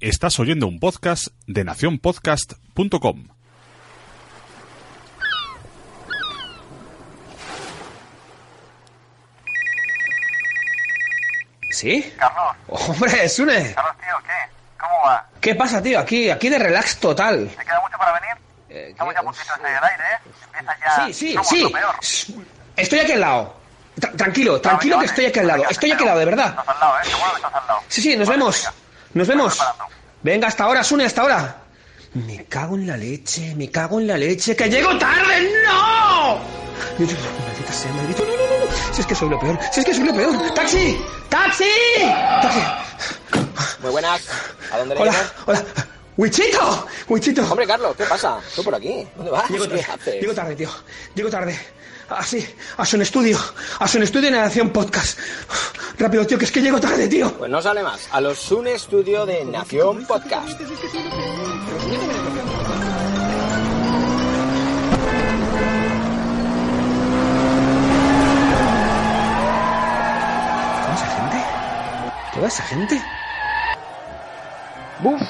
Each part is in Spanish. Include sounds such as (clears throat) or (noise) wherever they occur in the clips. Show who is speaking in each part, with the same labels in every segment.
Speaker 1: Estás oyendo un podcast de nacionpodcast.com.
Speaker 2: ¿Sí?
Speaker 3: Carlos,
Speaker 2: Hombre, Sune.
Speaker 3: Carlos, tío, ¿qué? ¿Cómo va?
Speaker 2: ¿Qué pasa, tío? Aquí, aquí de relax total.
Speaker 3: ¿Te queda mucho para venir?
Speaker 2: Eh,
Speaker 3: Estamos
Speaker 2: que-
Speaker 3: ya a puntito de salir al aire, ¿eh? Empieza ya.
Speaker 2: Sí, sí,
Speaker 3: somos
Speaker 2: sí.
Speaker 3: lo peor.
Speaker 2: Shh, Estoy aquí al lado. Tra- tranquilo, tranquilo que estoy aquí al lado. Estoy aquí al lado, de verdad.
Speaker 3: Estás al lado, ¿eh? Seguro que estás al lado.
Speaker 2: Sí, sí, nos
Speaker 3: Vale,
Speaker 2: vemos.
Speaker 3: venga.
Speaker 2: Nos vemos.
Speaker 3: preparando.
Speaker 2: Venga, hasta ahora, Sune, hasta ahora. Me cago en la leche, me cago en la leche, que llego tarde, ¡no! Maldita sea, maldito, no, no, no, no. Si es que soy lo peor, si es que soy lo peor. ¡Taxi! ¡Taxi! ¡Taxi!
Speaker 4: Muy buenas. ¿A dónde le
Speaker 2: Hola,
Speaker 4: llamas?
Speaker 2: hola. ¡Wichito! ¡Wichito!
Speaker 4: Hombre, Carlos, ¿qué pasa? ¿Tú por aquí? ¿Dónde vas?
Speaker 2: Llego
Speaker 4: ¿Qué
Speaker 2: tarde,
Speaker 4: haces?
Speaker 2: llego tarde, tío. Llego tarde. Así, a su estudio. A su estudio en Nación Podcast. Rápido, tío, que es que llego tarde, tío.
Speaker 4: Pues no sale más. A los un estudio de Nación Podcast.
Speaker 2: ¿Toda esa gente? ¿Toda esa gente?
Speaker 4: Buf,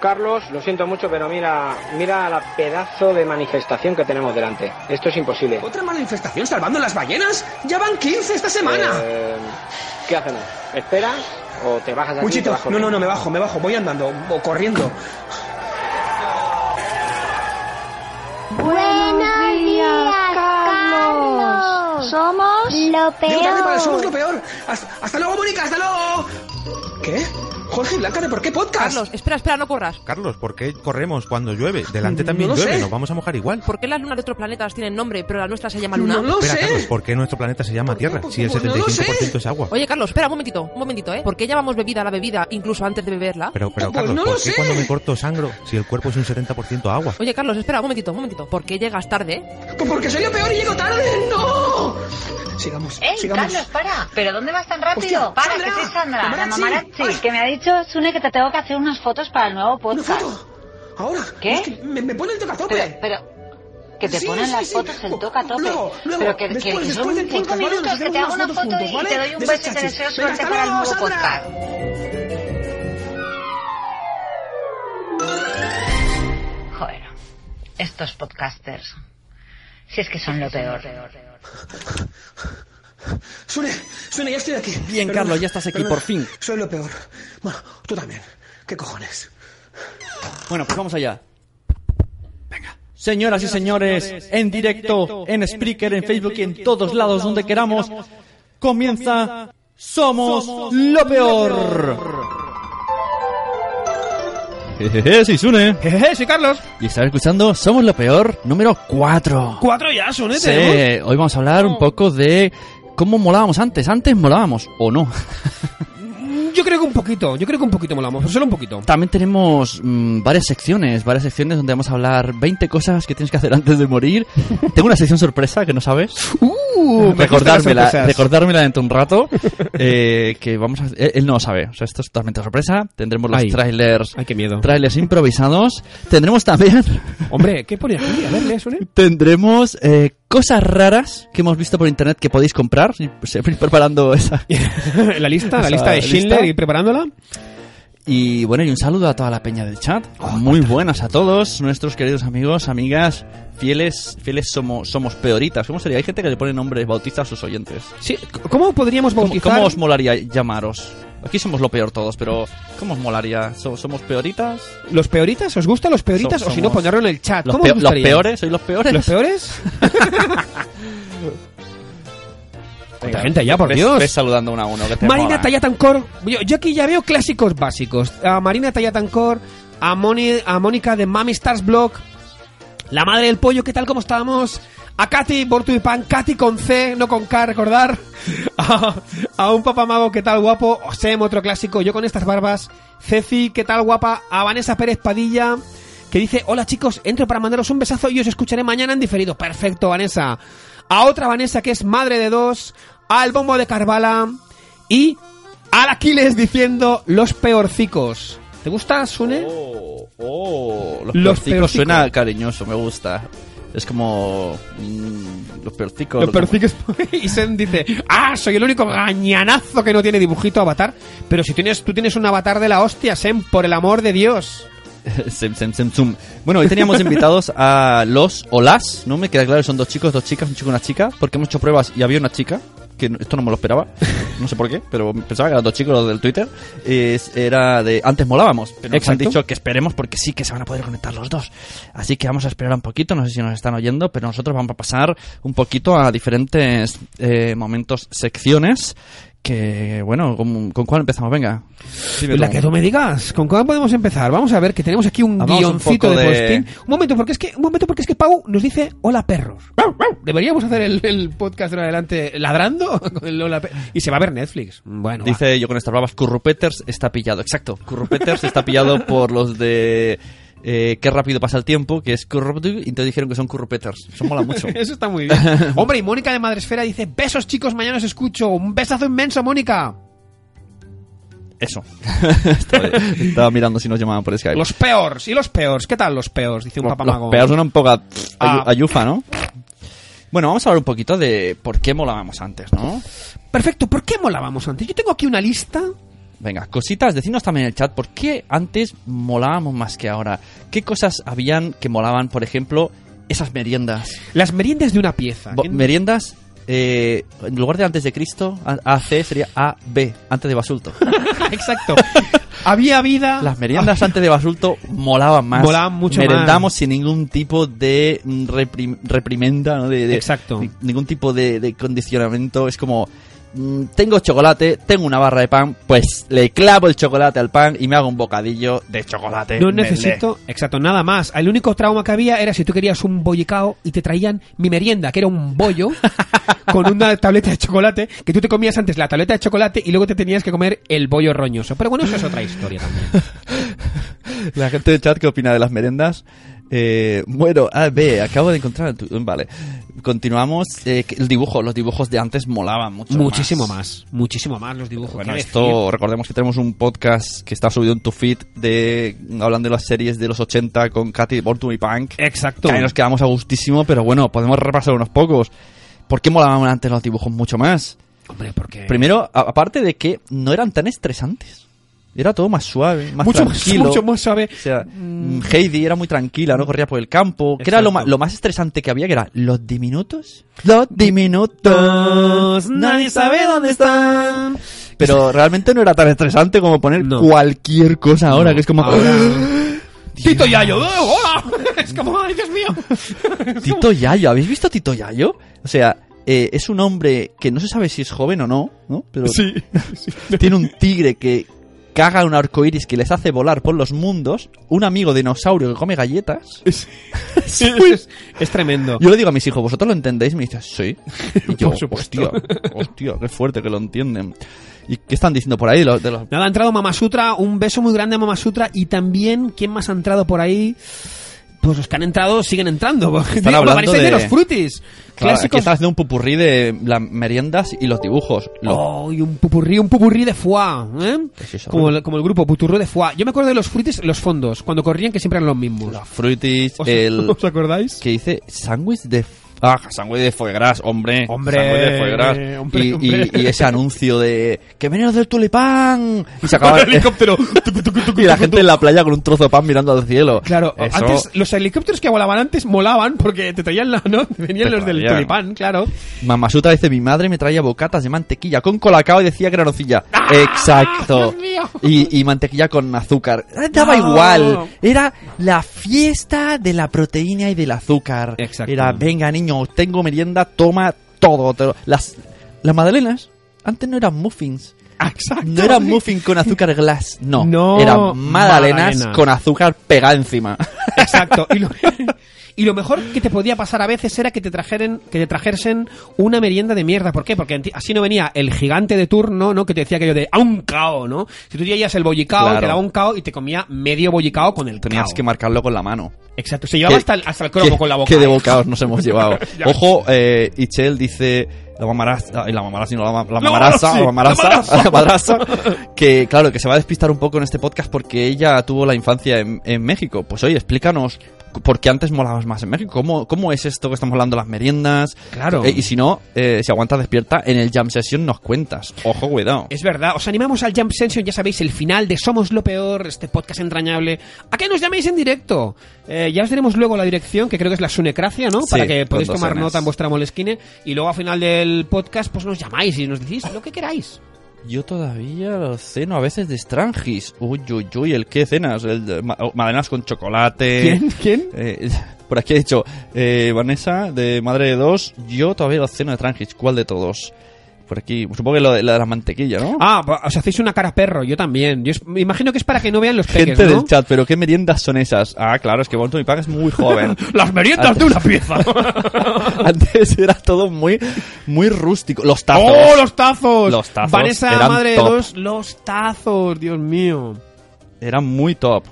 Speaker 4: Carlos, lo siento mucho, pero mira, mira la pedazo de manifestación que tenemos delante. Esto es imposible.
Speaker 2: ¿Otra manifestación salvando las ballenas? Ya van 15 esta semana.
Speaker 4: Eh, ¿Qué hacemos? ¿Esperas o te bajas de aquí? y te
Speaker 2: Wichito,
Speaker 4: vas
Speaker 2: no, no,
Speaker 4: corriendo?
Speaker 2: no, me bajo, me bajo. Voy andando o corriendo.
Speaker 5: Buenos días, Carlos. Somos lo
Speaker 2: Llego tarde para somos lo
Speaker 5: peor.
Speaker 2: peor. Hasta, hasta luego, Mónica, hasta luego. ¿Qué? Jorge y Blanca, ¿de por qué podcast?
Speaker 6: Carlos, espera, espera, no corras.
Speaker 7: Carlos, ¿por qué corremos cuando llueve? Delante
Speaker 2: No
Speaker 7: también
Speaker 2: lo
Speaker 7: llueve,
Speaker 2: sé.
Speaker 7: nos vamos a mojar igual.
Speaker 6: ¿Por qué las lunas de otros planetas tienen nombre, pero la nuestra se llama Luna?
Speaker 2: no lo
Speaker 7: Espera,
Speaker 2: sé.
Speaker 7: Carlos, ¿por qué nuestro planeta se llama
Speaker 2: ¿Por qué?
Speaker 7: Tierra
Speaker 2: Pues-
Speaker 7: si el
Speaker 2: pues no lo
Speaker 7: 75%
Speaker 2: sé.
Speaker 7: es agua?
Speaker 6: Oye, Carlos, espera un momentito, un momentito, ¿eh? ¿Por qué llamamos bebida a la bebida incluso antes de beberla?
Speaker 7: Pero, pero
Speaker 2: Pues
Speaker 7: Carlos,
Speaker 2: no lo
Speaker 7: ¿por qué
Speaker 2: sé.
Speaker 7: cuando me corto sangro si el cuerpo es un 70% agua?
Speaker 6: Oye, Carlos, espera un momentito, un momentito. ¿Por qué llegas tarde?
Speaker 2: Pues porque soy lo peor y llego tarde. ¡No! Sigamos,
Speaker 8: ¡Ey,
Speaker 2: sigamos.
Speaker 8: Carlos, para! ¿Pero dónde vas tan rápido?
Speaker 2: Hostia,
Speaker 8: para,
Speaker 2: Sandra,
Speaker 8: que soy Sandra, la
Speaker 2: Mamarachi. Ay.
Speaker 8: mamarachi, que me ha dicho Sune que te tengo que hacer unas fotos para el nuevo
Speaker 2: ¡Una
Speaker 8: podcast.
Speaker 2: foto! Ahora.
Speaker 8: ¿Qué?
Speaker 2: Es que me, me pone el tocatope.
Speaker 8: Pero, pero... Que te
Speaker 2: Sí,
Speaker 8: ponen
Speaker 2: sí,
Speaker 8: las
Speaker 2: sí.
Speaker 8: fotos el toca tope.
Speaker 2: Luego, luego,
Speaker 8: pero que,
Speaker 2: después-
Speaker 8: que
Speaker 2: después
Speaker 8: son
Speaker 2: del
Speaker 8: cinco
Speaker 2: podcast, vamos,
Speaker 8: minutos
Speaker 2: nos
Speaker 8: que te hago
Speaker 2: hacemos
Speaker 8: una
Speaker 2: unas
Speaker 8: foto
Speaker 2: fotos
Speaker 8: y
Speaker 2: juntos,
Speaker 8: te
Speaker 2: ¿vale?
Speaker 8: doy un
Speaker 2: De
Speaker 8: beso y te
Speaker 2: esas
Speaker 8: deseo
Speaker 2: chachis. Venga,
Speaker 8: suerte
Speaker 2: hasta
Speaker 8: para el
Speaker 2: luego,
Speaker 8: nuevo
Speaker 2: Sandra.
Speaker 8: podcast. Joder, estos podcasters. Si es que son lo peor.
Speaker 2: Sune, Sune, ya estoy aquí.
Speaker 9: Bien, Carlos, ya estás aquí, por fin.
Speaker 2: Soy lo peor. Bueno, tú también. ¿Qué cojones?
Speaker 9: Bueno, pues vamos allá. Señoras y señores, en directo, en Spreaker, en Facebook y en todos lados donde queramos, comienza Somos lo peor.
Speaker 10: Jejeje, sí, Sune.
Speaker 9: Jeje, soy Carlos.
Speaker 10: Y estás escuchando Somos lo Peor número 4.
Speaker 9: Cuatro ya, sonete.
Speaker 10: Sí, hoy vamos a hablar un poco de cómo molábamos antes. Antes molábamos, o no.
Speaker 9: Yo creo que un poquito, yo creo que un poquito molamos, solo un poquito.
Speaker 10: También tenemos mm, varias secciones, varias secciones donde vamos a hablar 20 cosas que tienes que hacer antes
Speaker 9: (laughs)
Speaker 10: de morir. Tengo una sección sorpresa que no sabes.
Speaker 9: Uh, me gustan las
Speaker 10: recordármela,
Speaker 9: sorpresas.
Speaker 10: recordármela dentro de
Speaker 9: (laughs)
Speaker 10: un rato. eh, que vamos a, él, él no lo sabe. O sea, esto es totalmente sorpresa. Tendremos los
Speaker 9: Ay.
Speaker 10: trailers,
Speaker 9: Ay, qué miedo.
Speaker 10: trailers improvisados. Tendremos también (laughs)
Speaker 9: Hombre, ¿qué pone aquí? A ver, lee, Sune.
Speaker 10: Tendremos eh, cosas raras que hemos visto por internet que podéis comprar. Y pues, Siempre ir preparando esa.
Speaker 9: (laughs) la (laughs) lista, la
Speaker 10: Esa
Speaker 9: lista de
Speaker 10: lista.
Speaker 9: Schindler y preparándola.
Speaker 10: Y bueno, y un saludo a toda la peña del chat.
Speaker 9: Oh, pues
Speaker 10: Muy buenas a todos, nuestros queridos amigos, amigas, fieles, fieles somos, somos peoritas. ¿Cómo sería? Hay gente que le pone nombres bautistas a sus oyentes.
Speaker 9: Sí, ¿cómo podríamos
Speaker 10: ¿Cómo,
Speaker 9: bautizar?
Speaker 10: cómo os molaría llamaros? Aquí somos lo peor todos, pero ¿cómo os molaría? So- ¿Somos peoritas?
Speaker 9: ¿Los peoritas? ¿Os gustan los peoritas?
Speaker 10: So-
Speaker 9: o si no,
Speaker 10: somos-
Speaker 9: ponerlo en el chat.
Speaker 10: ¿Los,
Speaker 9: ¿Cómo os
Speaker 10: peo- los
Speaker 9: gustaría?
Speaker 10: peores? ¿Sois
Speaker 9: (laughs)
Speaker 10: los peores?
Speaker 9: ¿Los peores?
Speaker 10: Venga,
Speaker 9: gente allá, por
Speaker 10: ves-
Speaker 9: Dios.
Speaker 10: ves saludando uno a uno. que te
Speaker 9: Marina
Speaker 10: mola.
Speaker 9: Tallatancor. Yo, yo aquí ya veo clásicos básicos. A Marina Tallatancor, a, Moni- a Mónica de Mami Stars Blog, la madre del pollo, ¿qué tal? ¿Cómo estamos? A Katy Bortuipan, Katy con C, no con K, recordar. (laughs) A, a un papamago, ¿qué tal guapo? O Sem, otro clásico, yo con estas barbas. Ceci, ¿qué tal guapa? A Vanessa Pérez Padilla, que dice, hola chicos, entro para mandaros un besazo y os escucharé mañana en diferido. Perfecto, Vanessa. A otra Vanessa, que es madre de dos. Al bombo de Carvala. Y al Aquiles diciendo, los peorcicos. ¿Te gusta, Sune?
Speaker 10: Oh, oh,
Speaker 9: Los
Speaker 10: los, peorcicos
Speaker 9: peorcicos.
Speaker 10: suena cariñoso, me gusta. Es como. mm, los perticos.
Speaker 2: Los
Speaker 10: lo que-
Speaker 2: perfiles- y Sen dice, ah, soy el único gañanazo que no tiene dibujito avatar. Pero si tienes, tú tienes un avatar de la hostia, Sen, por el amor de Dios.
Speaker 10: (laughs) Sem, sem, sem, zum. Bueno, hoy teníamos invitados a los o las, no me queda claro, son dos chicos, dos chicas, un chico y una chica, porque hemos hecho pruebas y había una chica, que no- esto no me lo esperaba, no sé por qué, pero pensaba que eran dos chicos los del Twitter, es- era de antes molábamos, pero nos han
Speaker 2: Exacto.
Speaker 10: dicho que esperemos porque sí que se van a poder conectar los dos. Así que vamos a esperar un poquito, no sé si nos están oyendo, pero nosotros vamos a pasar un poquito a diferentes eh, momentos, secciones. Que bueno, ¿con, con cuál empezamos? Venga. dime
Speaker 2: la
Speaker 10: tú.
Speaker 2: que tú me digas, ¿con cuál podemos empezar? Vamos a ver, que tenemos aquí un
Speaker 10: Hagamos un
Speaker 2: guioncito
Speaker 10: poco
Speaker 2: de
Speaker 10: de-
Speaker 2: postín. Un momento, porque es que, un momento, porque es que Pau nos dice hola perros. Rau, rau. Deberíamos hacer el, el podcast de ahora en adelante ladrando con el hola per- Y se va a ver Netflix. Bueno, va.
Speaker 10: Dice yo con estas bravas, Currupeters está pillado. Exacto, Currupeters
Speaker 2: (laughs)
Speaker 10: está pillado por los de eh, Qué rápido pasa el tiempo, que es Currupeter, y entonces dijeron que son Currupeters. Eso
Speaker 2: (laughs)
Speaker 10: mola mucho.
Speaker 2: Eso está muy bien. Hombre, y Mónica de Madresfera dice, besos chicos, mañana os escucho. Un besazo inmenso, Mónica.
Speaker 10: Eso. (laughs) estaba, estaba mirando si nos llamaban por Skype.
Speaker 2: Los peores, y los peores. ¿Qué tal los peores? Dice un
Speaker 10: Los-
Speaker 2: papamago.
Speaker 10: los peores son un poco a- a-
Speaker 2: Ah.
Speaker 10: ayufa, ¿no? Bueno, vamos a hablar un poquito de por qué molábamos antes, ¿no?
Speaker 2: Perfecto, ¿por qué molábamos antes? Yo tengo aquí una lista.
Speaker 10: Venga, cositas, decidnos también en el chat por qué antes molábamos más que ahora. ¿Qué cosas habían que molaban, por ejemplo, esas meriendas?
Speaker 2: Las meriendas de una
Speaker 10: (laughs)
Speaker 2: pieza.
Speaker 10: Bo-
Speaker 2: ¿Quién-
Speaker 10: meriendas, eh, en lugar de antes de Cristo, A- AC sería AB, antes
Speaker 2: (laughs)
Speaker 10: de Basulto.
Speaker 2: Exacto. Había vida.
Speaker 10: Las meriendas antes de Basulto molaban más.
Speaker 2: Molaban mucho más.
Speaker 10: Merendamos sin ningún tipo de mm, reprim- reprimenda, ¿no? De, de-
Speaker 2: Exacto.
Speaker 10: ni- ningún tipo de, de condicionamiento. Es como, mm, tengo chocolate, tengo una barra de pan, pues le clavo el chocolate al pan y me hago un bocadillo de chocolate.
Speaker 2: No
Speaker 10: Melé.
Speaker 2: necesito, exacto, nada más. El único trauma que había era si tú querías un bollicao y te traían mi merienda, que era un
Speaker 10: (laughs)
Speaker 2: bollo con una tableta de chocolate, que tú te comías antes la tableta de chocolate y luego te tenías que comer el bollo roñoso. Pero bueno, eso es otra historia también.
Speaker 10: La gente del chat, ¿qué opina de las merendas? Eh, bueno, a ver, acabo de encontrar. tu- Vale, continuamos. Eh, que el dibujo, los dibujos de antes molaban (laughs) mucho.
Speaker 2: muchísimo más. muchísimo más los dibujos.
Speaker 10: Bueno,
Speaker 2: ¿qué
Speaker 10: esto, recordemos que tenemos un podcast que está subido en tu feed de hablando de las series de los 80 con Katy Born to be Punk.
Speaker 2: decir? Exacto.
Speaker 10: Que
Speaker 2: (laughs)
Speaker 10: ahí nos quedamos a gustísimo, pero bueno, podemos repasar unos pocos. ¿Por qué molaban antes los dibujos mucho más?
Speaker 2: Hombre, porque...
Speaker 10: Primero, a- aparte de que no eran tan estresantes. Era todo más suave, más
Speaker 2: mucho, más,
Speaker 10: tranquilo.
Speaker 2: mucho más suave.
Speaker 10: O sea, mm, Heidi era muy tranquila, ¿no? Corría por el campo. Que era lo más,
Speaker 2: Exacto.
Speaker 10: lo más estresante que había, que era los diminutos. Los diminutos. Nadie sabe dónde están. Pero realmente no era tan estresante como poner
Speaker 2: No.
Speaker 10: cualquier cosa ahora, que es como... "Ah".
Speaker 2: Ahora- Tito
Speaker 10: Dios.
Speaker 2: Yayo, ¡eh, hola. (laughs) Es como, ay, Dios mío.
Speaker 10: (laughs) Tito Yayo, ¿habéis visto Tito Yayo? O sea, eh, es un hombre que no se sabe si es joven o no, ¿no? Pero
Speaker 2: Sí.
Speaker 10: (laughs) tiene un tigre que caga un arco iris que les hace volar por los mundos, un amigo dinosaurio que
Speaker 2: (laughs)
Speaker 10: come galletas. (laughs)
Speaker 2: es, es tremendo.
Speaker 10: Yo le digo a mis hijos, ¿vosotros lo entendéis? Y me
Speaker 2: (laughs)
Speaker 10: dicen, sí. Y yo,
Speaker 2: Por supuesto.
Speaker 10: hostia, hostia, qué fuerte que lo entienden. ¿Y qué están diciendo por ahí? de los- de los-
Speaker 2: Nada, ha entrado Mama Sutra, un beso muy grande a Mama Sutra y también, ¿quién más ha entrado por ahí? Pues los que han entrado siguen entrando. (laughs) porque, tío,
Speaker 10: hablando
Speaker 2: aparecen
Speaker 10: de-
Speaker 2: los frutis.
Speaker 10: Claro, aquí
Speaker 2: clásicos.
Speaker 10: están haciendo un pupurrí de las meriendas y los dibujos. Los-
Speaker 2: Oh, y un pupurrí, un pupurrí de foie, ¿eh?
Speaker 10: Pues sí, sabe.
Speaker 2: Como, el- como el grupo, puturro de foie. Yo me acuerdo de los frutis, los fondos, cuando corrían que siempre eran los mismos.
Speaker 10: Los fruitis,
Speaker 2: ¿Os, (laughs)
Speaker 10: el...
Speaker 2: ¿os acordáis?
Speaker 10: que dice sándwich de ah sándwich de foie hombre
Speaker 2: Hombre,
Speaker 10: sándwich de foie
Speaker 2: hombre,
Speaker 10: y, y-
Speaker 2: hombre.
Speaker 10: y ese anuncio de que venimos del tulipán
Speaker 2: (laughs)
Speaker 10: y se acaba el helicóptero (laughs) y la gente en la playa con un trozo de pan mirando al cielo
Speaker 2: Claro,
Speaker 10: Eso-
Speaker 2: antes los helicópteros que volaban antes molaban porque te traían la, ¿no? (laughs) Te Venían
Speaker 10: Te
Speaker 2: los del
Speaker 10: traían.
Speaker 2: tulipán, claro.
Speaker 10: Mamasuta dice, mi madre me traía bocatas de mantequilla con colacao y decía que era nocilla. (laughs)
Speaker 2: ¡Ah!
Speaker 10: Exacto.
Speaker 2: Dios mío.
Speaker 10: Y, y mantequilla con azúcar. Eh, Daba
Speaker 2: No.
Speaker 10: igual. Era la fiesta de la proteína y del azúcar.
Speaker 2: Exacto.
Speaker 10: Era, venga niño, tengo merienda, toma todo. Te lo- Las, las magdalenas antes no eran muffins.
Speaker 2: Ah, Exacto.
Speaker 10: No eran muffin con azúcar glass, no.
Speaker 2: (laughs) No,
Speaker 10: eran magdalenas
Speaker 2: magdalenas.
Speaker 10: con azúcar
Speaker 2: (laughs)
Speaker 10: pegada encima.
Speaker 2: Exacto. Y lo, (laughs) y lo mejor que te podía pasar a veces era que te trajeren, que te trajersen una merienda de mierda. ¿Por qué? Porque anti- así no venía el gigante de turno, ¿no? Que te decía aquello de a un cao, ¿no? Si tú llevas el bollicao,
Speaker 10: Claro.
Speaker 2: te daba un cao y te comía medio bollicao con el
Speaker 10: Tenías
Speaker 2: cao.
Speaker 10: que marcarlo con la mano.
Speaker 2: Exacto. Se llevaba
Speaker 10: Que- ¿eh?
Speaker 2: hasta el, hasta el cromo
Speaker 10: ¿Qué-
Speaker 2: con la boca.
Speaker 10: (laughs) qué de bocados nos hemos llevado. Ojo, eh, Ichel dice la mamarasa, la mamarasa, no, la, ma- la
Speaker 2: La
Speaker 10: mamarasa, la
Speaker 2: mamarasi,
Speaker 10: mamarasa, (laughs) la madrasa, que claro, que se va a despistar un poco en este podcast porque ella tuvo la infancia en, en México. Pues oye, explícanos por qué antes molabas más en México. ¿Cómo, cómo es esto que estamos hablando, las meriendas?
Speaker 2: Claro.
Speaker 10: Eh, y si no, eh, si aguantas despierta, en el Jam Session nos cuentas. Ojo, cuidado.
Speaker 2: Es verdad, os animamos al Jump Session, ya sabéis, el final de Somos lo Peor, este podcast entrañable. ¿A que nos llaméis en directo? Eh, ya os daremos luego la dirección, que creo que es la Sunecracia, ¿no?
Speaker 10: Sí,
Speaker 2: Para que
Speaker 10: con
Speaker 2: podáis
Speaker 10: dos
Speaker 2: tomar
Speaker 10: Ns.
Speaker 2: nota en vuestra molesquine. Y luego al final del podcast, pues nos llamáis y nos decís lo que queráis.
Speaker 10: Yo todavía ceno a veces de Strangis. Uy, uy, uy, ¿el qué cenas? El de ma- oh, madalenas con chocolate.
Speaker 2: ¿Quién? ¿Quién?
Speaker 10: Eh, (laughs) por aquí he dicho, eh, Vanessa, de Madre de Dos, yo todavía ceno de Strangis. ¿Cuál de todos? Por aquí, supongo que lo de, la de la mantequilla, ¿no?
Speaker 2: Ah, pa- os hacéis una cara perro, yo también. Yo es- me imagino que es para que no vean los
Speaker 10: Gente
Speaker 2: peques, ¿no?
Speaker 10: del chat, pero ¿qué meriendas son esas? Ah, claro, es que Bolton y Pack es muy joven.
Speaker 2: (laughs) ¡Las meriendas de una pieza!
Speaker 10: (laughs) Antes era todo muy, muy rústico. Los tazos.
Speaker 2: ¡Oh, los tazos!
Speaker 10: Los tazos
Speaker 2: Vanessa,
Speaker 10: eran
Speaker 2: madre de
Speaker 10: top.
Speaker 2: dos, los tazos, Dios mío.
Speaker 10: Era muy top.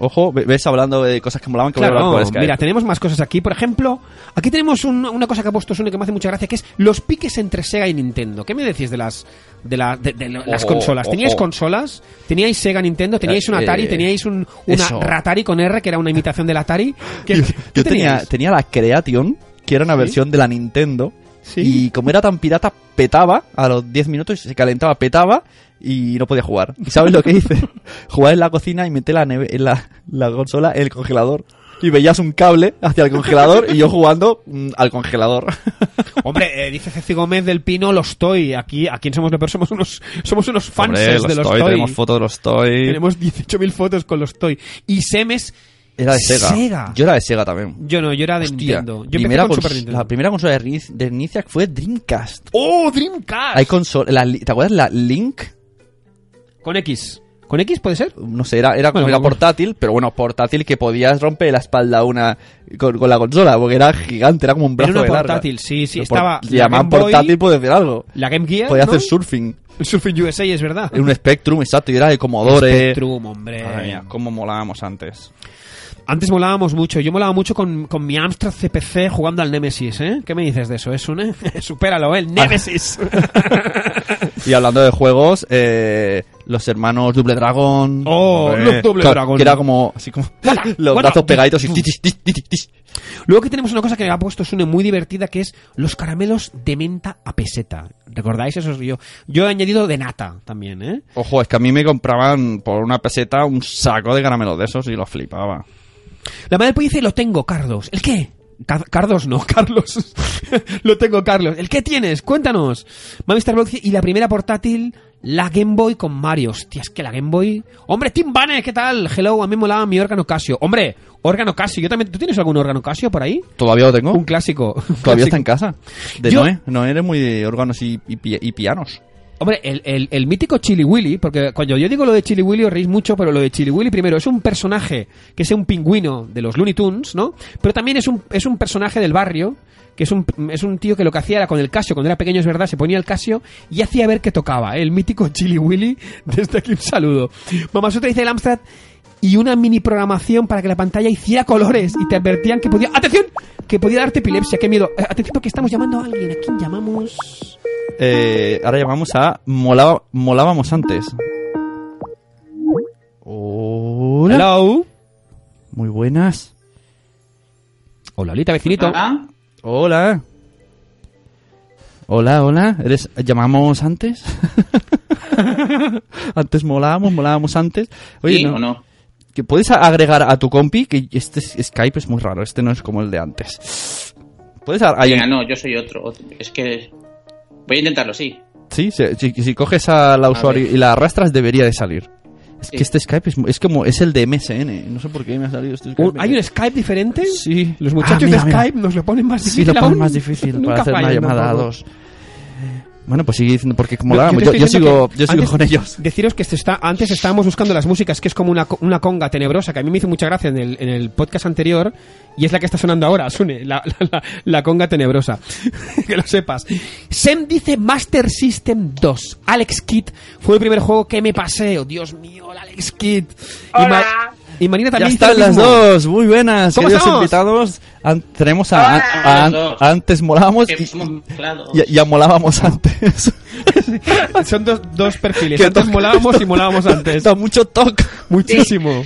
Speaker 10: Ojo, ve- ves hablando de cosas que molaban que voy a hablar
Speaker 2: Claro,
Speaker 10: por Skype.
Speaker 2: mira, tenemos más cosas aquí. Por ejemplo, aquí tenemos un- una cosa que ha puesto Sune que me hace mucha gracia, que es los piques entre Sega y Nintendo. ¿Qué me decís de las de, la- de- de lo- las
Speaker 10: Ojo,
Speaker 2: consolas? ¿Teníais
Speaker 10: ojo.
Speaker 2: consolas? ¿Teníais Sega Nintendo? ¿Teníais un
Speaker 10: Eh,
Speaker 2: Atari?
Speaker 10: eh,
Speaker 2: ¿Teníais un, una
Speaker 10: eso.
Speaker 2: Ratari con R, que era una imitación del Atari? ¿Qué-
Speaker 10: Yo,
Speaker 2: qué
Speaker 10: yo tenía,
Speaker 2: teníais?
Speaker 10: tenía la Creation, que era una versión de la Nintendo.
Speaker 2: Sí.
Speaker 10: Y como era tan pirata, petaba a los 10 minutos, se calentaba, petaba y no podía jugar. ¿Y sabes lo que hice? (laughs) Jugar en la cocina y meter la, neve- en la, la consola en el congelador. Y veías un cable hacia el congelador y yo jugando mm, al (laughs) congelador.
Speaker 2: Hombre, eh, dice Ceci Gómez del Pino, los Toy. Aquí, aquí en Somos lo Peor somos unos, somos unos fans
Speaker 10: Hombre,
Speaker 2: de los Toy.
Speaker 10: Tenemos fotos de los Toy.
Speaker 2: Tenemos 18.000 fotos con los Toy. Y Semes...
Speaker 10: Era de Sega.
Speaker 2: Sega.
Speaker 10: Yo era de Sega también.
Speaker 2: Yo no, yo era de
Speaker 10: Hostia,
Speaker 2: Nintendo. Yo empecé
Speaker 10: primera
Speaker 2: con
Speaker 10: cons-
Speaker 2: Super Nintendo.
Speaker 10: La primera consola de, Riz- de Nicias fue Dreamcast.
Speaker 2: ¡Oh, Dreamcast!
Speaker 10: Hay console, la li- ¿Te acuerdas la Link?
Speaker 2: Con X. ¿Con X puede ser?
Speaker 10: No sé, era, era, como
Speaker 2: Bueno,
Speaker 10: era
Speaker 2: vamos.
Speaker 10: portátil, pero bueno, portátil que podías romper la espalda una con, con la consola, porque era gigante, era como un brazo
Speaker 2: Era una
Speaker 10: de larga.
Speaker 2: portátil, sí, sí,
Speaker 10: Por-
Speaker 2: estaba
Speaker 10: Le
Speaker 2: la Game
Speaker 10: llamaban
Speaker 2: Boy,
Speaker 10: portátil, puede decir algo.
Speaker 2: La Game Gear.
Speaker 10: Podía
Speaker 2: ¿no?
Speaker 10: hacer surfing.
Speaker 2: Surfing USA, es verdad.
Speaker 10: En un Spectrum, exacto, y era de Commodore.
Speaker 2: Spectrum, hombre.
Speaker 10: Madre mía, cómo molábamos antes.
Speaker 2: Antes molábamos mucho. Yo molaba mucho con, con mi Amstrad CPC jugando al Nemesis, ¿eh? ¿Qué me dices de eso, eh, Sune? (laughs) Supéralo, ¿eh? El Nemesis.
Speaker 10: Y hablando de juegos, eh, los hermanos Double Dragon.
Speaker 2: Oh,
Speaker 10: Hombre.
Speaker 2: los Double
Speaker 10: Ca-
Speaker 2: Dragon.
Speaker 10: Que era como, así como, (laughs) los
Speaker 2: Hola.
Speaker 10: brazos
Speaker 2: (laughs)
Speaker 10: pegaditos y tis, tis, tis, tis, tis.
Speaker 2: Luego que tenemos una cosa que ha puesto Sune muy divertida, que es los caramelos de menta a peseta. ¿Recordáis eso? Yo, yo he añadido de nata también, ¿eh?
Speaker 10: Ojo, es que a mí me compraban por una peseta un saco de caramelos de esos y los flipaba.
Speaker 2: La madre del pollo dice, lo tengo, Carlos. ¿El qué? Ca- Cardos no, (laughs) Carlos. lo tengo, Carlos. ¿El qué tienes? Cuéntanos. Mami Starbucks dice, y la primera portátil, la Game Boy con Mario. Hostia, es que la Game Boy... Hombre, Tim Banner, ¿qué tal? Hello, a mí me molaba mi órgano Casio. Hombre, órgano Casio. Yo también... ¿Tú tienes algún órgano Casio por ahí?
Speaker 10: Todavía lo tengo.
Speaker 2: Un clásico. Un clásico.
Speaker 10: Todavía está en casa. De
Speaker 2: Yo-
Speaker 10: Noé. Noé eres muy de órganos y, y pi- y pianos.
Speaker 2: Hombre, el, el- el mítico Chili Willy, porque cuando yo digo lo de Chili Willy os reís mucho, pero lo de Chili Willy primero es un personaje que es un pingüino de los Looney Tunes, ¿no? Pero también es un, es un personaje del barrio, que es un, es un tío que lo que hacía era con el Casio, cuando era pequeño es verdad, se ponía el Casio y hacía ver que tocaba, ¿eh? el mítico Chili Willy. Desde aquí un saludo. Mamá Sutra dice el Amstrad y una mini programación para que la pantalla hiciera colores y te advertían que podía... ¡Atención! Que podía darte epilepsia, qué miedo. Eh, Atención porque estamos llamando a alguien. ¿A quién llamamos?
Speaker 10: Eh, ahora llamamos a Molaba- Molábamos antes. Hola.
Speaker 2: Hello.
Speaker 10: Muy buenas.
Speaker 2: Hola, Lolita, vecinito.
Speaker 10: Hola. Hola, hola. ¿Eres, ¿Llamamos antes? (laughs) antes molábamos, molábamos antes. Oye,
Speaker 4: ¿Sí
Speaker 10: no-
Speaker 4: o no?
Speaker 10: que puedes a- agregar a tu compi, que este es- Skype es muy raro, este no es como el de antes. Puedes a-
Speaker 4: Venga, no, yo soy otro, otro. Es que. Voy a intentarlo, sí.
Speaker 10: Sí, si, si- si coges a la usuario
Speaker 4: ver.
Speaker 10: y la arrastras debería de salir. Es
Speaker 4: Sí.
Speaker 10: que este Skype es, mu- es como es el de MSN, no sé por qué me ha salido este Skype.
Speaker 2: ¿Hay un Skype diferente?
Speaker 10: Sí.
Speaker 2: Los muchachos
Speaker 10: Ah, mira,
Speaker 2: de
Speaker 10: mira.
Speaker 2: Skype nos lo ponen más
Speaker 10: Sí,
Speaker 2: difícil.
Speaker 10: lo pones
Speaker 2: aún.
Speaker 10: más difícil para
Speaker 2: Nunca
Speaker 10: hacer una
Speaker 2: fallan
Speaker 10: llamada a
Speaker 2: tampoco.
Speaker 10: dos. Bueno, pues sigue diciendo porque como
Speaker 2: No,
Speaker 10: la
Speaker 2: te
Speaker 10: yo,
Speaker 2: estoy
Speaker 10: yo
Speaker 2: diciendo
Speaker 10: sigo,
Speaker 2: que
Speaker 10: yo sigo
Speaker 2: antes-
Speaker 10: con ellos.
Speaker 2: Deciros que esto está, antes estábamos buscando las músicas, que es como una, co- una conga tenebrosa, que a mí me hizo mucha gracia en el, en el podcast anterior, y es la que está sonando ahora, Sune, la, la- la- la conga tenebrosa. (laughs) que lo sepas. Sem dice Master System 2. Alex Kidd fue el primer juego que me pasé. Oh, Dios mío, el Alex Kidd. Y, Ma- y Marina (laughs)
Speaker 10: Ya
Speaker 2: también dice
Speaker 10: están
Speaker 2: lo
Speaker 10: las
Speaker 2: mismo.
Speaker 10: dos, muy buenas,
Speaker 2: ¿Cómo
Speaker 10: queridos
Speaker 2: estamos?
Speaker 10: invitados. an- tenemos a, a- a-
Speaker 4: los dos.
Speaker 10: antes molábamos
Speaker 4: Que
Speaker 10: y,
Speaker 4: somos mezclados. Ah,
Speaker 10: y-
Speaker 2: (laughs)
Speaker 10: y amolábamos antes.
Speaker 2: Son dos, dos perfiles.
Speaker 10: Que
Speaker 2: Antes
Speaker 10: toca-
Speaker 2: molábamos y molábamos
Speaker 10: (laughs)
Speaker 2: antes.
Speaker 10: Da mucho toque.
Speaker 2: Muchísimo.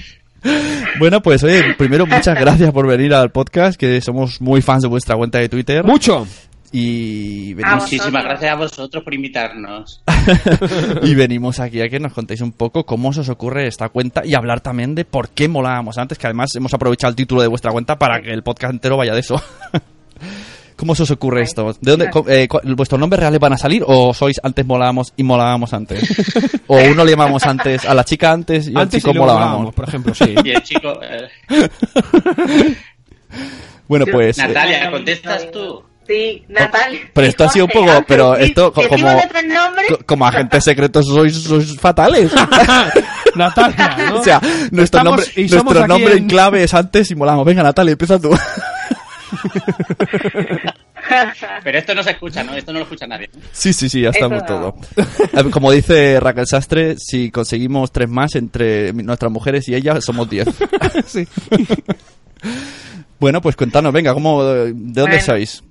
Speaker 10: Bueno, pues oye, primero muchas gracias por venir al podcast, que somos muy fans de vuestra cuenta de Twitter.
Speaker 2: Mucho.
Speaker 10: Y
Speaker 4: Ah,
Speaker 10: venimos,
Speaker 4: Muchísimas gracias a vosotros por invitarnos.
Speaker 10: (laughs) y venimos aquí a que nos contéis un poco cómo se os ocurre esta cuenta y hablar también de por qué molábamos antes, que además hemos aprovechado el título de vuestra cuenta para que el podcast entero vaya de eso. (laughs) ¿Cómo se os ocurre esto? ¿De dónde, co- eh, cu- ¿Vuestros nombres reales van a salir o sois antes molábamos y molábamos antes? ¿O uno le llamamos antes a la chica antes y al
Speaker 2: Antes
Speaker 10: chico
Speaker 2: y luego
Speaker 10: molábamos?
Speaker 2: molábamos, por ejemplo, sí.
Speaker 4: Y el chico. eh,
Speaker 10: Bueno, pues... eh,
Speaker 4: Natalia, ¿contestas tú?
Speaker 8: Sí, Natalia.
Speaker 10: Pero esto ha sido un poco, pero esto co- como, co- como agentes secretos sois, sois
Speaker 2: (laughs)
Speaker 10: fatales.
Speaker 2: Natalia, ¿no?
Speaker 10: (laughs) O sea, nuestro
Speaker 2: Estamos-
Speaker 10: nombre,
Speaker 2: y somos
Speaker 10: nuestro
Speaker 2: aquí
Speaker 10: nombre en...
Speaker 2: en-
Speaker 10: clave es antes y molamos. Venga, Natalia, empieza
Speaker 8: (laughs)
Speaker 10: tú.
Speaker 4: Pero esto no se escucha, ¿no? Esto no lo escucha nadie. ¿no?
Speaker 10: sí, sí, sí, ya
Speaker 4: Eso
Speaker 10: estamos
Speaker 4: no.
Speaker 10: todo. (laughs) A ver, Como dice Raquel Sastre, si conseguimos tres más entre mi- nuestras mujeres y ella, somos diez.
Speaker 2: (laughs) sí.
Speaker 10: (laughs) Bueno, pues cuéntanos, venga, ¿cómo, ¿de dónde
Speaker 8: Bueno.
Speaker 10: sois?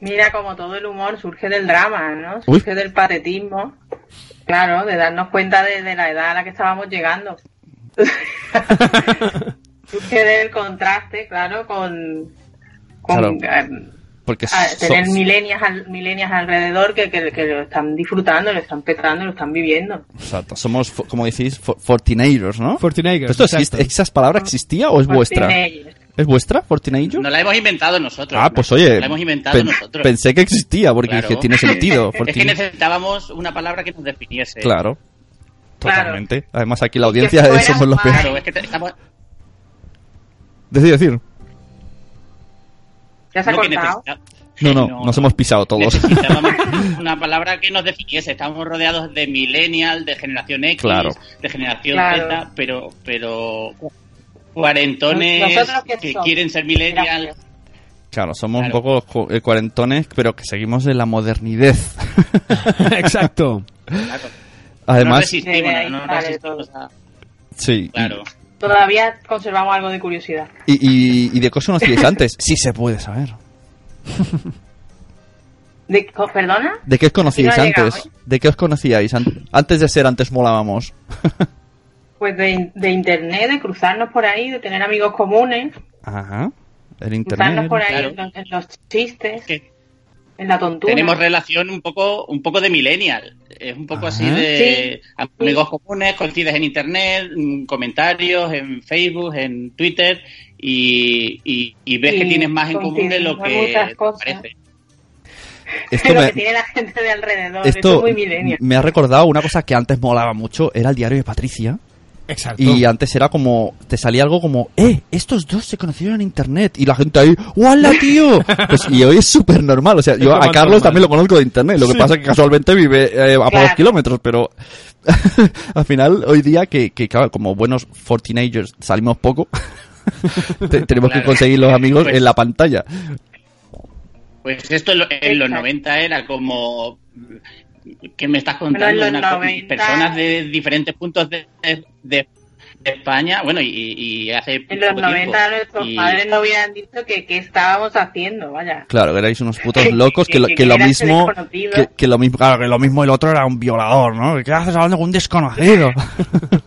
Speaker 8: Mira, como todo el humor surge del drama, ¿no? Surge del patetismo. Claro, de darnos cuenta de, de la edad a la que estábamos llegando. (laughs) surge del contraste, claro, con,
Speaker 10: Claro,
Speaker 8: con eh,
Speaker 10: porque
Speaker 8: a-
Speaker 10: so-
Speaker 8: tener milenias al, milenias alrededor que, que, que lo están disfrutando, lo están petando, lo están viviendo.
Speaker 10: Exacto, somos, fo- como decís, fo- Fortinators, ¿no?
Speaker 2: Fortinators,
Speaker 10: ¿Esto existe-
Speaker 2: exacto.
Speaker 10: ¿Esa palabra existía o es vuestra?
Speaker 4: Fortinators.
Speaker 10: ¿Es vuestra, Fortinators?
Speaker 4: No la hemos inventado nosotros.
Speaker 10: Ah,
Speaker 4: ¿no?
Speaker 10: pues oye,
Speaker 4: La hemos inventado
Speaker 10: pen-
Speaker 4: nosotros.
Speaker 10: pensé que existía, porque
Speaker 4: Claro.
Speaker 10: dije, tiene
Speaker 4: (laughs)
Speaker 10: sentido.
Speaker 4: es que
Speaker 10: Fortin-
Speaker 4: necesitábamos una palabra que nos definiese.
Speaker 10: Claro.
Speaker 4: Claro.
Speaker 10: Totalmente. Además, aquí la audiencia eh, somos los peores.
Speaker 4: Claro, es que te- estamos...
Speaker 10: Decir, decir.
Speaker 8: Ya se ha
Speaker 4: no, que
Speaker 8: cortado.
Speaker 4: necesita-
Speaker 10: No, no, nos hemos pisado todos. (laughs)
Speaker 4: necesitábamos una palabra que nos definiese. Estábamos rodeados de millennial, de generación X,
Speaker 10: Claro.
Speaker 4: de generación
Speaker 8: Claro.
Speaker 4: Z, pero, pero cuarentones
Speaker 8: Nosotros que
Speaker 4: que
Speaker 8: somos.
Speaker 4: quieren ser millennial.
Speaker 10: Claro, somos un poco ju- eh, cuarentones, pero que seguimos en la modernidad.
Speaker 2: (laughs) Exacto.
Speaker 10: Además,
Speaker 4: no resistimos,
Speaker 8: Desde ahí
Speaker 4: no, no
Speaker 8: sale
Speaker 4: resistimos a-
Speaker 10: sí.
Speaker 4: Claro.
Speaker 8: Todavía conservamos algo de curiosidad.
Speaker 10: Y, y, y de cosas conocíais antes. (laughs) Sí se puede saber.
Speaker 8: De- oh, co- ¿Perdona?
Speaker 10: ¿De qué os conocíais
Speaker 8: no ha
Speaker 10: antes?
Speaker 8: llegado,
Speaker 10: ¿De qué os conocíais? an- Antes de ser antes molábamos.
Speaker 8: Pues de, de internet, de cruzarnos por ahí, de tener amigos comunes,
Speaker 10: Ajá. El
Speaker 8: cruzarnos
Speaker 10: internet.
Speaker 8: por ahí
Speaker 4: claro.
Speaker 8: en, los, en los chistes, en la tontura.
Speaker 4: Tenemos relación un poco, un poco de millennial. Es un poco así de amigos comunes, coincides en internet, mm, comentarios, en Facebook, en Twitter, y, y- y ves que
Speaker 8: Y
Speaker 4: tienes más en común de lo
Speaker 8: coincidimos en
Speaker 4: que
Speaker 8: muchas cosas.
Speaker 4: parece.
Speaker 10: Esto
Speaker 8: Lo
Speaker 10: me-
Speaker 8: que tiene la gente de alrededor, esto es
Speaker 10: Esto
Speaker 8: muy milenial.
Speaker 10: me ha recordado una cosa que antes molaba mucho, era el diario de Patricia.
Speaker 2: Exacto.
Speaker 10: Y antes era como, te salía algo como, eh, estos dos se conocieron en internet. Y la gente ahí, ¡wala, tío! Pues, y hoy es súper normal. O sea,
Speaker 2: lo
Speaker 10: yo a
Speaker 2: más
Speaker 10: Carlos
Speaker 2: normal.
Speaker 10: también lo conozco de internet. Lo que
Speaker 2: Sí.
Speaker 10: pasa es que casualmente vive eh, a pocos
Speaker 2: Claro.
Speaker 10: kilómetros, pero (laughs) al final, hoy día, que, que, claro, como buenos 14 salimos poco, (laughs) te- tenemos que
Speaker 4: Claro.
Speaker 10: conseguir los amigos
Speaker 4: Pues-
Speaker 10: en la pantalla.
Speaker 4: Pues esto en, lo- en los 90 era como... ¿Qué me estás contando?
Speaker 8: Bueno, en los
Speaker 4: Una co-
Speaker 8: 90.
Speaker 4: Personas de diferentes puntos de, de- de España, bueno, y, y hace
Speaker 8: En los
Speaker 4: poco tiempo.
Speaker 8: 90 nuestros
Speaker 4: Y-
Speaker 8: padres no hubieran dicho que qué estábamos haciendo, vaya.
Speaker 10: Claro, erais unos putos locos que lo,
Speaker 8: (laughs) Que- que
Speaker 10: que lo
Speaker 8: eras
Speaker 10: mismo
Speaker 8: desconocido.
Speaker 10: que, que lo mismo claro, que lo mismo el otro era un violador, ¿no? ¿Qué haces hablando con un desconocido? (laughs)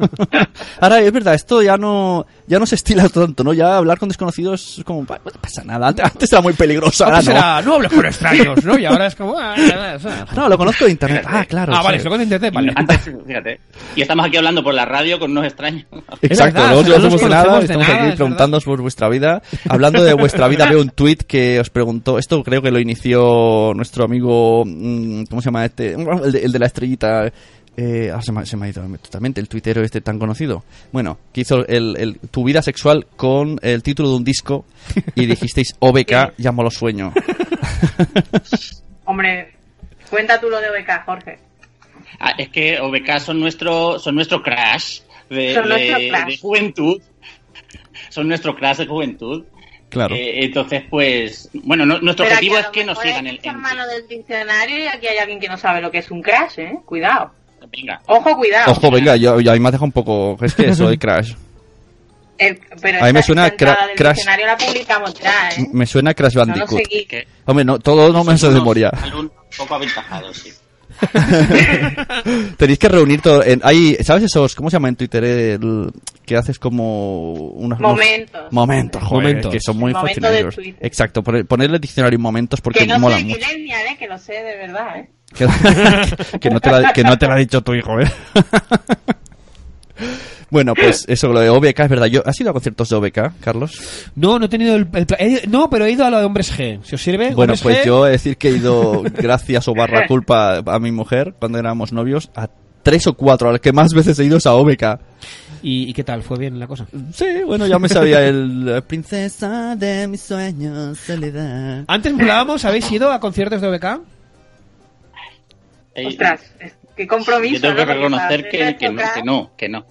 Speaker 10: Ahora es verdad, esto ya no ya no se estila tanto, ¿no? Ya hablar con desconocidos es como "Bah, no pasa nada. Antes, antes era muy peligroso, ahora
Speaker 2: Antes
Speaker 10: no.
Speaker 2: era, Ah, no hables con extraños, ¿no? Y ahora es como... ah, ah, ah.
Speaker 10: No, lo conozco de (laughs) internet. Ah, claro.
Speaker 2: Ah, vale,
Speaker 10: sí.
Speaker 2: se lo conozco de internet, vale.
Speaker 4: Antes, fíjate. Y estamos aquí hablando por la radio con unos extraños.
Speaker 10: Exacto,
Speaker 2: verdad,
Speaker 10: no
Speaker 2: o
Speaker 10: os
Speaker 2: sea, no nos
Speaker 10: conocemos de nada,
Speaker 2: conocemos de nada,
Speaker 10: estamos
Speaker 2: es
Speaker 10: aquí
Speaker 2: verdad.
Speaker 10: preguntándoos por vuestra vida. Hablando de vuestra vida, veo un tuit que os preguntó, esto creo que lo inició nuestro amigo, mm, ¿cómo se llama este? El de, el de la estrellita. eh, ah, se, me, ha- se me ha ido totalmente el tuitero este tan conocido. Bueno, que hizo el, el- tu vida sexual con el título de un disco y dijisteis (laughs) OBK, llámalo sueño.
Speaker 8: Hombre, cuenta tú lo de OBK, Jorge.
Speaker 4: Ah, es que OBK son nuestro, son nuestro crash de,
Speaker 8: Son nuestro
Speaker 4: de-
Speaker 8: crash.
Speaker 4: de juventud. Son nuestro crash de juventud.
Speaker 10: Claro.
Speaker 4: Eh, entonces, pues, bueno, no- nuestro
Speaker 8: Pero
Speaker 4: objetivo
Speaker 8: a
Speaker 4: es
Speaker 8: lo
Speaker 4: que nos
Speaker 8: mejor
Speaker 4: sigan
Speaker 8: hay
Speaker 4: en,
Speaker 8: mucha
Speaker 4: en-
Speaker 8: mano del diccionario y aquí hay alguien que no sabe lo que es un crash, ¿eh? Cuidado.
Speaker 4: Venga.
Speaker 8: Ojo, cuidado.
Speaker 10: Ojo, venga, yo, yo ahí me has dejado un poco. Es que soy Crash.
Speaker 8: El- Eh, pero
Speaker 10: A mí me
Speaker 8: esta-
Speaker 10: suena
Speaker 8: esta entrada
Speaker 10: cra-
Speaker 8: del
Speaker 10: Crash.
Speaker 8: diccionario la publicamos ya, ¿eh?
Speaker 10: Me suena Crash
Speaker 8: No lo
Speaker 10: Bandicoot.
Speaker 8: seguí.
Speaker 10: Hombre, no, todo no me hace de memoria.
Speaker 4: Alumnos un poco aventajado, sí.
Speaker 10: (laughs) Tenéis que reunir todo. En, hay, ¿Sabes esos? ¿Cómo se llama en Twitter? El, que haces como unos. unos-
Speaker 8: Momentos.
Speaker 10: momentos, joder,
Speaker 2: Momentos.
Speaker 10: Que son muy
Speaker 8: El momento
Speaker 10: fascinantes.
Speaker 8: de Twitter.
Speaker 10: Exacto, pon- ponerle diccionario momentos porque
Speaker 8: que no
Speaker 10: molan
Speaker 8: sé
Speaker 10: mucho.
Speaker 8: millennial, ¿eh? Que lo sé de verdad, ¿eh?
Speaker 10: que, (laughs) que no te la, que no te la ha dicho tu hijo, ¿eh? (laughs) bueno, pues eso, lo de OBK es verdad. Yo, ¿Has ido a conciertos de OBK, Carlos?
Speaker 2: No, no he tenido el, el pla- he ido- No, pero he ido a lo de Hombres G. ¿Si os sirve?
Speaker 10: Bueno,
Speaker 2: Hombres
Speaker 10: pues
Speaker 2: G.
Speaker 10: yo he de decir que he ido, gracias o barra culpa a mi mujer, cuando éramos novios, a tres o cuatro. A las que más veces he ido es a OBK.
Speaker 2: ¿Y, y qué tal? ¿Fue bien la cosa?
Speaker 10: Sí, bueno, ya me sabía el... Princesa de mis sueños, soledad.
Speaker 2: Antes volábamos, ¿habéis ido a conciertos de OBK?
Speaker 4: Eh,
Speaker 8: Ostras, es- qué compromiso.
Speaker 4: Yo tengo que
Speaker 8: ¿no? Porque
Speaker 4: reconocer
Speaker 8: para
Speaker 4: que,
Speaker 8: hacer
Speaker 4: que no,
Speaker 8: época-
Speaker 4: que no, que no.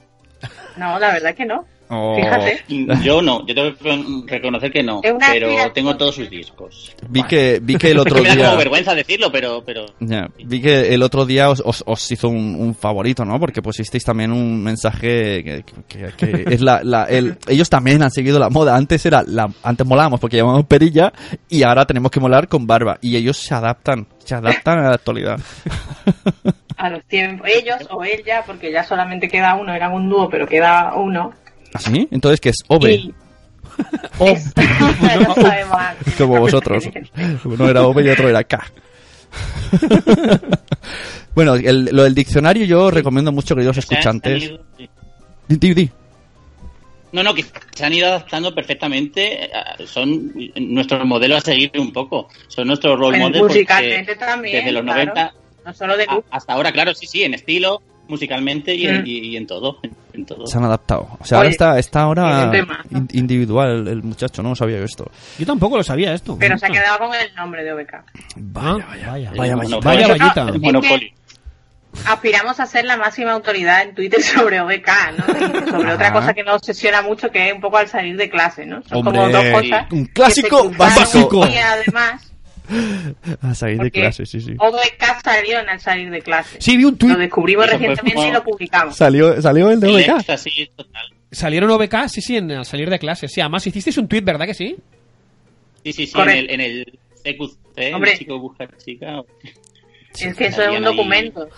Speaker 8: No, la verdad que no.
Speaker 4: Oh.
Speaker 8: Fíjate.
Speaker 4: Yo no, yo tengo que recon- reconocer que no,
Speaker 8: Es una
Speaker 4: pero
Speaker 8: aspiración.
Speaker 4: tengo todos sus discos.
Speaker 10: Vi que, vi que
Speaker 4: (laughs)
Speaker 10: el otro
Speaker 4: Es que me da
Speaker 10: día...
Speaker 4: como vergüenza decirlo, pero, pero
Speaker 10: Ya, Vi que el otro día os, os, os hizo un, un favorito, ¿no? Porque pusisteis también un mensaje que, que- que es la... la- el- ellos también han seguido la moda. Antes era la, antes molábamos porque llamábamos perilla y ahora tenemos que molar con barba. Y ellos se adaptan, se adaptan a la actualidad.
Speaker 8: A los tiempos. Ellos o ella, porque ya solamente queda uno, eran un dúo, pero queda uno.
Speaker 10: ¿Así? ¿Ah, Entonces, que es OVE,
Speaker 8: Y- Es- (laughs)
Speaker 10: (laughs)
Speaker 8: no sabemos.
Speaker 10: Oh.
Speaker 8: (laughs)
Speaker 10: como vosotros. Uno era OVE y otro era K. bueno, el- lo del diccionario yo recomiendo mucho, queridos
Speaker 4: se han-
Speaker 10: escuchantes.
Speaker 4: se han ido-
Speaker 10: Di- di- di.
Speaker 4: No, no, que se han ido adaptando perfectamente. eh, Son nuestro modelo a seguir un poco. Son nuestro role
Speaker 8: Pero
Speaker 4: model. porque
Speaker 8: Pues musicalmente también.
Speaker 4: desde los
Speaker 8: claro.
Speaker 4: 90
Speaker 8: No solo de
Speaker 4: a- hasta ahora, claro, sí, sí, en estilo, musicalmente y,
Speaker 8: Mm.
Speaker 4: en, y- y en todo. En todo.
Speaker 10: se han adaptado. O sea,
Speaker 4: Oye,
Speaker 10: ahora está, está ahora
Speaker 8: tiene un tema.
Speaker 10: in- individual el muchacho, no sabía yo esto.
Speaker 2: Yo tampoco lo sabía esto.
Speaker 8: Pero se ha quedado con el nombre de OBK.
Speaker 10: Vaya, vaya, vaya, vaya,
Speaker 2: Vaya
Speaker 8: Yo no-
Speaker 2: vallita.
Speaker 8: es que aspiramos a ser la máxima autoridad en Twitter sobre OBK, ¿no? Sobre
Speaker 10: Ajá.
Speaker 8: otra cosa que nos obsesiona mucho, que es un poco al salir de clase, ¿no? Son como
Speaker 10: Hombre,
Speaker 8: dos cosas.
Speaker 10: un
Speaker 8: que
Speaker 10: clásico
Speaker 8: se cruzaron
Speaker 10: básico.
Speaker 8: Y además,
Speaker 10: A salir de
Speaker 8: Porque- oh,
Speaker 10: clase, sí, sí.
Speaker 8: OBK salió en el salir de clase.
Speaker 2: Sí, vi un tuit.
Speaker 8: Lo descubrimos
Speaker 2: Eso fue
Speaker 8: recientemente
Speaker 2: como-
Speaker 8: y lo publicamos.
Speaker 10: Salió, salió el de OBK.
Speaker 2: ¿Salieron OBK? Sí, sí, en, al salir de clase. Sí, además hicisteis un tweet, ¿verdad que sí?
Speaker 4: Sí, sí, sí, en
Speaker 2: Correcto.
Speaker 4: el, en el CQC, el
Speaker 8: Hombre.
Speaker 4: chico busca chica.
Speaker 8: Es que eso es un
Speaker 4: Salían ahí.
Speaker 8: documento.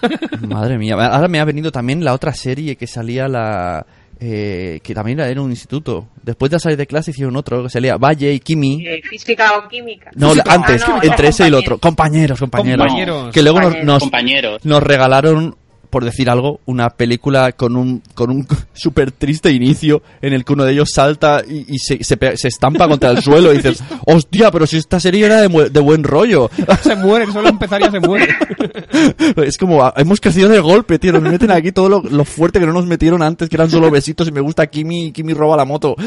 Speaker 10: Madre mía, ahora me ha venido también la otra serie que salía la... eh, que también era un instituto. Después de salir de clase hicieron otro que salía Valle y Kimi.
Speaker 8: Eh, Física o química.
Speaker 10: No, la-
Speaker 8: Ah,
Speaker 10: antes,
Speaker 8: no, eso
Speaker 10: entre
Speaker 8: es
Speaker 10: ese y el otro. Compañeros, compañeros.
Speaker 4: Compañeros.
Speaker 10: Que luego nos,
Speaker 4: Compañeros.
Speaker 10: nos,
Speaker 4: Compañeros.
Speaker 10: nos regalaron, por decir algo, una película con un, con un (laughs) súper triste inicio en el que uno de ellos salta y, y se, se, pe- se estampa contra el suelo y
Speaker 8: (laughs)
Speaker 10: dices, hostia, pero si esta serie era de, mu- de buen rollo.
Speaker 2: Se mueren, solo empezaría se
Speaker 10: (laughs)
Speaker 2: mueren.
Speaker 10: es como, ah, hemos crecido de golpe, tío. Nos meten aquí todo lo, lo fuerte que no nos metieron antes, que eran solo besitos y me gusta Kimi, Kimi roba la moto.
Speaker 2: (laughs)
Speaker 10: (laughs)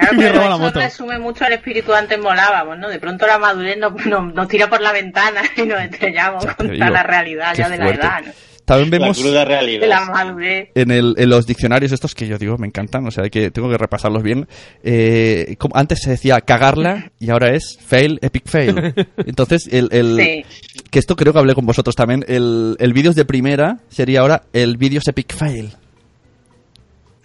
Speaker 8: Claro,
Speaker 10: Me
Speaker 8: pero
Speaker 10: roba la
Speaker 8: eso
Speaker 10: moto.
Speaker 8: resume mucho el espíritu antes molábamos, ¿no? De pronto la madurez nos, nos, nos tira por la ventana (laughs) y nos estrellamos
Speaker 10: Ya te
Speaker 8: contra
Speaker 10: digo,
Speaker 8: la realidad
Speaker 10: qué
Speaker 8: ya de la
Speaker 10: fuerte.
Speaker 8: edad, ¿no?
Speaker 10: También vemos...
Speaker 8: De la madurez.
Speaker 10: en, el, en los diccionarios estos que yo digo me encantan, o sea que tengo que repasarlos bien. Eh, como antes se decía cagarla y ahora es fail,
Speaker 8: (laughs)
Speaker 10: epic fail. Entonces, el, el- que esto creo que hablé con vosotros también, el, el vídeos de primera sería ahora el vídeos epic fail.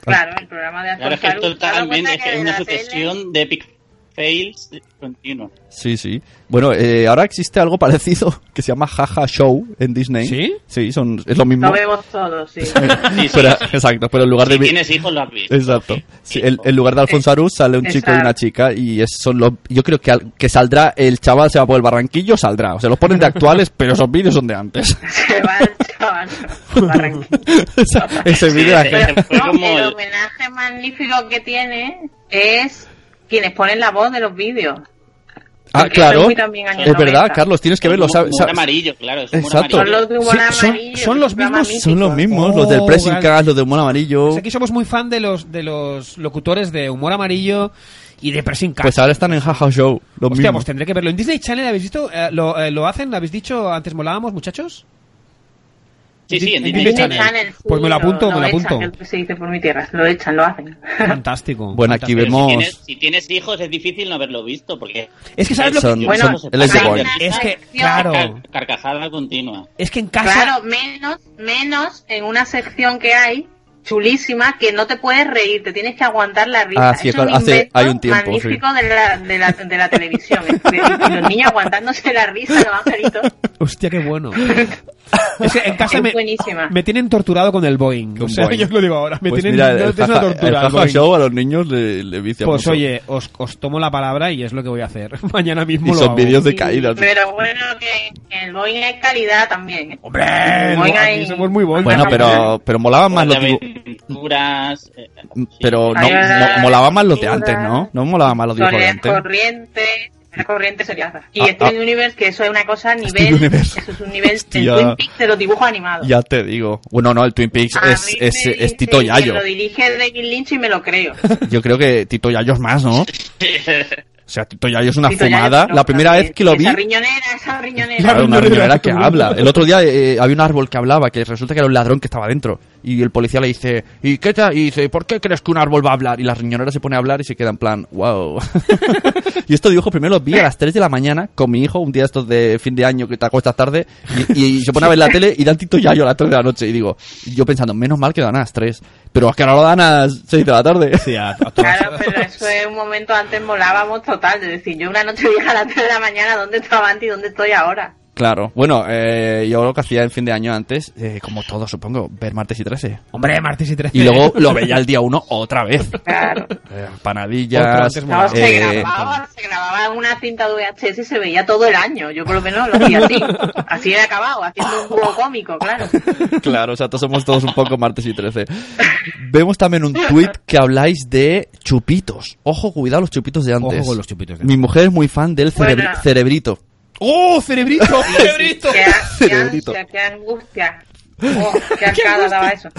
Speaker 8: Claro, el programa de
Speaker 4: Claro,
Speaker 8: Astor
Speaker 4: es que esto
Speaker 8: Salud. Claro,
Speaker 4: también
Speaker 8: cuenta
Speaker 4: es, que es
Speaker 8: de
Speaker 4: una
Speaker 8: la tele-
Speaker 4: sucesión de epic fails eh, continuo.
Speaker 10: Sí, sí. Bueno, eh, ahora existe algo (laughs) parecido que se llama Jaja Show en Disney. ¿Sí? Sí, son, es lo mismo.
Speaker 8: Lo
Speaker 10: (laughs)
Speaker 8: vemos todos, sí.
Speaker 10: Pero- Exacto, pero en lugar de...
Speaker 4: Si
Speaker 10: vi-
Speaker 4: tienes hijos, lo has visto.
Speaker 10: (laughs) Exacto. Sí, en, en lugar de Alfonso Arús sale un chico y una
Speaker 8: Exacto.
Speaker 10: chica y es, son los, yo creo que, al- que saldrá, el chaval se va por el barranquillo, saldrá. O sea, los ponen de actuales, pero esos vídeos son de
Speaker 8: (laughs)
Speaker 10: antes. (laughs)
Speaker 8: Se va el chaval.
Speaker 2: (laughs)
Speaker 10: Esa- ese
Speaker 4: Sí,
Speaker 10: vídeo de
Speaker 4: ese-
Speaker 10: aquel-
Speaker 4: (laughs) fue como
Speaker 8: El
Speaker 4: el-
Speaker 8: homenaje magnífico que tiene es quienes ponen la voz de los vídeos.
Speaker 10: Ah,
Speaker 8: Porque
Speaker 10: claro.
Speaker 8: son muy también años
Speaker 10: Es verdad,
Speaker 8: 90.
Speaker 10: Carlos, tienes que verlo.
Speaker 4: Humor
Speaker 10: sabes- sabes-
Speaker 4: amarillo, claro, es humor
Speaker 10: Exacto.
Speaker 4: amarillo. Son los
Speaker 8: de humor
Speaker 10: Sí, son-
Speaker 8: amarillo,
Speaker 10: Son los
Speaker 8: que se llama
Speaker 10: mismos, son los
Speaker 8: Mítico.
Speaker 10: mismos, los del
Speaker 2: Oh,
Speaker 10: Pressing
Speaker 2: vale.
Speaker 10: Cast, los de humor amarillo.
Speaker 2: Pues aquí somos muy fan de los, de los locutores de humor amarillo y de pressing Cast.
Speaker 10: Pues ahora están en Jaja Show, los
Speaker 2: Hostia,
Speaker 10: mismos.
Speaker 2: pues tendré que verlo. ¿En Disney Channel habéis visto? eh, lo, eh, ¿Lo hacen? ¿Lo habéis dicho? ¿Antes molábamos, muchachos?
Speaker 4: Sí, sí, en
Speaker 2: Disney
Speaker 4: Disney
Speaker 2: Channel.
Speaker 8: Channel, sí,
Speaker 2: Pues me lo apunto, me
Speaker 8: lo
Speaker 2: lo
Speaker 8: echan,
Speaker 2: apunto.
Speaker 8: que se dice por mi tierra, lo echan, lo hacen.
Speaker 2: Fantástico.
Speaker 10: Bueno, aquí
Speaker 2: fantástico.
Speaker 10: vemos-
Speaker 4: Si tienes, si tienes hijos es difícil no haberlo visto porque
Speaker 2: Es que sabes lo
Speaker 10: Son-
Speaker 2: que...
Speaker 10: Bueno, son- él es de
Speaker 4: Hay
Speaker 10: Boy.
Speaker 4: una
Speaker 2: Es que,
Speaker 4: sección-
Speaker 8: eh,
Speaker 2: claro,
Speaker 4: car- carcajada continua.
Speaker 2: es que en casa...
Speaker 8: Claro, menos, menos en una sección que hay chulísima que no te puedes reír, te tienes que aguantar la risa.
Speaker 10: Ah, sí,
Speaker 8: es
Speaker 10: claro,
Speaker 8: un
Speaker 10: hace-
Speaker 8: invento
Speaker 10: hay un tiempo,
Speaker 8: magnífico de, la, de, la, de la televisión. es que los niños aguantándose la risa, los angelitos.
Speaker 2: Hostia, qué
Speaker 8: (laughs)
Speaker 2: bueno. Es que en casa
Speaker 8: Es
Speaker 2: me,
Speaker 8: buenísima.
Speaker 2: me tienen torturado con el Boeing. O sea,
Speaker 10: Boeing.
Speaker 2: yo os lo digo ahora. Me
Speaker 10: Pues
Speaker 2: tienen
Speaker 10: mira, el
Speaker 2: es una
Speaker 10: jaja-
Speaker 2: tortura.
Speaker 10: el
Speaker 2: el
Speaker 10: jaja
Speaker 2: Boeing.
Speaker 10: show a los niños le, le vicia
Speaker 2: Pues
Speaker 10: mucho.
Speaker 2: oye, os, os tomo la palabra y es lo que voy a hacer. Mañana mismo
Speaker 10: Y
Speaker 2: lo
Speaker 10: son
Speaker 2: hago.
Speaker 10: vídeos de caídas.
Speaker 8: Pero bueno, que el Boeing es calidad también. ¿eh?
Speaker 2: ¡Hombre!
Speaker 8: El Boeing hay-
Speaker 2: somos muy buenos.
Speaker 10: Bueno, pero, pero molaban más los dibu-
Speaker 4: aventuras. eh,
Speaker 10: Pero no,
Speaker 8: Hay
Speaker 10: mo-
Speaker 8: una-
Speaker 10: molaban más los de antes, ¿no? No molaban más los dibujos de
Speaker 8: Solear
Speaker 10: antes.
Speaker 8: corriente, solear corriente sería. Y
Speaker 10: Ah,
Speaker 8: Steven
Speaker 10: ah.
Speaker 8: Universe, que eso es una cosa a
Speaker 10: Steven
Speaker 8: nivel.
Speaker 10: Universe.
Speaker 8: Eso es un nivel del
Speaker 10: Hostia.
Speaker 8: Twin Peaks de los dibujos animados.
Speaker 10: Ya te digo. Bueno, no, el Twin Peaks
Speaker 8: A
Speaker 10: es,
Speaker 8: mí me
Speaker 10: es, es
Speaker 8: dicen
Speaker 10: Tito
Speaker 8: que
Speaker 10: Yayo.
Speaker 8: Lo dirige David Lynch y me lo creo.
Speaker 10: (laughs) Yo creo que Tito Yayo es más, ¿no? O sea, Tito Yayo es una
Speaker 8: Tito Yayo
Speaker 10: fumada.
Speaker 8: es
Speaker 10: La primera vez que lo vi,
Speaker 8: Esa riñonera, esa riñonera.
Speaker 10: Claro, una riñonera que habla. El otro día eh, había un árbol que hablaba, que resulta que era un ladrón que estaba dentro. Y el policía le dice, ¿y qué tal? Y dice, ¿por qué crees que un árbol va a hablar? Y la riñonera se pone a hablar y se queda en plan,
Speaker 8: (laughs)
Speaker 10: wow. (laughs) y estos dibujos primero los vi a las 3 de la mañana con mi hijo, un día estos de fin de año que te acuestas tarde. Y, y se pone a ver la tele y dan Tito Yayo a las 3 de la noche. Y digo, y yo pensando, menos mal que lo dan a las 3. Pero es que ahora lo dan a las 6 de la tarde.
Speaker 8: Claro, pero eso es un momento antes molábamos total. Es decir, yo una noche vieja a las 3 de la mañana, ¿dónde estaba antes y dónde estoy ahora?
Speaker 10: Claro. Bueno, eh, yo lo que hacía en fin de año antes, eh, como todo supongo, ver martes y 13.
Speaker 2: Hombre, martes y 13.
Speaker 10: Y luego lo veía el día uno
Speaker 2: (laughs)
Speaker 10: otra vez.
Speaker 8: Claro.
Speaker 10: Eh,
Speaker 2: Otro
Speaker 10: Panadillas.
Speaker 2: antes
Speaker 8: No, se
Speaker 10: eh,
Speaker 8: grababa, se grababa en una cinta de VHS y se veía todo el año. Yo por lo menos lo hacía así. Así he acabado, haciendo un juego cómico, claro.
Speaker 10: (laughs) claro, o sea, todos somos todos un poco martes y 13. Vemos también un tweet que habláis de chupitos. Ojo, cuidado los chupitos de antes.
Speaker 2: Ojo con los chupitos de
Speaker 10: Mi mujer es muy fan del cerebri-
Speaker 8: Bueno.
Speaker 10: cerebrito.
Speaker 2: ¡Oh, cerebrito! ¡Cerebrito!
Speaker 8: Qué, qué
Speaker 10: Cerebrito.
Speaker 8: ansia, qué angustia.
Speaker 10: (laughs)
Speaker 8: Oh, qué arcada daba eso.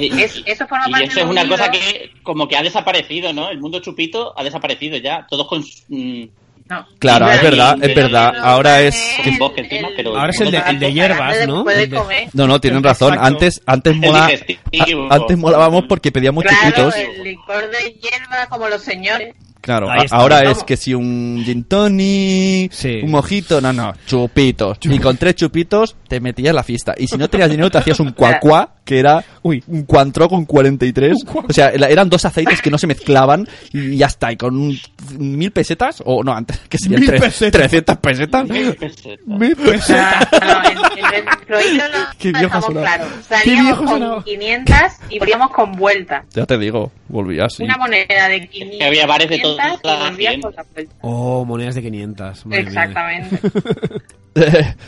Speaker 8: Es- eso forma
Speaker 4: Y
Speaker 8: parte
Speaker 4: eso
Speaker 8: de
Speaker 4: es
Speaker 8: los
Speaker 4: una cosa
Speaker 8: libros.
Speaker 4: que como que ha desaparecido, ¿no? El mundo chupito ha desaparecido ya. Todos con... mm,
Speaker 8: No.
Speaker 10: Claro, es verdad, es verdad. Ahora es.
Speaker 4: con bosque encima, pero
Speaker 2: Ahora es el de, el de hierbas, ¿no?
Speaker 8: Puede
Speaker 2: El de-
Speaker 8: comer.
Speaker 10: No, no, tienen razón.
Speaker 2: Exacto.
Speaker 10: Antes, antes,
Speaker 4: El
Speaker 10: mola,
Speaker 4: digestivo.
Speaker 10: a- antes molábamos porque pedíamos
Speaker 8: Claro,
Speaker 10: chupitos.
Speaker 8: el licor de hierba como
Speaker 2: (laughs)
Speaker 8: los señores.
Speaker 10: Claro,
Speaker 2: Ahí
Speaker 10: a-
Speaker 2: está.
Speaker 10: ahora
Speaker 8: Vamos.
Speaker 10: es que si un gin tonic,
Speaker 2: Sí.
Speaker 10: un mojito, no, no, chupitos. Y con tres chupitos te metías la fiesta. Y si no tenías dinero te hacías un cuacuá, que era
Speaker 2: Uy.
Speaker 10: un cuantro con 43. O sea, era- eran dos aceites que no se mezclaban y ya está. Y con un- mil pesetas, o no, antes, que serían
Speaker 2: Mil
Speaker 10: tres-
Speaker 2: pesetas.
Speaker 10: 300 pesetas.
Speaker 2: Me pesa.
Speaker 8: Ah, no, en- en nuestro hilo no
Speaker 10: (laughs) Qué viejo
Speaker 8: dejamos
Speaker 10: sonaba.
Speaker 8: claro.
Speaker 2: Qué
Speaker 8: Salíamos
Speaker 2: viejo
Speaker 8: con
Speaker 2: sonaba.
Speaker 8: 500 y volvíamos con vuelta.
Speaker 10: Ya te digo, volví así.
Speaker 8: Una moneda de 500
Speaker 4: que había bares de todas
Speaker 8: y volvías
Speaker 4: las
Speaker 8: con la vuelta.
Speaker 2: Oh, monedas de 500. madre mía.
Speaker 8: Exactamente.
Speaker 10: (laughs)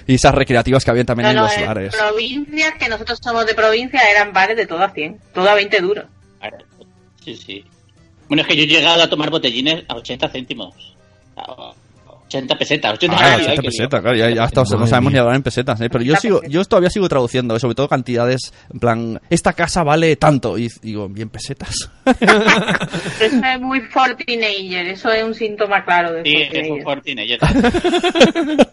Speaker 10: y esas recreativas que habían también
Speaker 8: No, eh,
Speaker 10: en
Speaker 8: no,
Speaker 10: los
Speaker 8: en
Speaker 10: bares.
Speaker 8: provincias, que nosotros somos de provincia, eran bares de todas 100, todo a 20 duros.
Speaker 4: Sí, sí. Bueno, es que yo he llegado a tomar botellines a 80 céntimos. A 80 pesetas. 80
Speaker 10: Ah,
Speaker 4: ay, ay,
Speaker 10: 80
Speaker 4: que
Speaker 10: pesetas, claro, ya, ya hasta,
Speaker 2: Madre
Speaker 10: no sabemos
Speaker 2: mía.
Speaker 10: ni hablar en pesetas, ¿eh? Pero yo
Speaker 8: 80
Speaker 10: sigo,
Speaker 8: pesetas.
Speaker 10: yo todavía sigo traduciendo, ¿eh? sobre todo cantidades, en plan, esta casa vale tanto, y digo, bien pesetas. (laughs)
Speaker 8: Pero eso es muy Fortinager, eso es un síntoma claro de
Speaker 4: digo. Sí, es un
Speaker 8: Fortinager.
Speaker 2: (laughs)
Speaker 4: Fortune. yo-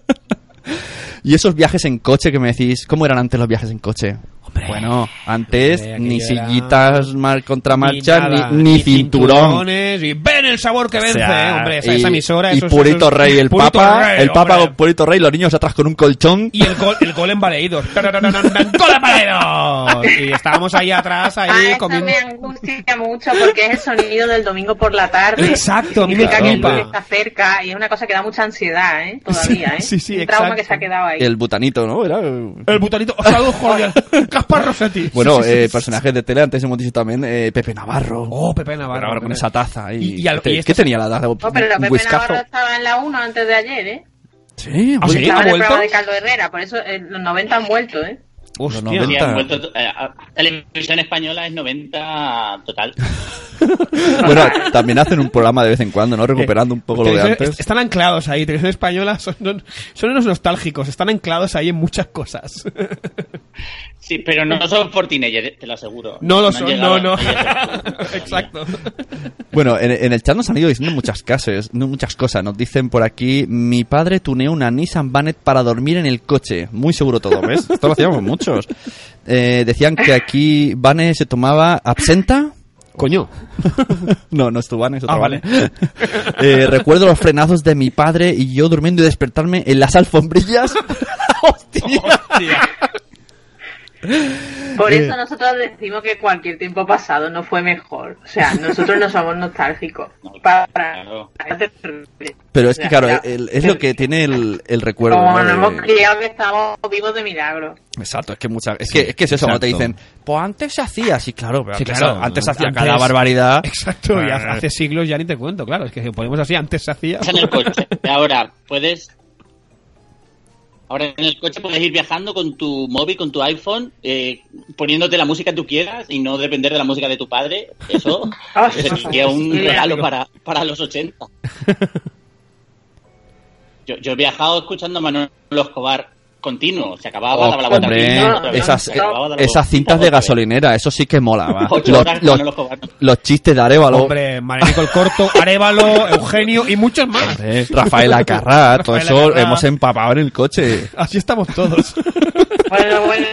Speaker 10: y esos viajes en coche que me decís, ¿cómo eran antes los viajes en coche?
Speaker 2: Hombre.
Speaker 10: bueno, antes
Speaker 2: Hombre, aquello
Speaker 10: ni
Speaker 2: era-
Speaker 10: sillitas mar contra marcha, ni,
Speaker 2: nada,
Speaker 10: ni, cinturón.
Speaker 2: cinturones, Y ven el sabor que
Speaker 10: O
Speaker 2: vence,
Speaker 10: sea,
Speaker 2: eh, hombre. Esa,
Speaker 10: y,
Speaker 2: esa emisora.
Speaker 10: y
Speaker 2: eso es-
Speaker 10: Purito
Speaker 2: eso es-
Speaker 10: Rey, el
Speaker 2: Purito
Speaker 10: Papa,
Speaker 2: Rey,
Speaker 10: el Papa
Speaker 2: hombre.
Speaker 10: con Purito Rey, los niños atrás con un colchón.
Speaker 2: Y el gol, el gol en Valeidos. Tararararán, ¡Gol en Valeidos! Y estábamos ahí atrás,
Speaker 8: Ah,
Speaker 2: ahí
Speaker 8: eso
Speaker 2: comiendo.
Speaker 8: me angustia mucho porque es el sonido del domingo por la tarde.
Speaker 2: Exacto, a mí me
Speaker 8: Significa que el
Speaker 2: flipa.
Speaker 8: niño está cerca y es una cosa que da mucha ansiedad, ¿eh? Todavía, ¿eh?
Speaker 2: Sí, sí,
Speaker 8: Un trauma
Speaker 2: exacto.
Speaker 8: que se ha quedado ahí.
Speaker 10: El butanito, ¿no? Era...
Speaker 2: El butanito. ¡Ostado, Jorge! ¡Caspar Rossetti!
Speaker 10: Bueno,
Speaker 2: Sí, sí, sí,
Speaker 10: eh,
Speaker 2: sí.
Speaker 10: personajes de tele, antes hemos dicho también eh, Pepe Navarro.
Speaker 2: Oh, Pepe Navarro.
Speaker 10: Navarro con
Speaker 2: Pepe.
Speaker 10: esa taza.
Speaker 2: Y-
Speaker 10: Y,
Speaker 2: y al-
Speaker 10: ¿Qué-
Speaker 2: y este
Speaker 10: ¿Qué
Speaker 2: estos-
Speaker 10: tenía la taza? ¿Un
Speaker 8: No, Oh, pero Pepe
Speaker 10: whiskazo?
Speaker 8: Navarro estaba en la 1 antes de ayer, ¿eh?
Speaker 10: Sí,
Speaker 2: ¿Ah,
Speaker 10: muy-
Speaker 2: sí?
Speaker 8: Estaba
Speaker 2: ¿Ha
Speaker 8: en el
Speaker 2: vuelto?
Speaker 8: programa de Carlos Herrera, por eso eh, los 90 han vuelto, ¿eh?
Speaker 10: Los
Speaker 2: Hostia.
Speaker 10: 90.
Speaker 4: Sí, han vuelto, eh, a- televisión española es 90 total.
Speaker 10: Bueno, también hacen un programa de vez en cuando, ¿no? Recuperando un poco lo de
Speaker 2: Televisión-
Speaker 10: antes.
Speaker 2: Están anclados ahí, Televisión Española son, son, son unos nostálgicos, están anclados ahí en muchas cosas.
Speaker 4: Sí, pero no son Fortinelli, te lo aseguro.
Speaker 2: No lo
Speaker 4: han
Speaker 2: son,
Speaker 4: llegado
Speaker 2: no, no.
Speaker 4: a
Speaker 2: (laughs)
Speaker 4: esa
Speaker 2: Exacto.
Speaker 10: Bueno, en, en el chat nos han ido diciendo muchas cases, no, muchas cosas. Nos dicen por aquí, mi padre tuneó una Nissan Banet para dormir en el coche. Muy seguro todo,
Speaker 2: (laughs)
Speaker 10: ¿ves? Esto lo hacíamos muchos. Eh, decían que aquí Banet se tomaba absenta.
Speaker 2: Coño.
Speaker 10: (laughs) No, no es tu van, es otro
Speaker 2: Ah,
Speaker 10: van.
Speaker 2: vale.
Speaker 10: Eh, recuerdo los frenazos de mi padre y yo (laughs) durmiendo y despertarme en las alfombrillas. ¡Hostia!
Speaker 3: Por
Speaker 11: Eh.
Speaker 3: eso nosotros decimos que cualquier tiempo pasado no fue mejor. O sea, nosotros no somos nostálgicos. Para...
Speaker 10: Pero es que,
Speaker 3: O sea,
Speaker 10: claro,
Speaker 3: ya-
Speaker 10: el- es lo que tiene el, el recuerdo.
Speaker 3: Como
Speaker 10: ¿no?
Speaker 3: nos
Speaker 10: De-
Speaker 3: hemos criado que estamos vivos de milagro.
Speaker 10: Exacto, es que muchas es que, es que es eso, cuando te
Speaker 11: exacto.
Speaker 10: dicen, pues antes se hacía, sí, claro, pero
Speaker 2: Sí,
Speaker 10: antes,
Speaker 2: claro,
Speaker 10: antes se hacía
Speaker 2: antes-
Speaker 10: cada barbaridad.
Speaker 2: Exacto, y hace, hace siglos ya ni te cuento, claro, es que si ponemos así, antes se hacía.
Speaker 4: en el coche. Ahora puedes. Ahora en el coche puedes ir viajando con tu móvil, con tu iPhone, eh, poniéndote la música que tú quieras y no depender de la música de tu padre. Eso sería un
Speaker 3: sí,
Speaker 4: regalo
Speaker 3: amigo.
Speaker 4: para, para los 80. Yo, yo he viajado escuchando a Manuel Escobar continuo. Se acababa, daba la vuelta al
Speaker 10: Hombre,
Speaker 4: piso, otra vez,
Speaker 10: esas,
Speaker 4: se acababa, daba la
Speaker 10: esas
Speaker 4: vuelta,
Speaker 10: cintas de
Speaker 4: otra vez.
Speaker 10: gasolinera, eso sí que mola.
Speaker 2: (laughs)
Speaker 10: va.
Speaker 4: Ocho
Speaker 10: Los,
Speaker 4: horas
Speaker 10: los-
Speaker 4: con los cobardes.
Speaker 10: los chistes de Arevalo,
Speaker 2: Hombre, María Nicole Corto,
Speaker 10: (laughs)
Speaker 2: Arevalo, Eugenio y muchos más.
Speaker 10: eh, Rafael Acarrá, todo
Speaker 2: Rafael
Speaker 10: eso
Speaker 2: Acarrá.
Speaker 10: hemos empapado en el coche.
Speaker 2: Así estamos todos.
Speaker 3: Bueno, bueno,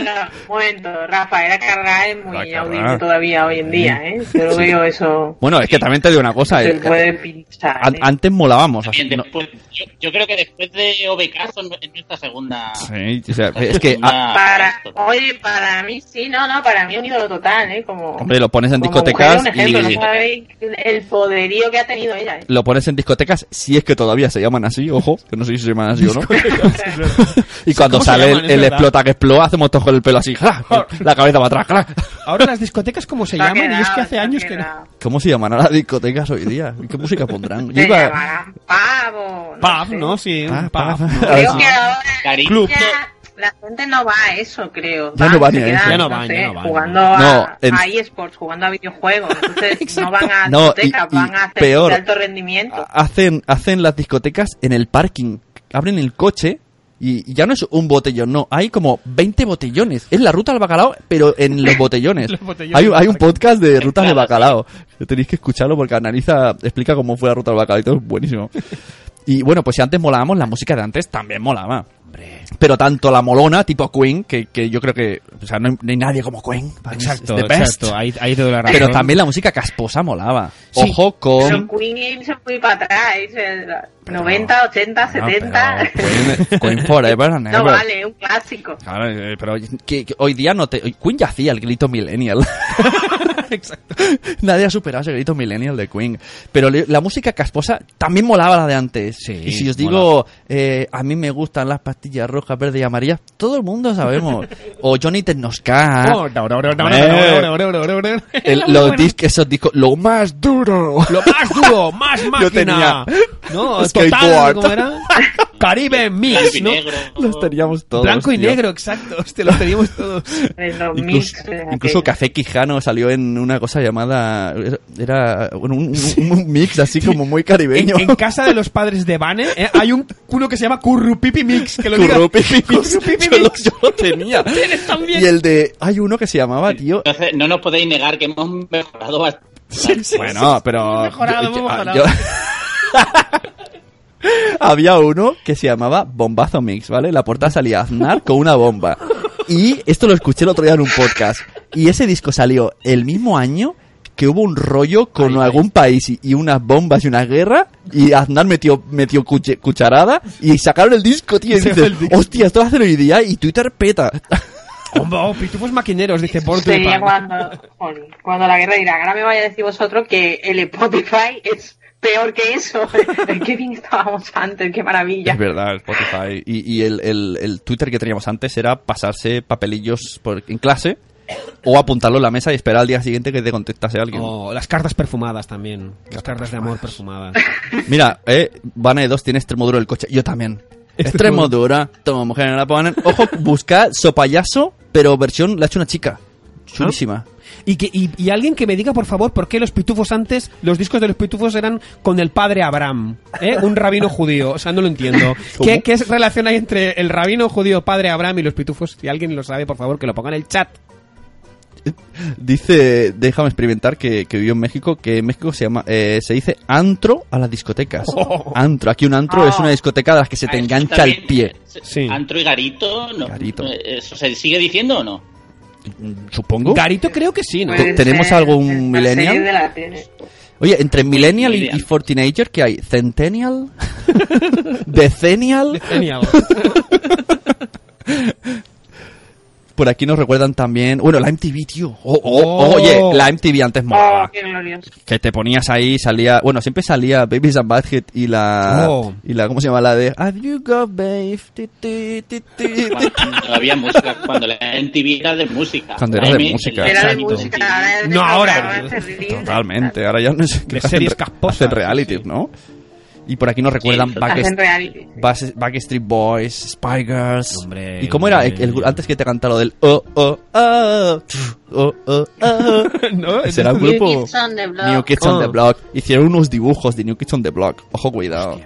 Speaker 3: un momento. Rafael Acarrá es muy
Speaker 10: Acarrá.
Speaker 3: audible todavía hoy en día, ¿eh? Yo lo
Speaker 10: Sí.
Speaker 3: veo eso.
Speaker 10: (laughs) Bueno, es que también te digo una cosa,
Speaker 3: Se
Speaker 10: eh,
Speaker 3: puede
Speaker 10: eh,
Speaker 3: pinchar.
Speaker 10: an- antes molábamos. así, no-
Speaker 4: Después- yo, yo creo que después de OBK son es nuestra segunda.
Speaker 10: sí, o sea, es que ah,
Speaker 3: Para, oye, para mí sí, no, no, para mí un ídolo total, ¿eh? Como,
Speaker 10: hombre, lo pones en
Speaker 3: como mujer,
Speaker 10: discotecas
Speaker 3: un ejemplo,
Speaker 10: y
Speaker 3: no sabéis el poderío que ha tenido ella, ¿eh?
Speaker 10: lo pones en discotecas si es que todavía se llaman así, ojo, que no sé si se llaman así o no. (laughs) y cuando
Speaker 2: ¿Cómo se
Speaker 10: sale
Speaker 2: llaman? Es
Speaker 10: el, el
Speaker 2: verdad.
Speaker 10: explota que explota, hacemos todos con el pelo así, (laughs) ¡ja!
Speaker 2: (laughs)
Speaker 10: la cabeza para atrás, ¡ja!
Speaker 2: Ahora las discotecas, ¿cómo se
Speaker 3: Se ha
Speaker 2: llaman? y es que
Speaker 3: quedado,
Speaker 2: hace
Speaker 3: se ha
Speaker 2: años que
Speaker 3: quedado.
Speaker 2: no.
Speaker 10: ¿Cómo se llaman a las discotecas hoy día? ¿Y ¿Qué música pondrán? Yo
Speaker 3: Se
Speaker 10: iba-
Speaker 3: llamarán pavo. no
Speaker 2: Pub,
Speaker 3: sé.
Speaker 2: ¿no? Sí, un
Speaker 10: Ah,
Speaker 2: pub.
Speaker 10: pa-
Speaker 2: ¿no?
Speaker 10: a ver
Speaker 3: Creo
Speaker 10: si-
Speaker 3: que ahora
Speaker 4: Cari-
Speaker 2: Club.
Speaker 3: ya la gente no va a eso, creo.
Speaker 10: Ya no van ni a
Speaker 3: se quedan,
Speaker 10: eso. Ya
Speaker 2: no van,
Speaker 3: sé,
Speaker 2: ya no van.
Speaker 3: Jugando a,
Speaker 10: No, en-
Speaker 3: a eSports, jugando a videojuegos.
Speaker 10: (laughs)
Speaker 3: Entonces no van a
Speaker 10: No, y-
Speaker 3: discotecas,
Speaker 10: y
Speaker 3: van a hacer
Speaker 10: peor.
Speaker 3: de alto rendimiento.
Speaker 10: hacen, hacen las discotecas en el parking. Abren el coche y y ya no es un botellón, no. Hay como 20 botellones. Es la ruta al bacalao, pero en los
Speaker 2: (laughs)
Speaker 10: botellones.
Speaker 2: Los botellones
Speaker 10: hay,
Speaker 2: del
Speaker 10: hay un
Speaker 2: parking. (laughs)
Speaker 10: podcast de rutas de bacalao. Tenéis que escucharlo porque analiza, explica cómo fue la ruta al bacalao y todo. Es buenísimo. Y bueno, pues si antes molábamos, la música de antes también molaba. Pero tanto la molona, tipo Queen, que, que yo creo que, o sea, no hay, no hay nadie como Queen.
Speaker 2: Exacto,
Speaker 10: Es the best.
Speaker 2: exacto. Ahí, ahí te doy la razón.
Speaker 10: Pero también la música casposa molaba.
Speaker 2: Sí.
Speaker 10: Ojo
Speaker 3: Pero
Speaker 10: con.
Speaker 3: Queen se fue para atrás, ¿eh? Se- 90, 80, 70.
Speaker 10: No, pero Queen, Queen Forever and
Speaker 3: (laughs) No
Speaker 10: Ever.
Speaker 3: vale, es un clásico.
Speaker 10: Claro, eh, pero que- que hoy día no te. Queen ya hacía el grito
Speaker 3: (laughs)
Speaker 10: millennial.
Speaker 2: Exacto.
Speaker 10: Nadie ha superado ese grito millennial de Queen. Pero le- la música casposa también molaba la de antes.
Speaker 2: Sí,
Speaker 10: y si os digo, eh, a mí me gustan las pastillas rojas, verdes y amarillas, todo el mundo sabemos. o Johnny Tecnosca.
Speaker 2: (laughs)
Speaker 10: Eh,
Speaker 2: Oh, no, no, no, no, no, no, no, no, no, no, no, no.
Speaker 10: Ah. el- los discos, esos discos, lo más duro.
Speaker 2: Lo más duro, más máquina.
Speaker 10: tenía (laughs)
Speaker 2: No, total,
Speaker 10: skateboard.
Speaker 2: ¿cómo era? Caribe Mix, ¿no?
Speaker 4: Negro.
Speaker 10: (laughs) Los teníamos todos.
Speaker 2: Blanco y
Speaker 10: tío.
Speaker 2: negro, exacto. Hostia, los teníamos todos.
Speaker 3: En los
Speaker 10: Incluso,
Speaker 3: mix, eh,
Speaker 10: incluso
Speaker 3: aquello.
Speaker 10: Café Quijano salió en una cosa llamada. Era bueno, un, un- un mix así como muy
Speaker 2: En,
Speaker 10: caribeño.
Speaker 2: (laughs) en casa de los padres de Vane eh, hay un uno que se llama Currupipi Mix. Que lo diga. (laughs)
Speaker 10: Currupi Mix.
Speaker 2: Currupipi
Speaker 10: Yo lo,
Speaker 2: Mix.
Speaker 10: yo lo tenía.
Speaker 2: Tienes también.
Speaker 10: Y el de. Hay uno que se llamaba, tío.
Speaker 4: Entonces, no nos podéis negar que hemos mejorado bastante.
Speaker 10: Bueno, pero.
Speaker 2: Hemos mejorado, hemos
Speaker 10: ah,
Speaker 2: mejorado.
Speaker 10: (laughs) Había uno que se llamaba Bombazo Mix, ¿vale? La portada salía Aznar con una bomba. Y esto lo escuché el otro día en un podcast. Y ese disco salió el mismo año que hubo un rollo con algún país y, y unas bombas y una guerra. Y Aznar metió, metió cuche- cucharada y sacaron el disco, tío. Y
Speaker 2: Se fue
Speaker 10: dices,
Speaker 2: el disco.
Speaker 10: hostia, esto lo hacen hoy día y Twitter peta.
Speaker 2: Hombre, oh, pitufos maquineros, dice por tu
Speaker 3: Sería
Speaker 2: pan.
Speaker 3: cuando, jolín, cuando la guerra de Irak. Ahora me vaya a decir vosotros que el Spotify es peor que eso. qué bien estábamos antes, qué maravilla.
Speaker 10: (laughs) Es verdad, Spotify. Y, y el, el- el Twitter que teníamos antes era pasarse papelillos por, en clase o apuntarlo en la mesa y esperar al día siguiente que te contestase alguien.
Speaker 2: Oh, las cartas perfumadas también. Las cartas de amor perfumadas.
Speaker 10: (laughs) Mira, eh, Vane 2 tiene extremo duro el coche. Yo también. Extremo dura. Toma, mujer, no la ponen. Ojo, busca sopayaso, pero versión la ha hecho una chica. Chulísima.
Speaker 2: Y, que, y, y alguien que me diga, por favor, por qué los pitufos antes, los discos de los pitufos eran con el padre Abraham, ¿eh? un rabino judío. O sea, no lo
Speaker 10: (laughs)
Speaker 2: entiendo. ¿Qué, ¿Qué es- relación hay entre el rabino judío, padre Abraham y los pitufos? Si alguien lo sabe, por favor, que lo ponga en el chat.
Speaker 10: Dice, déjame experimentar, que, que vivió en México, que en México se llama eh, se dice antro a las discotecas.
Speaker 2: Oh.
Speaker 10: Antro. Aquí un antro
Speaker 3: Ah.
Speaker 10: es una discoteca de las que se
Speaker 4: Ah,
Speaker 10: te
Speaker 4: eso
Speaker 10: engancha
Speaker 4: también,
Speaker 10: el pie.
Speaker 4: se-
Speaker 2: Sí.
Speaker 4: Antro y Garito, no,
Speaker 10: Garito.
Speaker 4: eh, ¿Eso se sigue diciendo o no?
Speaker 10: Supongo.
Speaker 2: Garito creo que sí, ¿no?
Speaker 10: Pues-
Speaker 3: Puede
Speaker 10: ¿Tenemos
Speaker 8: eh,
Speaker 3: ser,
Speaker 10: algún
Speaker 3: la serie
Speaker 10: millennial?
Speaker 3: de la tele.
Speaker 10: Oye, entre Millennial y,
Speaker 4: Millennial.
Speaker 10: y 14 que hay Centennial, (laughs) Decennial.
Speaker 2: Genial.
Speaker 10: (laughs) Por aquí nos recuerdan también. Bueno, la MTV, tío. Oh, oh,
Speaker 8: Oh.
Speaker 10: Oye, la MTV antes
Speaker 3: Ah.
Speaker 10: molaba.
Speaker 8: Oh, qué glorioso.
Speaker 10: Que te ponías ahí, salía. Bueno, siempre salía Babies and Badhead y la.
Speaker 8: Oh.
Speaker 10: Y la, ¿cómo se llama? La de. "Ah,
Speaker 12: you go, babe? Ti, ti, ti, ti, ti.
Speaker 4: Cuando había música, cuando la MTV era de música.
Speaker 10: Cuando
Speaker 4: La
Speaker 10: era de
Speaker 4: M-
Speaker 10: música.
Speaker 4: el-
Speaker 10: Era de
Speaker 4: el-
Speaker 10: música,
Speaker 4: el-
Speaker 10: No ahora.
Speaker 4: es terrible.
Speaker 10: Totalmente. Ahora ya no sé qué
Speaker 2: De
Speaker 10: hacen
Speaker 2: series
Speaker 10: re- hacen reality, ¿no? Y por aquí nos recuerdan
Speaker 8: Hacen
Speaker 10: Backstreet,
Speaker 8: reality.
Speaker 10: Bas- Backstreet Boys, Spy Girls. ¿Y cómo era el- el- antes que te cantara lo del oh, oh, oh, oh, oh,
Speaker 2: (laughs)
Speaker 10: oh? ¿Será un
Speaker 8: New
Speaker 10: grupo?
Speaker 8: Kids on the Block.
Speaker 10: New Kids on the
Speaker 8: Oh.
Speaker 10: Block. Hicieron unos dibujos de New Kids on the Block. Ojo, cuidado.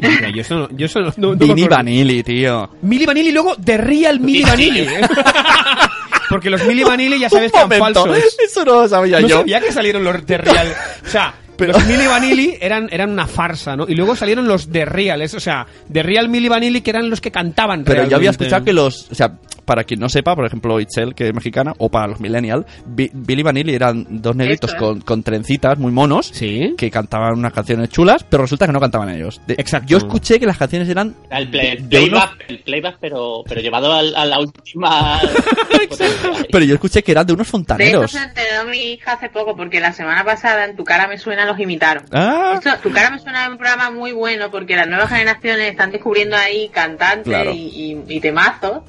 Speaker 2: yo eso no, yo eso no, no me
Speaker 10: Vinny
Speaker 2: acuerdo.
Speaker 10: Vanilli, tío.
Speaker 2: Milli Vanilli y luego The Real Milli Vanilli. ¿eh? (laughs) Porque los Milli Vanilli ya sabes que eran
Speaker 10: momento,
Speaker 2: falsos.
Speaker 10: (laughs) Eso no lo sabía
Speaker 2: No
Speaker 10: yo.
Speaker 2: sabía que salieron los The Real. O sea, los Milli Vanilli eran, eran una farsa, ¿no? Y luego salieron los The Real, es- o sea, The Real Milli Vanilli que eran los que cantaban
Speaker 10: Pero yo había
Speaker 2: realmente.
Speaker 10: escuchado que los. O sea, para quien no sepa, por ejemplo, Itzel, que es mexicana, o para los Millennial, Bi- Billy Vanilli eran dos negritos
Speaker 2: Eso, ¿eh?
Speaker 10: con, con trencitas muy monos que cantaban unas canciones chulas, pero resulta que no cantaban ellos. De- Yo escuché que las canciones eran.
Speaker 4: Era el play-
Speaker 10: de unos-
Speaker 4: playback, el playback, pero, pero llevado al- a la
Speaker 10: (laughs)
Speaker 4: última.
Speaker 10: Pero yo escuché que eran de unos
Speaker 8: De eso
Speaker 10: fontaneros.
Speaker 8: se enteró mi hija hace poco, porque la semana pasada en Tu cara me suena los imitaron.
Speaker 10: Ah.
Speaker 8: Esto, tu cara me suena es un programa muy bueno, porque las nuevas generaciones están descubriendo ahí cantantes
Speaker 10: Claro.
Speaker 8: y, y- y temazos,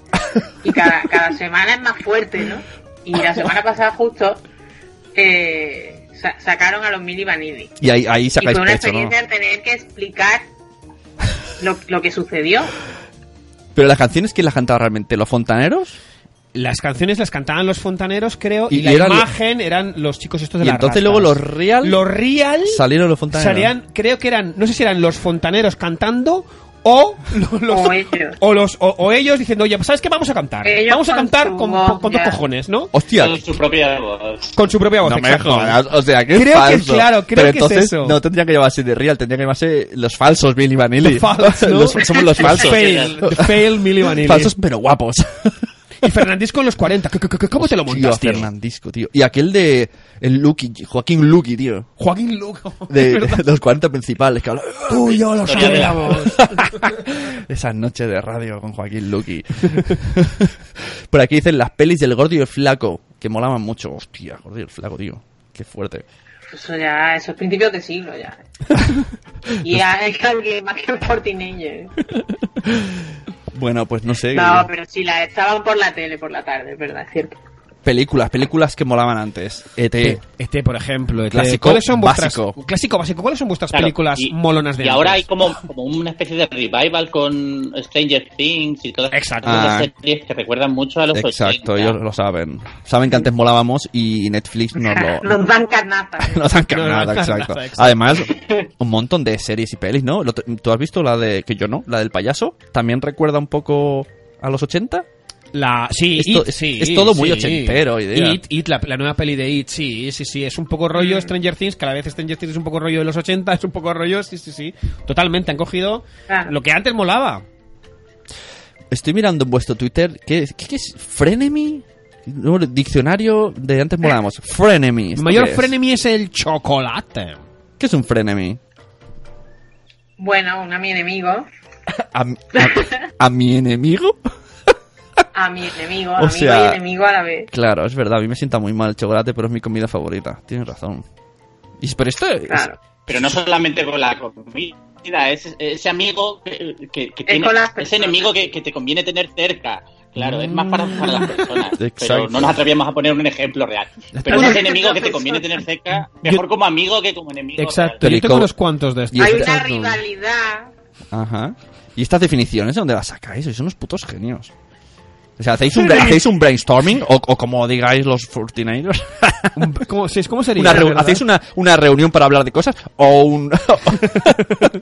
Speaker 8: y
Speaker 10: (laughs)
Speaker 8: cada, cada semana es más fuerte, ¿no? Y la semana pasada justo eh, sa- sacaron a los Mili Vanilli.
Speaker 10: Y ahí, ahí
Speaker 8: Y fue
Speaker 10: sacáis
Speaker 8: una
Speaker 10: pecho, ¿no?
Speaker 8: experiencia de tener que explicar lo, lo que sucedió.
Speaker 10: Pero las canciones, ¿quién las cantaba realmente? ¿Los fontaneros?
Speaker 2: Las canciones las cantaban los fontaneros, creo, y,
Speaker 10: Y-
Speaker 2: la
Speaker 10: y eran-
Speaker 2: imagen eran los chicos estos de
Speaker 10: Y
Speaker 2: las ratas.
Speaker 10: entonces luego los Real.
Speaker 2: Los Real
Speaker 10: Salieron los fontaneros.
Speaker 2: Serían, creo que eran, no sé si eran los fontaneros cantando o (laughs) lo- los, o ellos. O, los, o, o ellos diciendo, oye, pues, ¿sabes qué? Vamos a cantar.
Speaker 4: Ellos
Speaker 2: Vamos a
Speaker 4: con
Speaker 2: cantar
Speaker 4: su
Speaker 2: con,
Speaker 4: voz,
Speaker 2: con- con tus
Speaker 4: ya.
Speaker 2: cojones, ¿no?
Speaker 10: Hostia.
Speaker 4: Con su propia voz.
Speaker 2: Con su propia voz.
Speaker 10: No me
Speaker 2: exacto.
Speaker 10: jodas, o sea, que es
Speaker 2: Creo que es-
Speaker 10: falso.
Speaker 2: claro, creo
Speaker 10: Pero
Speaker 2: que es
Speaker 10: entonces,
Speaker 2: eso.
Speaker 10: No tendría que llamarse de real, tendría que llamarse los falsos Billy Vanilli.
Speaker 2: Los falsos, ¿no?
Speaker 10: (laughs) Los-
Speaker 2: (laughs)
Speaker 10: somos los falsos. (laughs)
Speaker 2: Fail, the (laughs) fail Milli Vanilli.
Speaker 10: Falsos pero guapos.
Speaker 2: Y Fernandisco en los 40. ¿Qué- qué- qué- ¿Cómo te lo
Speaker 10: Tío,
Speaker 2: montas, tío?
Speaker 10: Fernandisco, tío. Y aquel de el Lucky, Joaquín Lucky, tío.
Speaker 2: Joaquín Luco. (laughs)
Speaker 10: De,
Speaker 2: ¿verdad?
Speaker 10: de (laughs) los 40 principales que habla.
Speaker 2: Tú y yo lo
Speaker 10: Historia de la-
Speaker 2: sabíamos.
Speaker 10: (laughs) Esas noches de radio con Joaquín Lucky. (laughs) Por aquí dicen las pelis del gordo y el flaco, que molaban mucho. Hostia, gordo y el flaco, tío. Qué fuerte.
Speaker 8: Eso ya, esos principios de siglo ya. Y ya es que más que por teenager.
Speaker 10: Bueno, pues no sé.
Speaker 8: No, pero sí, la estaban por la tele por la tarde, es verdad, es cierto.
Speaker 10: Películas, películas que molaban antes. E ET.
Speaker 2: ET, Este, por ejemplo. ET.
Speaker 10: Clásico
Speaker 2: ¿Cuáles son vuestras,
Speaker 10: básico.
Speaker 2: Clásico básico. ¿Cuáles son vuestras
Speaker 4: Claro,
Speaker 2: películas
Speaker 4: y-
Speaker 2: molonas de
Speaker 4: Y ahora hay
Speaker 2: antes? (laughs)
Speaker 4: como, como una especie de revival con Stranger Things y todas esas
Speaker 10: Ah.
Speaker 4: series que recuerdan mucho a los
Speaker 10: Exacto, ellos lo saben. Saben que antes molábamos y Netflix nos
Speaker 8: (laughs)
Speaker 10: lo...
Speaker 8: Nos dan carnaza.
Speaker 10: (laughs) Nos han
Speaker 8: No, no,
Speaker 10: carnado,
Speaker 8: carnada,
Speaker 10: exacto.
Speaker 8: exacto.
Speaker 10: Además, un montón de series y pelis, ¿no? Lo- ¿Tú has visto la de... que yo no? La del payaso. ¿También recuerda un poco a los 80?
Speaker 2: La, sí,
Speaker 10: Es
Speaker 2: It,
Speaker 10: to- es-
Speaker 2: sí,
Speaker 10: es todo muy
Speaker 2: sí.
Speaker 10: ochentero, idea.
Speaker 2: It, It, la, la nueva peli de It, sí, sí, sí. Es un poco rollo Stranger Things, que a la vez Stranger Things es un poco rollo de los 80, es un poco rollo, sí, sí, sí. Totalmente, han cogido lo que antes molaba.
Speaker 10: Estoy mirando en vuestro Twitter. ¿Qué, qué- qué es? ¿Frenemy? No, el diccionario de antes molábamos. Frenemy.
Speaker 2: El
Speaker 10: ¿esto
Speaker 2: mayor
Speaker 10: qué es?
Speaker 2: frenemy es el chocolate.
Speaker 10: ¿Qué es un frenemy?
Speaker 8: Bueno, un a mi enemigo,
Speaker 10: ¿A, mi- a- a mi enemigo?
Speaker 8: a mi enemigo,
Speaker 10: O
Speaker 8: amigo
Speaker 10: sea-
Speaker 8: y enemigo a la vez.
Speaker 10: Claro, es verdad. A mí me sienta muy mal el chocolate, pero es mi comida favorita. Tienes razón. Y, pero esto es-
Speaker 4: Pero no solamente con la comida, es ese amigo que, que- que
Speaker 8: Es
Speaker 4: tiene,
Speaker 8: con las
Speaker 4: ese
Speaker 8: personas.
Speaker 4: enemigo que, que te conviene tener cerca. Claro, es más para, para las personas.
Speaker 10: Exacto.
Speaker 4: Pero no nos atrevemos a poner un ejemplo real. Pero es ese enemigo que te conviene tener cerca, mejor como amigo que como enemigo.
Speaker 2: Exacto,
Speaker 10: Pero
Speaker 2: yo
Speaker 10: ¿y
Speaker 2: tengo
Speaker 10: cómo-
Speaker 2: unos cuantos de estos.
Speaker 10: y
Speaker 8: Hay
Speaker 10: esta-
Speaker 8: una rivalidad.
Speaker 10: Ajá. ¿Y estas definiciones de dónde las sacáis? Sois unos putos genios. O sea, ¿hacéis un,
Speaker 2: (laughs)
Speaker 10: bra-
Speaker 2: Frenemy.
Speaker 10: ¿hacéis un brainstorming? O, o como digáis los
Speaker 2: (laughs)
Speaker 10: 49ers.
Speaker 2: ¿Cómo, sí, ¿cómo sería?
Speaker 10: Una reu-
Speaker 2: verdad?
Speaker 10: ¿Hacéis una, una reunión para hablar de cosas? O un... (laughs)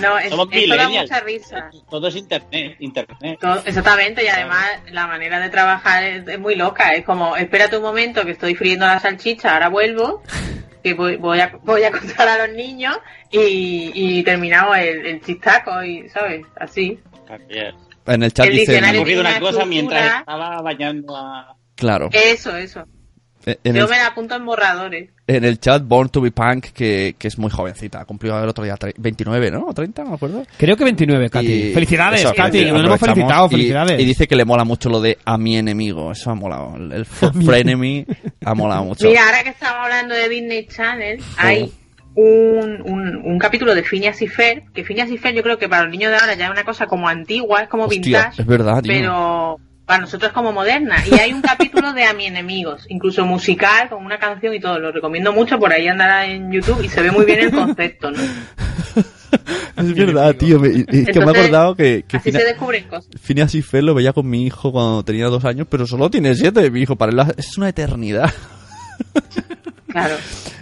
Speaker 8: No, es,
Speaker 4: Somos
Speaker 8: esto da
Speaker 4: millennials.
Speaker 8: mucha risa.
Speaker 4: Todo es internet, internet.
Speaker 8: Todo- exactamente, y además la manera de trabajar es, es muy loca. Es como, espérate un momento que estoy friendo la salchicha, ahora vuelvo, que voy, voy, a, voy a (laughs) contar a los niños y, y terminamos el, el chistaco, y, ¿sabes? Así.
Speaker 4: Ah,
Speaker 10: en el chat
Speaker 8: El
Speaker 10: dicen...
Speaker 4: Me ha ocurrido una
Speaker 8: tiene una
Speaker 4: cosa mientras
Speaker 8: estructura-
Speaker 4: estaba bañando a...
Speaker 10: Claro.
Speaker 8: Eso, eso.
Speaker 10: Eh, En
Speaker 8: Yo
Speaker 10: el,
Speaker 8: me la apunto en borradores.
Speaker 10: en el chat, Born to be Punk, que, que es muy jovencita, cumplió el otro día tre- 29, ¿no? ¿O 30? No me acuerdo.
Speaker 2: Creo que 29, Katy.
Speaker 10: Y-
Speaker 2: felicidades,
Speaker 10: eso,
Speaker 2: Katy.
Speaker 10: aprovechamos
Speaker 2: Nos hemos felicitado,
Speaker 10: y-
Speaker 2: felicidades.
Speaker 10: Y, dice que le mola mucho lo de a mi enemigo. Eso ha molado.
Speaker 2: (laughs)
Speaker 10: El, el for
Speaker 2: mi-
Speaker 10: frenemy ha molado mucho. Eh,
Speaker 8: Mira, ahora que estamos hablando de Disney Channel, hay un, un, un capítulo de Phineas y Fer, que Phineas y Fer yo creo que para los niños de ahora ya es una cosa como antigua, es como
Speaker 10: Hostia,
Speaker 8: vintage,
Speaker 10: es verdad, tío.
Speaker 8: pero para nosotros es como moderna. Y hay (laughs) un capítulo de A mi enemigos, incluso musical, con una canción y todo, lo recomiendo mucho, por ahí andará en YouTube y se ve muy bien el concepto, ¿no?
Speaker 10: (laughs) Es verdad, tío. me- y- y es que me he
Speaker 8: Entonces,
Speaker 10: acordado que, que
Speaker 8: Así
Speaker 10: Fina-
Speaker 8: se descubren cosas.
Speaker 10: Phineas y Fer lo veía con mi hijo cuando tenía dos años, pero solo tiene siete. Mi hijo, para él es una eternidad. (laughs)
Speaker 8: Claro.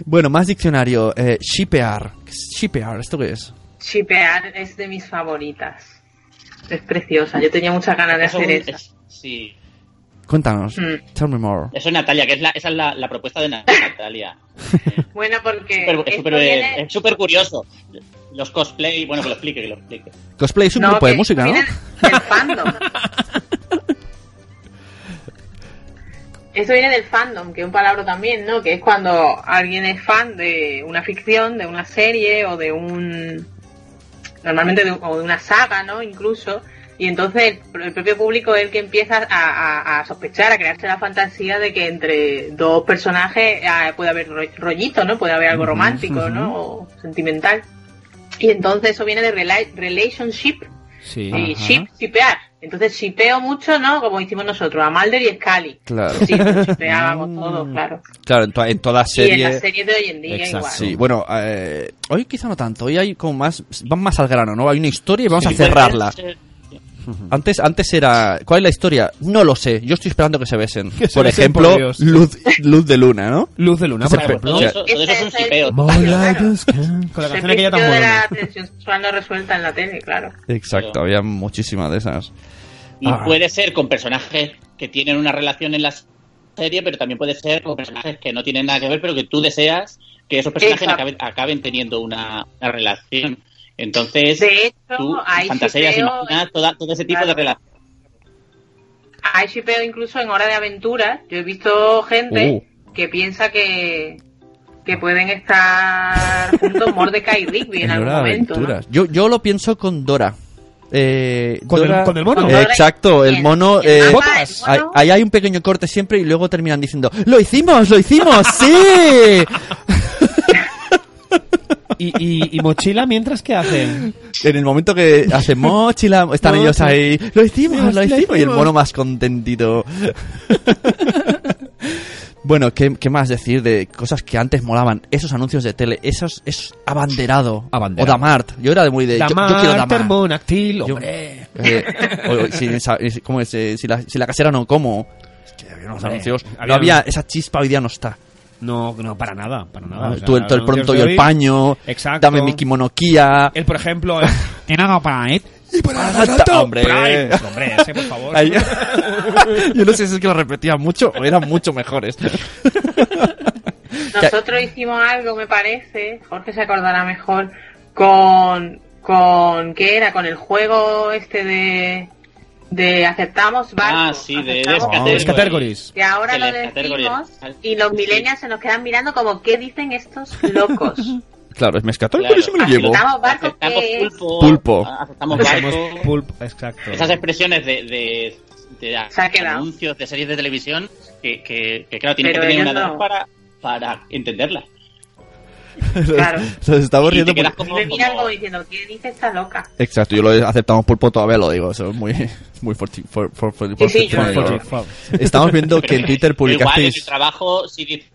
Speaker 10: Bueno, más diccionario. Eh, shipear. ¿Qué es shipear? ¿Esto qué es?
Speaker 8: Chipear es de mis favoritas. Es preciosa, yo tenía muchas ganas de
Speaker 4: Eso
Speaker 8: hacer
Speaker 4: es un-
Speaker 8: esa.
Speaker 4: es- sí.
Speaker 10: Cuéntanos.
Speaker 8: Mm.
Speaker 10: Tell me more.
Speaker 4: Eso es Natalia, que es la, esa es la, la propuesta de Natalia.
Speaker 8: Bueno, porque...
Speaker 4: Súper- es
Speaker 8: Eh, esto
Speaker 4: súper
Speaker 8: viene-
Speaker 4: es súper curioso. Los cosplay, bueno, que lo explique, que lo explique.
Speaker 10: Cosplay es un
Speaker 8: No,
Speaker 10: grupo de
Speaker 8: que
Speaker 10: música, ¿no?
Speaker 8: viene del
Speaker 10: (laughs)
Speaker 8: fandom. Eso viene del fandom, que es un palabra también, ¿no? Que es cuando alguien es fan de una ficción, de una serie o de un... Normalmente de, o de una saga, ¿no? Incluso. Y entonces el, el propio público es el que empieza a, a- a sospechar, a crearse la fantasía de que entre dos personajes ah, puede haber ro- rollito, ¿no? Puede haber algo
Speaker 13: Ujú,
Speaker 8: romántico, ¿no? O sentimental. Y entonces eso viene de rela- relationship,
Speaker 2: Sí.
Speaker 8: y ship, shipear. Entonces shipeo mucho, ¿no? Como hicimos nosotros, a Mulder y Scully.
Speaker 10: Claro.
Speaker 8: Sí, pues, shipeábamos todos, claro.
Speaker 10: Claro, en, todas en toda
Speaker 8: Y en
Speaker 10: serie.
Speaker 8: las series de hoy en día igual.
Speaker 10: Sí, bueno, eh, hoy quizá no tanto. Hoy hay como más. Van más al grano, ¿no? Hay una historia y vamos a
Speaker 4: Sí,
Speaker 10: cerrarla.
Speaker 4: puede ser-
Speaker 10: Antes, antes era. ¿Cuál es la historia? No lo sé. Yo estoy esperando que se besen.
Speaker 2: Que se
Speaker 10: por
Speaker 2: besen,
Speaker 10: ejemplo,
Speaker 2: por Dios.
Speaker 10: luz, luz de luna, ¿no?
Speaker 2: Luz de luna,
Speaker 10: Que se
Speaker 2: por
Speaker 10: fe-
Speaker 2: ejemplo.
Speaker 10: o sea,
Speaker 4: Todo eso es un shipeo.
Speaker 2: Con la
Speaker 8: El
Speaker 2: canción aquella tan
Speaker 8: principio de
Speaker 2: buena.
Speaker 8: la tensión sexual no resuelta en la tele, claro.
Speaker 10: exacto, había muchísimas de esas.
Speaker 4: Y
Speaker 10: Ah.
Speaker 4: puede ser con personajes que tienen una relación en la serie, pero también puede ser con personajes que no tienen nada que ver, pero que tú deseas que esos personajes
Speaker 8: Exacto.
Speaker 4: acaben, acaben teniendo una, una relación. Entonces,
Speaker 8: De hecho,
Speaker 4: tú
Speaker 8: hay
Speaker 4: fantasías,
Speaker 8: shipeo-
Speaker 4: imaginas toda- todo ese tipo de relación.
Speaker 8: Hay shipeo incluso en Hora de Aventuras. Yo he visto gente
Speaker 10: Uh, Oh.
Speaker 8: que piensa que, que pueden estar juntos Mordecai y Rigby en algún
Speaker 10: Hora de
Speaker 8: momento. ¿no?
Speaker 10: Aventuras. Yo, yo lo pienso con Dora. Eh,
Speaker 2: ¿Con el-
Speaker 10: Dora-
Speaker 2: con el mono?
Speaker 10: Eh,
Speaker 2: Con Dora y-
Speaker 10: exacto, el
Speaker 2: el-
Speaker 10: mono.
Speaker 2: el
Speaker 10: eh,
Speaker 2: mapa, el
Speaker 10: ahí-
Speaker 2: mono.
Speaker 10: Ahí hay un pequeño corte siempre y luego terminan diciendo: ¡Lo hicimos! ¡Lo hicimos! ¡Sí!
Speaker 2: ¿Y, y, y mochila mientras que
Speaker 10: Eh,
Speaker 2: hacen?
Speaker 10: En el momento que hacen mochila, están
Speaker 2: No,
Speaker 10: ellos
Speaker 2: sí.
Speaker 10: ahí, lo hicimos,
Speaker 2: Lo
Speaker 10: lo hicimos, y el
Speaker 2: hicimos.
Speaker 10: mono más contentito. (laughs) bueno, ¿qué, qué más decir de cosas que antes molaban? Esos anuncios de tele, esos, es abanderado,
Speaker 2: Abanderado.
Speaker 10: o Damart. Yo era de muy de, yo- yo, quiero
Speaker 2: Damar,
Speaker 10: Damart.
Speaker 2: Termonactil,
Speaker 10: Yo-
Speaker 2: hombre.
Speaker 10: Eh, o- o- si, esa- es- ¿cómo es? Eh, si la, si la casera no como, es que había unos
Speaker 2: Hombre,
Speaker 10: anuncios, no
Speaker 2: había-
Speaker 10: Eh, había, esa chispa hoy día no está.
Speaker 2: No, no, para nada, para nada.
Speaker 10: Ah,
Speaker 2: O sea,
Speaker 10: tú el, tú el
Speaker 2: anuncios
Speaker 10: pronto
Speaker 2: de
Speaker 10: y el
Speaker 2: hoy-
Speaker 10: paño,
Speaker 2: Exacto.
Speaker 10: dame mi kimonoquía.
Speaker 2: Él, por
Speaker 10: (laughs)
Speaker 2: ejemplo, es... ¿Tiene algo para él? ¿Y para
Speaker 10: Ah, está- hombre.
Speaker 2: Pride. pues, Hombre, ese, por favor.
Speaker 10: Ahí- (laughs) Yo no sé si es que lo repetía mucho o eran mucho mejores.
Speaker 8: Nosotros hicimos algo, me parece, Jorge se acordará mejor, con, con ¿qué era? Con el juego este de, de aceptamos barcos.
Speaker 4: Ah, sí, de
Speaker 2: Oh, es categories.
Speaker 8: Que ahora
Speaker 4: de
Speaker 8: lo
Speaker 4: las categorías.
Speaker 8: decimos y los millennials se nos quedan mirando como, ¿qué dicen estos locos?
Speaker 10: Claro, es mezcatón,
Speaker 4: Claro.
Speaker 10: por eso me lo llevo.
Speaker 8: Aceptamos barcos
Speaker 4: Aceptamos
Speaker 8: que es-
Speaker 4: pulpo,
Speaker 10: Pulpo.
Speaker 4: aceptamos
Speaker 2: Somos
Speaker 4: barco.
Speaker 2: pulp, exacto.
Speaker 4: Esas expresiones de, de, de
Speaker 8: Se ha quedado.
Speaker 4: anuncios de series de televisión que, que, que, claro, tienen
Speaker 8: Pero
Speaker 4: que tener una
Speaker 8: ellos
Speaker 4: edad
Speaker 8: no.
Speaker 4: para, para entenderlas.
Speaker 10: (laughs)
Speaker 8: Claro.
Speaker 10: Se estamos
Speaker 4: Y te
Speaker 10: riendo.
Speaker 4: quedas
Speaker 10: por-
Speaker 8: Y me miran como diciendo, ¿qué dice esta loca?
Speaker 10: Exacto, yo lo he aceptado pulpo todavía lo digo, eso es muy muy forti- for- for- for-
Speaker 8: Sí, sí, yo-
Speaker 10: forti-
Speaker 2: for-
Speaker 10: Estamos viendo
Speaker 4: (laughs)
Speaker 10: que en Twitter
Speaker 4: Pero Igual en el
Speaker 10: publicasteis
Speaker 4: trabajo, si dices,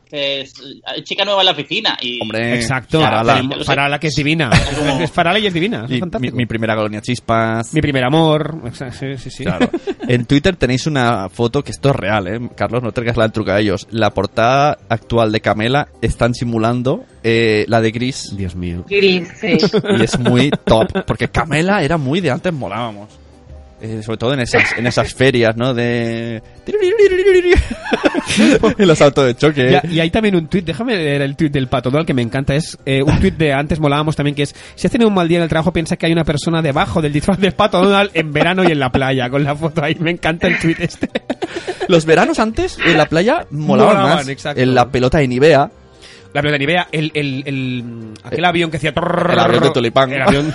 Speaker 4: chica nueva en la oficina. Y,
Speaker 10: Hombre,
Speaker 2: Exacto.
Speaker 10: Farala.
Speaker 2: Farala. Farala, que es divina. Es Farala y es divina.
Speaker 10: y mi, mi primera colonia chispas.
Speaker 2: Mi primer amor. o sea, Sí, sí, sí.
Speaker 10: Claro. En Twitter tenéis una foto que esto es real, ¿eh? Carlos, no traigas la del truco a ellos. La portada actual de Camela están simulando eh, la de Gris.
Speaker 2: Dios mío.
Speaker 8: Gris, sí.
Speaker 10: (laughs) Y es muy top, porque Camela era muy de antes, molábamos. eh, sobre todo en esas, en esas ferias, ¿no? De... (laughs) en los autos de choque.
Speaker 2: Ya, y hay también un tuit, déjame leer el tuit del pato Donald que me encanta. Es eh, un tuit de antes molábamos también que es: si has tenido un mal día en el trabajo, piensa que hay una persona debajo del disfraz del pato Donald en verano y en la playa, con la foto ahí. Me encanta el tuit este.
Speaker 10: Los veranos antes en la playa molaban,
Speaker 2: Molaban,
Speaker 10: más.
Speaker 2: exacto.
Speaker 10: En la pelota de Nivea.
Speaker 2: La pelota de Nivea, el, el, el- aquel avión que hacía.
Speaker 10: El avión de Tulipán.
Speaker 2: El avión.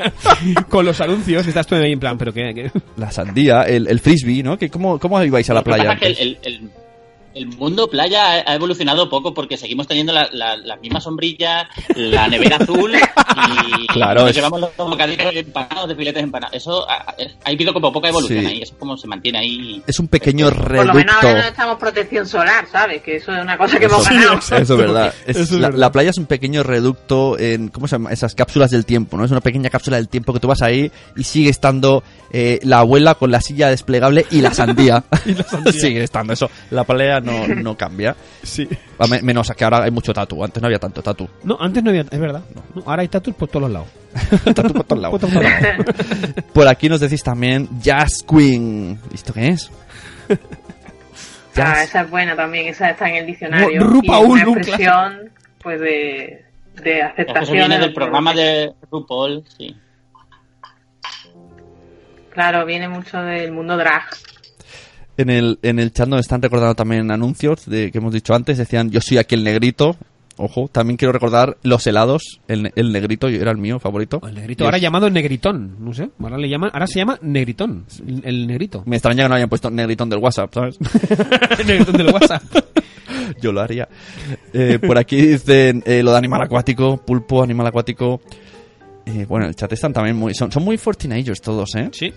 Speaker 2: (laughs) con los anuncios, estás tú ahí en plan, pero qué. qué?
Speaker 10: La sandía, el, el frisbee, ¿no? Que ¿cómo, ¿Cómo ibais a la
Speaker 4: Lo que
Speaker 10: playa?
Speaker 4: pasa es que
Speaker 10: antes?
Speaker 4: el, el- el mundo playa ha- ha evolucionado poco porque seguimos teniendo la- la- las mismas sombrillas, la nevera
Speaker 10: (laughs)
Speaker 4: azul y
Speaker 10: Claro,
Speaker 4: nos
Speaker 10: es-
Speaker 4: llevamos los bocadillos empanados de filetes empanados. Eso ha, ha habido como poca evolución
Speaker 10: Sí.
Speaker 4: ahí, eso es como se mantiene ahí.
Speaker 10: Es un pequeño
Speaker 8: Por lo menos
Speaker 10: reducto.
Speaker 8: ahora no estamos protección solar, ¿sabes? Que eso es una cosa que hemos
Speaker 10: Eso-
Speaker 8: ganado.
Speaker 10: eso es verdad. Es-
Speaker 2: Eso es
Speaker 10: la,
Speaker 2: verdad.
Speaker 10: la playa es un pequeño reducto en, ¿cómo se llama? Esas cápsulas del tiempo, ¿no? Es una pequeña cápsula del tiempo que tú vas ahí y sigue estando eh, la abuela con la silla desplegable (laughs) y la sandía. sigue estando eso. La playa no, no cambia.
Speaker 2: Sí.
Speaker 10: menos que ahora hay mucho tatu. Antes no había tanto (laughs) tatu.
Speaker 2: No, antes no había. Es verdad. No, ahora hay tatus por todos los lados.
Speaker 10: tatu por todos (laughs) lados.
Speaker 2: Por todos lados.
Speaker 10: Por aquí nos decís también Jazz Queen. ¿Esto qué es?
Speaker 8: Ah, esa es buena también, esa está en el diccionario.
Speaker 4: Ru- Rupa
Speaker 8: Y
Speaker 4: Ul,
Speaker 8: una
Speaker 4: un
Speaker 8: expresión, pues, de, de
Speaker 4: Eso
Speaker 8: aceptación.
Speaker 4: viene
Speaker 8: de
Speaker 4: del
Speaker 8: los-
Speaker 4: programa de RuPaul, sí.
Speaker 8: Claro, viene mucho del mundo drag.
Speaker 10: En el, en el chat nos están recordando también anuncios de, que hemos dicho antes. Decían, yo soy aquí el negrito. Ojo, también quiero recordar los helados. El, ne- el negrito yo- era el mío favorito. El
Speaker 2: Negrito, ahora llamado negritón, no sé. Ahora, le llaman, ahora se llama negritón, el- el (laughs) negrito.
Speaker 10: Me extraña que no hayan puesto negritón del WhatsApp, ¿sabes? (laughs)
Speaker 2: negritón del WhatsApp.
Speaker 10: yo lo haría. Eh, por aquí dicen eh, lo de animal acuático, pulpo, animal acuático. Eh, bueno, en el chat están también muy... Son, son muy ellos todos, ¿eh?
Speaker 2: Sí.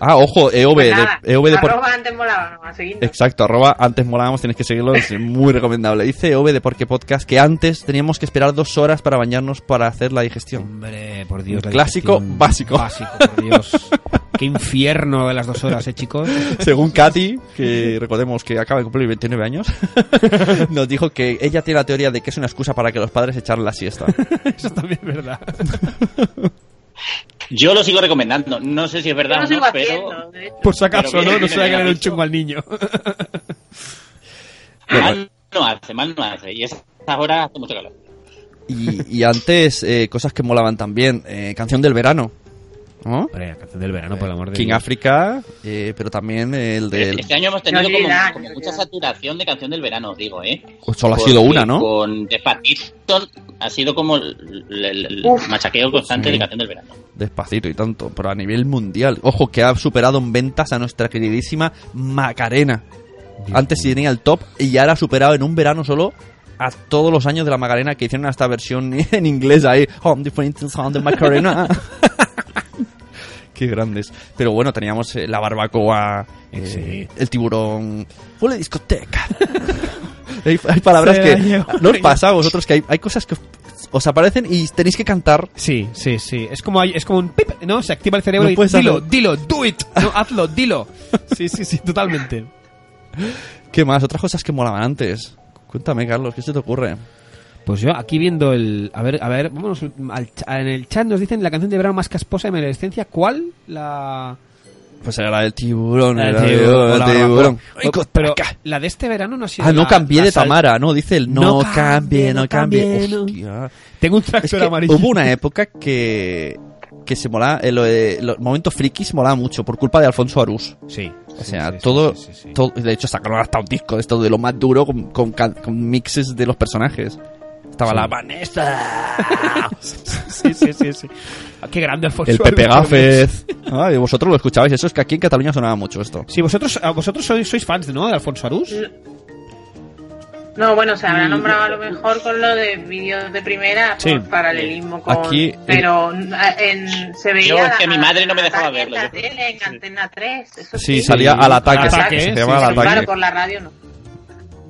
Speaker 10: Ah, ojo, EOB
Speaker 8: Pues
Speaker 10: de, E
Speaker 8: nada,
Speaker 10: EOB de por-
Speaker 8: arroba antes molaba, no, a seguirnos.
Speaker 10: Exacto, arroba antes molábamos, tienes que seguirlo, es muy recomendable. Dice OV de Porque Podcast que antes teníamos que esperar dos horas para bañarnos para hacer la
Speaker 2: (laughs)
Speaker 10: digestión.
Speaker 2: Hombre, por Dios, la
Speaker 10: Clásico
Speaker 2: digestión Ah.
Speaker 10: básico.
Speaker 2: Básico, por (laughs) Dios. Qué infierno de las dos horas, eh, chicos.
Speaker 10: (laughs) Según Katy, que recordemos que acaba de cumplir 29 años, (laughs) nos dijo que ella tiene la teoría de que es una excusa para que los padres echaran la siesta.
Speaker 2: Eso también es verdad.
Speaker 4: Yo lo sigo recomendando, no sé si es verdad o
Speaker 8: Yo lo
Speaker 4: no,
Speaker 8: sigo
Speaker 4: pero...
Speaker 8: haciendo, de hecho.
Speaker 2: Por si acaso,
Speaker 4: Pero
Speaker 2: ¿no?
Speaker 4: bien,
Speaker 2: No se vaya a
Speaker 4: bien,
Speaker 2: ganar un
Speaker 4: bien.
Speaker 2: chungo al niño.
Speaker 4: Mal no hace, mal no hace. Y esas horas hace mucho calor.
Speaker 10: Y, y antes, eh, cosas que molaban también. eh, canción del verano. ¿no?
Speaker 2: canción del verano, por el amor de
Speaker 10: King
Speaker 2: Dios.
Speaker 10: Africa, eh, pero también el del...
Speaker 3: Eh,
Speaker 4: Este año hemos tenido
Speaker 8: No
Speaker 4: como,
Speaker 8: olvidar,
Speaker 4: como
Speaker 8: no
Speaker 4: mucha saturación de canción del verano, digo, ¿eh?
Speaker 10: Solo ha sido
Speaker 4: Porque
Speaker 10: una, ¿no?
Speaker 4: Con Despacito ha sido como el, el- el
Speaker 8: Uf.
Speaker 4: machaqueo constante
Speaker 10: Sí.
Speaker 4: de canción del verano.
Speaker 10: Despacito y tanto, pero a nivel mundial. Ojo, que ha superado en ventas a nuestra queridísima Macarena. Antes tenía el top y ahora ha superado en un verano solo a todos los años de la Macarena que hicieron hasta versión (laughs) en inglés ahí. Home different sound of Macarena. Qué grandes. Pero bueno, teníamos eh, la barbacoa, eh, el tiburón. Fue la discoteca. hay, hay palabras
Speaker 2: Se
Speaker 10: que.
Speaker 2: la llevó.
Speaker 10: No os pasa a vosotros que hay, hay cosas que os- os aparecen y tenéis que cantar.
Speaker 2: Sí, sí, sí. Es como, hay- es como un pip, ¿no? Se activa el cerebro
Speaker 10: No
Speaker 2: y
Speaker 10: puedes
Speaker 2: dilo,
Speaker 10: hacer-
Speaker 2: dilo, do it. No,
Speaker 10: (laughs)
Speaker 2: hazlo, dilo. Sí, sí, sí, totalmente.
Speaker 10: ¿Qué más? Otras cosas que molaban antes. Cuéntame, Carlos, ¿qué se te ocurre?
Speaker 2: Pues yo aquí viendo el... A ver, a ver, vámonos al cha- en el chat nos dicen la canción de verano más casposa de mi adolescencia. ¿Cuál? La...
Speaker 10: Pues era la del tiburón,
Speaker 2: La
Speaker 10: era
Speaker 2: del
Speaker 10: la del
Speaker 2: tiburón,
Speaker 10: tiburón.
Speaker 2: la barbacoa. Pero la de este verano no ha sido...
Speaker 10: Ah, no
Speaker 2: la-
Speaker 10: cambié
Speaker 2: la
Speaker 10: de
Speaker 2: sal-
Speaker 10: Tamara, no, dice el no,
Speaker 2: No
Speaker 10: cambie, no cambie.
Speaker 2: cambie, no.
Speaker 10: Hostia.
Speaker 2: Tengo un
Speaker 10: Es
Speaker 2: tractor
Speaker 10: que
Speaker 2: amarillo.
Speaker 10: hubo una época que, que se molaba, eh, lo de- los momentos frikis molaba mucho por culpa de Alfonso Arús.
Speaker 2: Sí.
Speaker 10: O sea, todo, todo- de hecho sacaron hasta un disco de esto de lo más duro con, con can- con mixes de los personajes. Estaba
Speaker 2: Sí.
Speaker 10: la Vanessa,
Speaker 2: (laughs) sí, sí, sí, sí. Ah, Qué grande Alfonso.
Speaker 10: el Pepe
Speaker 2: Alonso.
Speaker 10: Gáfez. Ay, vosotros lo escuchabais, eso es que aquí en Cataluña sonaba mucho esto.
Speaker 2: Sí, vosotros, ah, vosotros sois, sois fans, ¿no? De Alfonso Arús.
Speaker 8: No, bueno, se habrá nombrado a lo mejor con lo de vídeos de primera,
Speaker 2: Sí.
Speaker 8: por paralelismo
Speaker 10: Eh,
Speaker 8: con...
Speaker 2: Aquí-
Speaker 8: pero en, se veía...
Speaker 4: Yo es que
Speaker 8: la-
Speaker 4: mi madre no me dejaba
Speaker 8: en
Speaker 4: verlo.
Speaker 8: la
Speaker 4: yo-
Speaker 8: tele, en Antena 3, eso
Speaker 10: Sí, salía al ataque, se llamaba al ataque.
Speaker 8: Claro, por la radio no.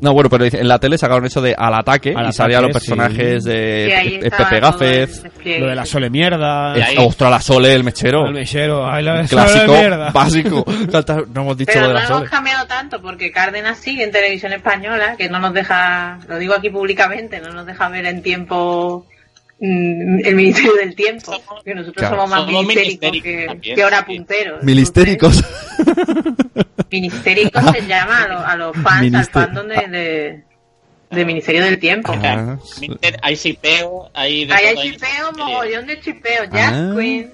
Speaker 10: No, bueno, pero en la tele sacaron eso de al ataque
Speaker 2: Al
Speaker 10: y salían los
Speaker 2: ataque,
Speaker 10: personajes
Speaker 2: sí.
Speaker 10: de
Speaker 8: Que ahí estaba
Speaker 10: Pe- Eh, Pepe
Speaker 8: todo el
Speaker 10: Gáfez,
Speaker 8: despliegue.
Speaker 2: Lo de la sole mierda.
Speaker 10: el- ostras, la Sole, el mechero.
Speaker 2: Ah, El mechero. ay, la
Speaker 10: clásico,
Speaker 2: sole mierda. (laughs)
Speaker 10: básico. Falta- No hemos dicho
Speaker 8: Pero
Speaker 10: lo de
Speaker 8: no
Speaker 10: la Sole.
Speaker 8: hemos cambiado tanto porque Cárdenas sigue en televisión española, que no nos deja, lo digo aquí públicamente, no nos deja ver en tiempo mm, el Ministerio del Tiempo. Que nosotros
Speaker 10: Claro.
Speaker 8: somos más
Speaker 4: Somos
Speaker 8: ministéricos
Speaker 4: ministéricos
Speaker 8: que,
Speaker 4: también,
Speaker 8: que ahora
Speaker 4: también.
Speaker 8: punteros.
Speaker 10: Milistéricos.
Speaker 8: Ministéricos se llama a, los- a los fans, al
Speaker 10: Minister-
Speaker 8: fandom de, de, de Ministerio del Tiempo.
Speaker 10: Ah,
Speaker 4: Hay sipeo, hay de
Speaker 8: Ahí
Speaker 4: todo, Eh,
Speaker 8: hay
Speaker 4: hay-
Speaker 8: chipeo, mogollón de chipeo. Jazz
Speaker 10: Ah,
Speaker 8: Queen.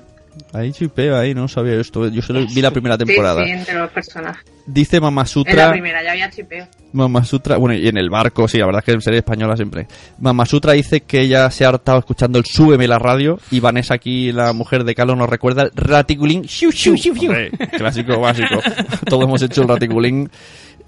Speaker 10: Ahí chipeo, ahí no sabía esto. Yo solo vi la primera
Speaker 8: Sí,
Speaker 10: temporada. Ah.
Speaker 8: sí, entre los personajes.
Speaker 10: Dice Mama
Speaker 8: En la
Speaker 10: Sutra.
Speaker 8: primera ya había chipeo.
Speaker 10: Mama Sutra, bueno, y en el barco, sí, la verdad es que en serie española siempre. Mama Sutra dice que ella se ha hartado escuchando el súbeme la radio y Vanessa aquí, la mujer de Calo, nos recuerda el raticulín. Shiu, shiu, shiu, shiu. Hombre, clásico básico. (laughs) Todos hemos hecho el raticulín.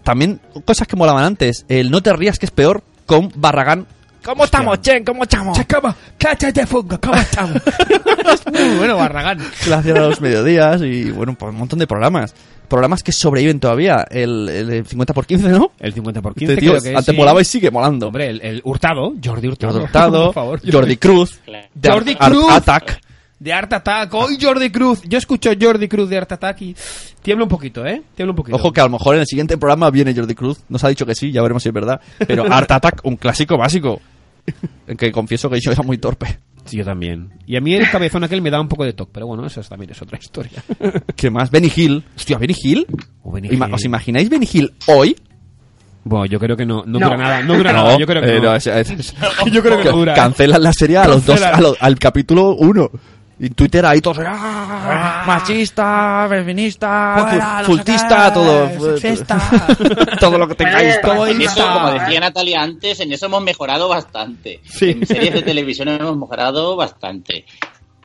Speaker 10: También cosas que molaban antes. El no te rías que es peor con Barragán. ¿Cómo estamos, Chen? ¿Cómo estamos?
Speaker 2: ¿Cómo? Cállate, Funko, ¿cómo estamos? es muy bueno, Barragán.
Speaker 10: Gracias a los mediodías y bueno, pues, un montón de programas. Programas que sobreviven todavía. El, el 50 por 15, ¿no?
Speaker 2: El 50 por
Speaker 10: Este tío antes molaba y sigue molando.
Speaker 2: Hombre, el, el Hurtado, Jordi Hurtado.
Speaker 10: Jordi
Speaker 2: (laughs)
Speaker 10: Hurtado,
Speaker 2: por favor.
Speaker 10: Jordi Cruz, de
Speaker 2: Jordi
Speaker 10: Art- Art
Speaker 2: Cruz.
Speaker 10: Attack.
Speaker 2: De Art Attack. ¡Hoy Jordi Cruz! Yo escucho Jordi Cruz de Art Attack y tiembla un poquito, ¿eh? Tiembla un poquito.
Speaker 10: Ojo que a lo mejor en el siguiente programa viene Jordi Cruz. Nos ha dicho que sí, ya veremos si es verdad.
Speaker 2: (laughs)
Speaker 10: Pero Art Attack, un clásico básico. En que confieso que yo era muy torpe.
Speaker 2: Sí, yo también. Y a mí el cabezón aquel me da un poco de toque, pero bueno, eso es- también es otra historia.
Speaker 10: ¿Qué más? Benny Hill. Hostia, Benny Hill.
Speaker 2: Benny
Speaker 10: Ima-
Speaker 2: Hill.
Speaker 10: ¿Os imagináis Benny Hill hoy?
Speaker 2: Bueno, yo creo que no, no,
Speaker 10: (laughs) No.
Speaker 2: dura nada, no dura nada, yo creo que
Speaker 10: eh,
Speaker 2: no.
Speaker 10: es- es-
Speaker 2: (laughs) Yo creo que no dura.
Speaker 10: Cancelan la serie a los dos,
Speaker 2: Cancelan.
Speaker 10: a lo- al capítulo 1. Y en Twitter ahí todos. ¡ah! machista, feminista,
Speaker 12: fuera,
Speaker 10: fu-
Speaker 12: no
Speaker 10: fultista,
Speaker 12: sé qué,
Speaker 10: todo.
Speaker 12: sexista.
Speaker 10: (laughs) todo lo que tengáis.
Speaker 4: En eso, como decía Natalia antes, en eso hemos mejorado bastante.
Speaker 10: Sí.
Speaker 4: En series de televisión hemos mejorado bastante.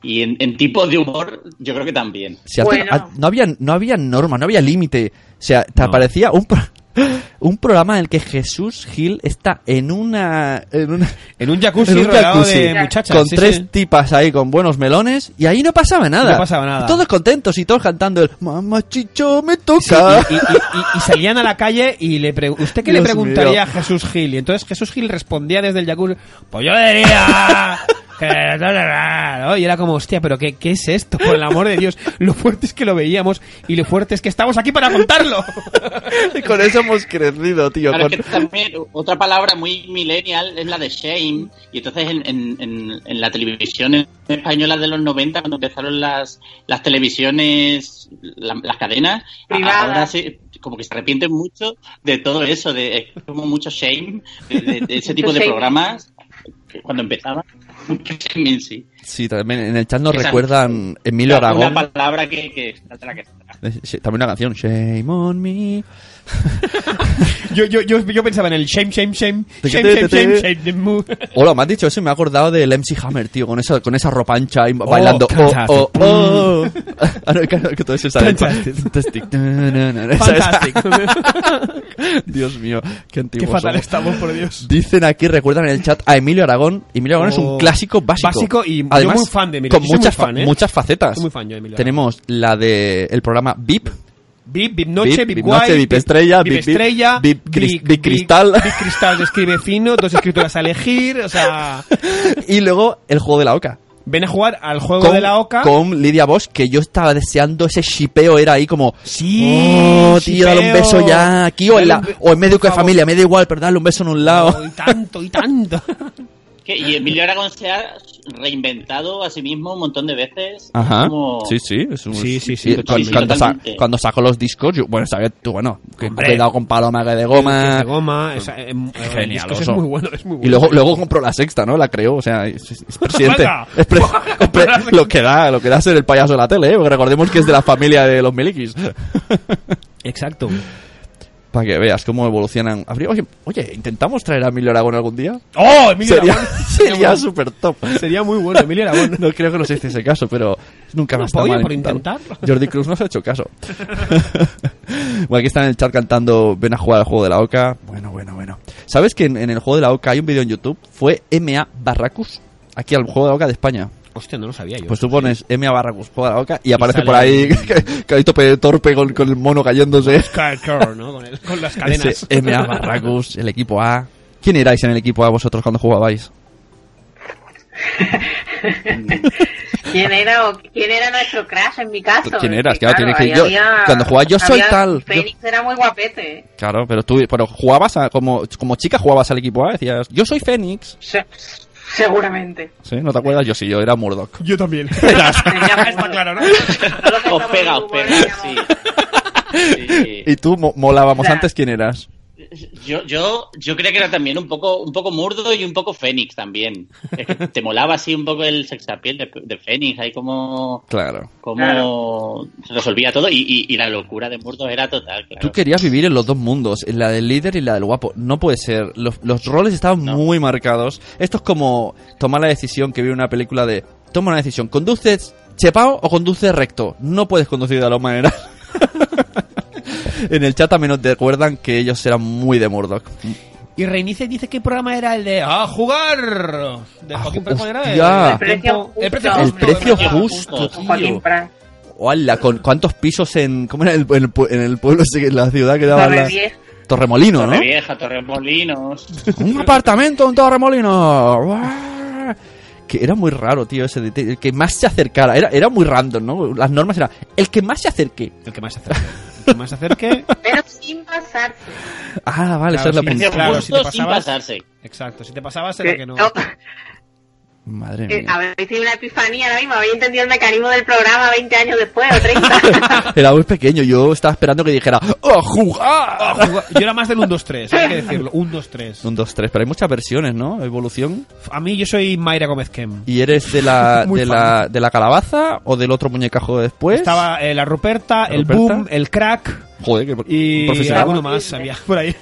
Speaker 4: Y en, en tipos de humor, yo creo que también.
Speaker 10: Si antes no- a- ah, no, había, no había norma, no había límite. O sea, te aparecía un, pro- (laughs) un programa en el que Jesús Gil está en una. En, una-
Speaker 2: En un jacuzzi rodeado de muchachas,
Speaker 10: Con
Speaker 2: sí,
Speaker 10: tres
Speaker 2: sí.
Speaker 10: tipas ahí con buenos melones y ahí no pasaba nada.
Speaker 2: No pasaba nada.
Speaker 10: Y todos contentos y todos cantando el Mamá Chicho me
Speaker 2: Sí,
Speaker 10: toca.
Speaker 2: y, y- y- y- y salían a la calle y le pre- ¿usted qué le
Speaker 10: Dios
Speaker 2: preguntaría
Speaker 10: mío.
Speaker 2: a Jesús Gil? Y entonces Jesús Gil respondía desde el jacuzzi, pues yo le diría... (laughs) que no, no, no, no". Y era como, hostia, pero qué, ¿qué es esto? Por el amor de Dios, lo fuerte es que lo veíamos y lo fuerte es que estamos aquí para contarlo.
Speaker 10: (laughs) y con eso hemos crecido, tío.
Speaker 4: Claro,
Speaker 10: con-
Speaker 4: es que también otra palabra muy millennial es la de shame. Y entonces en, en- en- en la televisión española de los 90, cuando empezaron las, las televisiones, la- las cadenas,
Speaker 8: Privadas.
Speaker 4: ahora sí, como que se arrepienten mucho de todo eso, de es como mucho shame, de, de- de ese tipo de
Speaker 8: Mucho shaming.
Speaker 4: programas, que cuando empezaba, mucho shaming, sí.
Speaker 10: Sí, también en el chat nos
Speaker 4: Esa-
Speaker 10: recuerdan Emilio
Speaker 4: Una-
Speaker 10: Aragón.
Speaker 4: Una palabra que, que, de la que-
Speaker 10: Eh, sí, También una canción. Shame on me.
Speaker 2: yo, yo, yo, yo pensaba en el shame, shame, shame,
Speaker 10: Te-
Speaker 2: shame,
Speaker 10: te-
Speaker 2: shame,
Speaker 10: te-
Speaker 2: shame,
Speaker 10: te-
Speaker 2: shame, mu.
Speaker 10: Hola, me has dicho eso y me he acordado del MC Hammer, tío, con esa, con esa ropa ancha y bailando. Oh,
Speaker 2: fantastic.
Speaker 10: oh, oh.
Speaker 2: Mm.
Speaker 10: (laughs) Ah, no, claro, que todo eso está dentro. (laughs) Fantastic. No, no, no, no, esa- esa. (laughs) Dios mío, qué antiguo.
Speaker 2: Qué fatal estamos, por Dios.
Speaker 10: Dicen aquí, recuerdan en el chat a Emilio Aragón. Emilio Aragón es
Speaker 2: Oh.
Speaker 10: un clásico básico.
Speaker 2: Básico y yo
Speaker 10: Además,
Speaker 2: muy fan de Emilio.
Speaker 10: Con
Speaker 2: Yo soy
Speaker 10: muchas,
Speaker 2: muy fan,
Speaker 10: fa-
Speaker 2: ¿eh?
Speaker 10: muchas facetas.
Speaker 2: Soy muy fan yo de Emilio
Speaker 10: Tenemos la de el programa VIP.
Speaker 2: Vip, Vip Noche,
Speaker 10: Vip,
Speaker 2: Vip
Speaker 10: Vip
Speaker 2: Guay,
Speaker 10: Noche, Vip Estrella,
Speaker 2: Vip
Speaker 10: Vip- Vip-
Speaker 2: Estrella,
Speaker 10: Vip Cris- Vip Cristal.
Speaker 2: Vip Cristal se escribe fino, dos escrituras a elegir, o sea...
Speaker 10: (laughs) Y luego el juego de la oca.
Speaker 2: Ven a jugar al juego de la oca.
Speaker 10: con Lidia Bosch, que yo estaba deseando ese shipeo, era ahí como, sí, tío, dale un
Speaker 2: shipeo.
Speaker 10: beso ya, aquí o en, la,
Speaker 2: Dale un be-
Speaker 10: o en médico
Speaker 2: por
Speaker 10: de
Speaker 2: favor.
Speaker 10: familia, me da igual, pero dale un beso en un lado.
Speaker 2: Y (laughs) tanto, y tanto.
Speaker 4: que- Y Emilio Aragón se ha reinventado a sí mismo un montón de veces.
Speaker 10: Ajá.
Speaker 4: Como-
Speaker 10: Sí, sí, es un-
Speaker 2: Sí, sí, sí,
Speaker 10: y cu-
Speaker 2: totalmente.
Speaker 10: cuando, sa-
Speaker 4: Totalmente.
Speaker 10: cuando saco los discos, yo, bueno, sabes tú, bueno, que
Speaker 2: Hombre.
Speaker 10: cuidado con Paloma que de goma.
Speaker 2: De goma, esa- eh, eh,
Speaker 10: Genial,
Speaker 2: discos es
Speaker 10: oso.
Speaker 2: muy bueno, es muy bueno.
Speaker 10: Y luego, luego compró la sexta, ¿no? La creó, o sea, es, es- es presidente.
Speaker 2: Venga.
Speaker 10: (laughs) Es pre- compre- lo que da, lo que da ser el payaso de la tele, ¿eh? Porque recordemos que es de la familia de los (laughs) milikis.
Speaker 2: Exacto.
Speaker 10: Para que veas cómo evolucionan. Habría- Oye, oye, intentamos traer a Emilio Aragón algún día.
Speaker 2: ¡Oh, Emilio
Speaker 10: sería
Speaker 2: Aragón!
Speaker 10: (laughs) sería súper top.
Speaker 2: Sería muy bueno, Emilio Aragón.
Speaker 10: (laughs) No creo que nos hiciese caso, pero nunca
Speaker 2: No
Speaker 10: más está
Speaker 2: podía
Speaker 10: mal
Speaker 2: por
Speaker 10: intentarlo.
Speaker 2: intentarlo. (laughs)
Speaker 10: Jordi Cruz nos ha hecho caso. (laughs) bueno, aquí está en el chat cantando Ven a jugar al juego de la Oca. Bueno, bueno, bueno. ¿Sabes que en, en el juego de la Oca hay un vídeo en YouTube? Fue MA Barracus. Aquí al juego de la Oca de España.
Speaker 2: Hostia, no lo sabía yo.
Speaker 10: Pues tú pones MA Barracus, juego de la Oca, y aparece
Speaker 2: sale
Speaker 10: por (laughs) ahí
Speaker 2: ahí.
Speaker 10: Caíto Torpe con, con el mono cayéndose.
Speaker 2: Carcor, ¿no? Con, el- con las cadenas.
Speaker 10: Ese MA Barracus, el equipo A. ¿Quién erais en el equipo A vosotros cuando jugabais?
Speaker 8: ¿Quién era, o quién era nuestro crash en mi caso?
Speaker 10: Pues, ¿Quién
Speaker 8: Es
Speaker 10: eras?
Speaker 8: que,
Speaker 10: Claro, tienes que-
Speaker 8: ahí
Speaker 10: yo- cuando jugaba, yo soy
Speaker 8: había-
Speaker 10: tal, yo-
Speaker 8: Fénix era muy guapete.
Speaker 2: (laughs)
Speaker 8: eh.
Speaker 10: Claro, pero tú pero jugabas a- como, como chica jugabas al equipo A, decías, yo soy Fénix.
Speaker 8: Se- Seguramente.
Speaker 10: ¿Sí? ¿No te acuerdas? Yo sí, yo era Murdoch.
Speaker 2: Yo también. (laughs)
Speaker 10: Está
Speaker 2: claro, ¿no?
Speaker 4: Os pega, os pega, sí.
Speaker 10: Y tú mo- molábamos
Speaker 4: Ya.
Speaker 10: antes, ¿quién eras?
Speaker 4: Yo, yo, yo creía que era también un poco, un poco murdo y un poco Fénix también. Es que te molaba así un poco el sexapil de, de Fénix, ahí como,
Speaker 10: Claro.
Speaker 4: como resolvía todo y, y- y la locura de Murdo era total, claro.
Speaker 10: Tú querías vivir en los dos mundos, en la del líder y la del guapo. No puede ser. Los, los roles estaban muy marcados. Esto es como tomar la decisión que vi en una película de... Toma una decisión. ¿Conduces chepao o conduces recto? No puedes conducir de la manera. (laughs) en el chat también nos recuerdan que ellos eran muy de Murdoch.
Speaker 2: Y Reinice dice que el programa era el de ¡A jugar! De Joaquín Prat, ¿cuál era?
Speaker 10: hostia.
Speaker 2: El tiempo- Ah, el precio
Speaker 10: Ah. El
Speaker 2: justo.
Speaker 10: precio
Speaker 2: ¿verdad?
Speaker 10: justo,
Speaker 2: Con
Speaker 10: tío.
Speaker 2: Joaquín Prat.
Speaker 10: Hola, con cuántos pisos en... ¿Cómo era el, en el pue- en el pueblo, ese que- en la ciudad que daba la...
Speaker 4: Torrevieja.
Speaker 10: Torremolino, ¿no?
Speaker 4: Torrevieja, Torremolinos.
Speaker 10: un apartamento, un torremolino. Buah. Que era muy raro, tío, ese de- de- el que más se acercara. Era, era muy random, ¿no? Las normas eran el que más se acerque.
Speaker 2: El que más se acerque. El que más se acerque.
Speaker 8: (laughs) Pero sin pasarse.
Speaker 10: Ah, vale, esa es la
Speaker 2: si-
Speaker 10: primera.
Speaker 2: claro, si te
Speaker 8: Justo sin
Speaker 2: pasabas.
Speaker 8: pasarse.
Speaker 2: Exacto, si te pasabas era
Speaker 8: Que-
Speaker 2: que no.
Speaker 8: no.
Speaker 10: Madre
Speaker 8: Eh,
Speaker 10: mía.
Speaker 8: habéis tenido una epifanía ahora mismo, habéis entendido el mecanismo del programa 20 años después o 30.
Speaker 10: (laughs)
Speaker 8: (laughs)
Speaker 10: Era muy pequeño, yo estaba esperando que dijera ¡Oh, jugar!
Speaker 2: A jugar. Yo era más del 1-2-3, hay que decirlo. 1-2-3.
Speaker 10: Un, dos, tres, pero hay muchas versiones, ¿no? Evolución.
Speaker 2: A mí yo soy Mayra Gómez Kem.
Speaker 10: ¿Y eres de la,
Speaker 2: (laughs) Muy
Speaker 10: de
Speaker 2: fan.
Speaker 10: la, de la calabaza o del otro muñecajo de después?
Speaker 2: Estaba eh, la Ruperta, el
Speaker 10: Ruperta.
Speaker 2: Boom, el Crack
Speaker 10: Joder, qué pro-
Speaker 2: y
Speaker 10: profesional.
Speaker 2: alguno más había por ahí.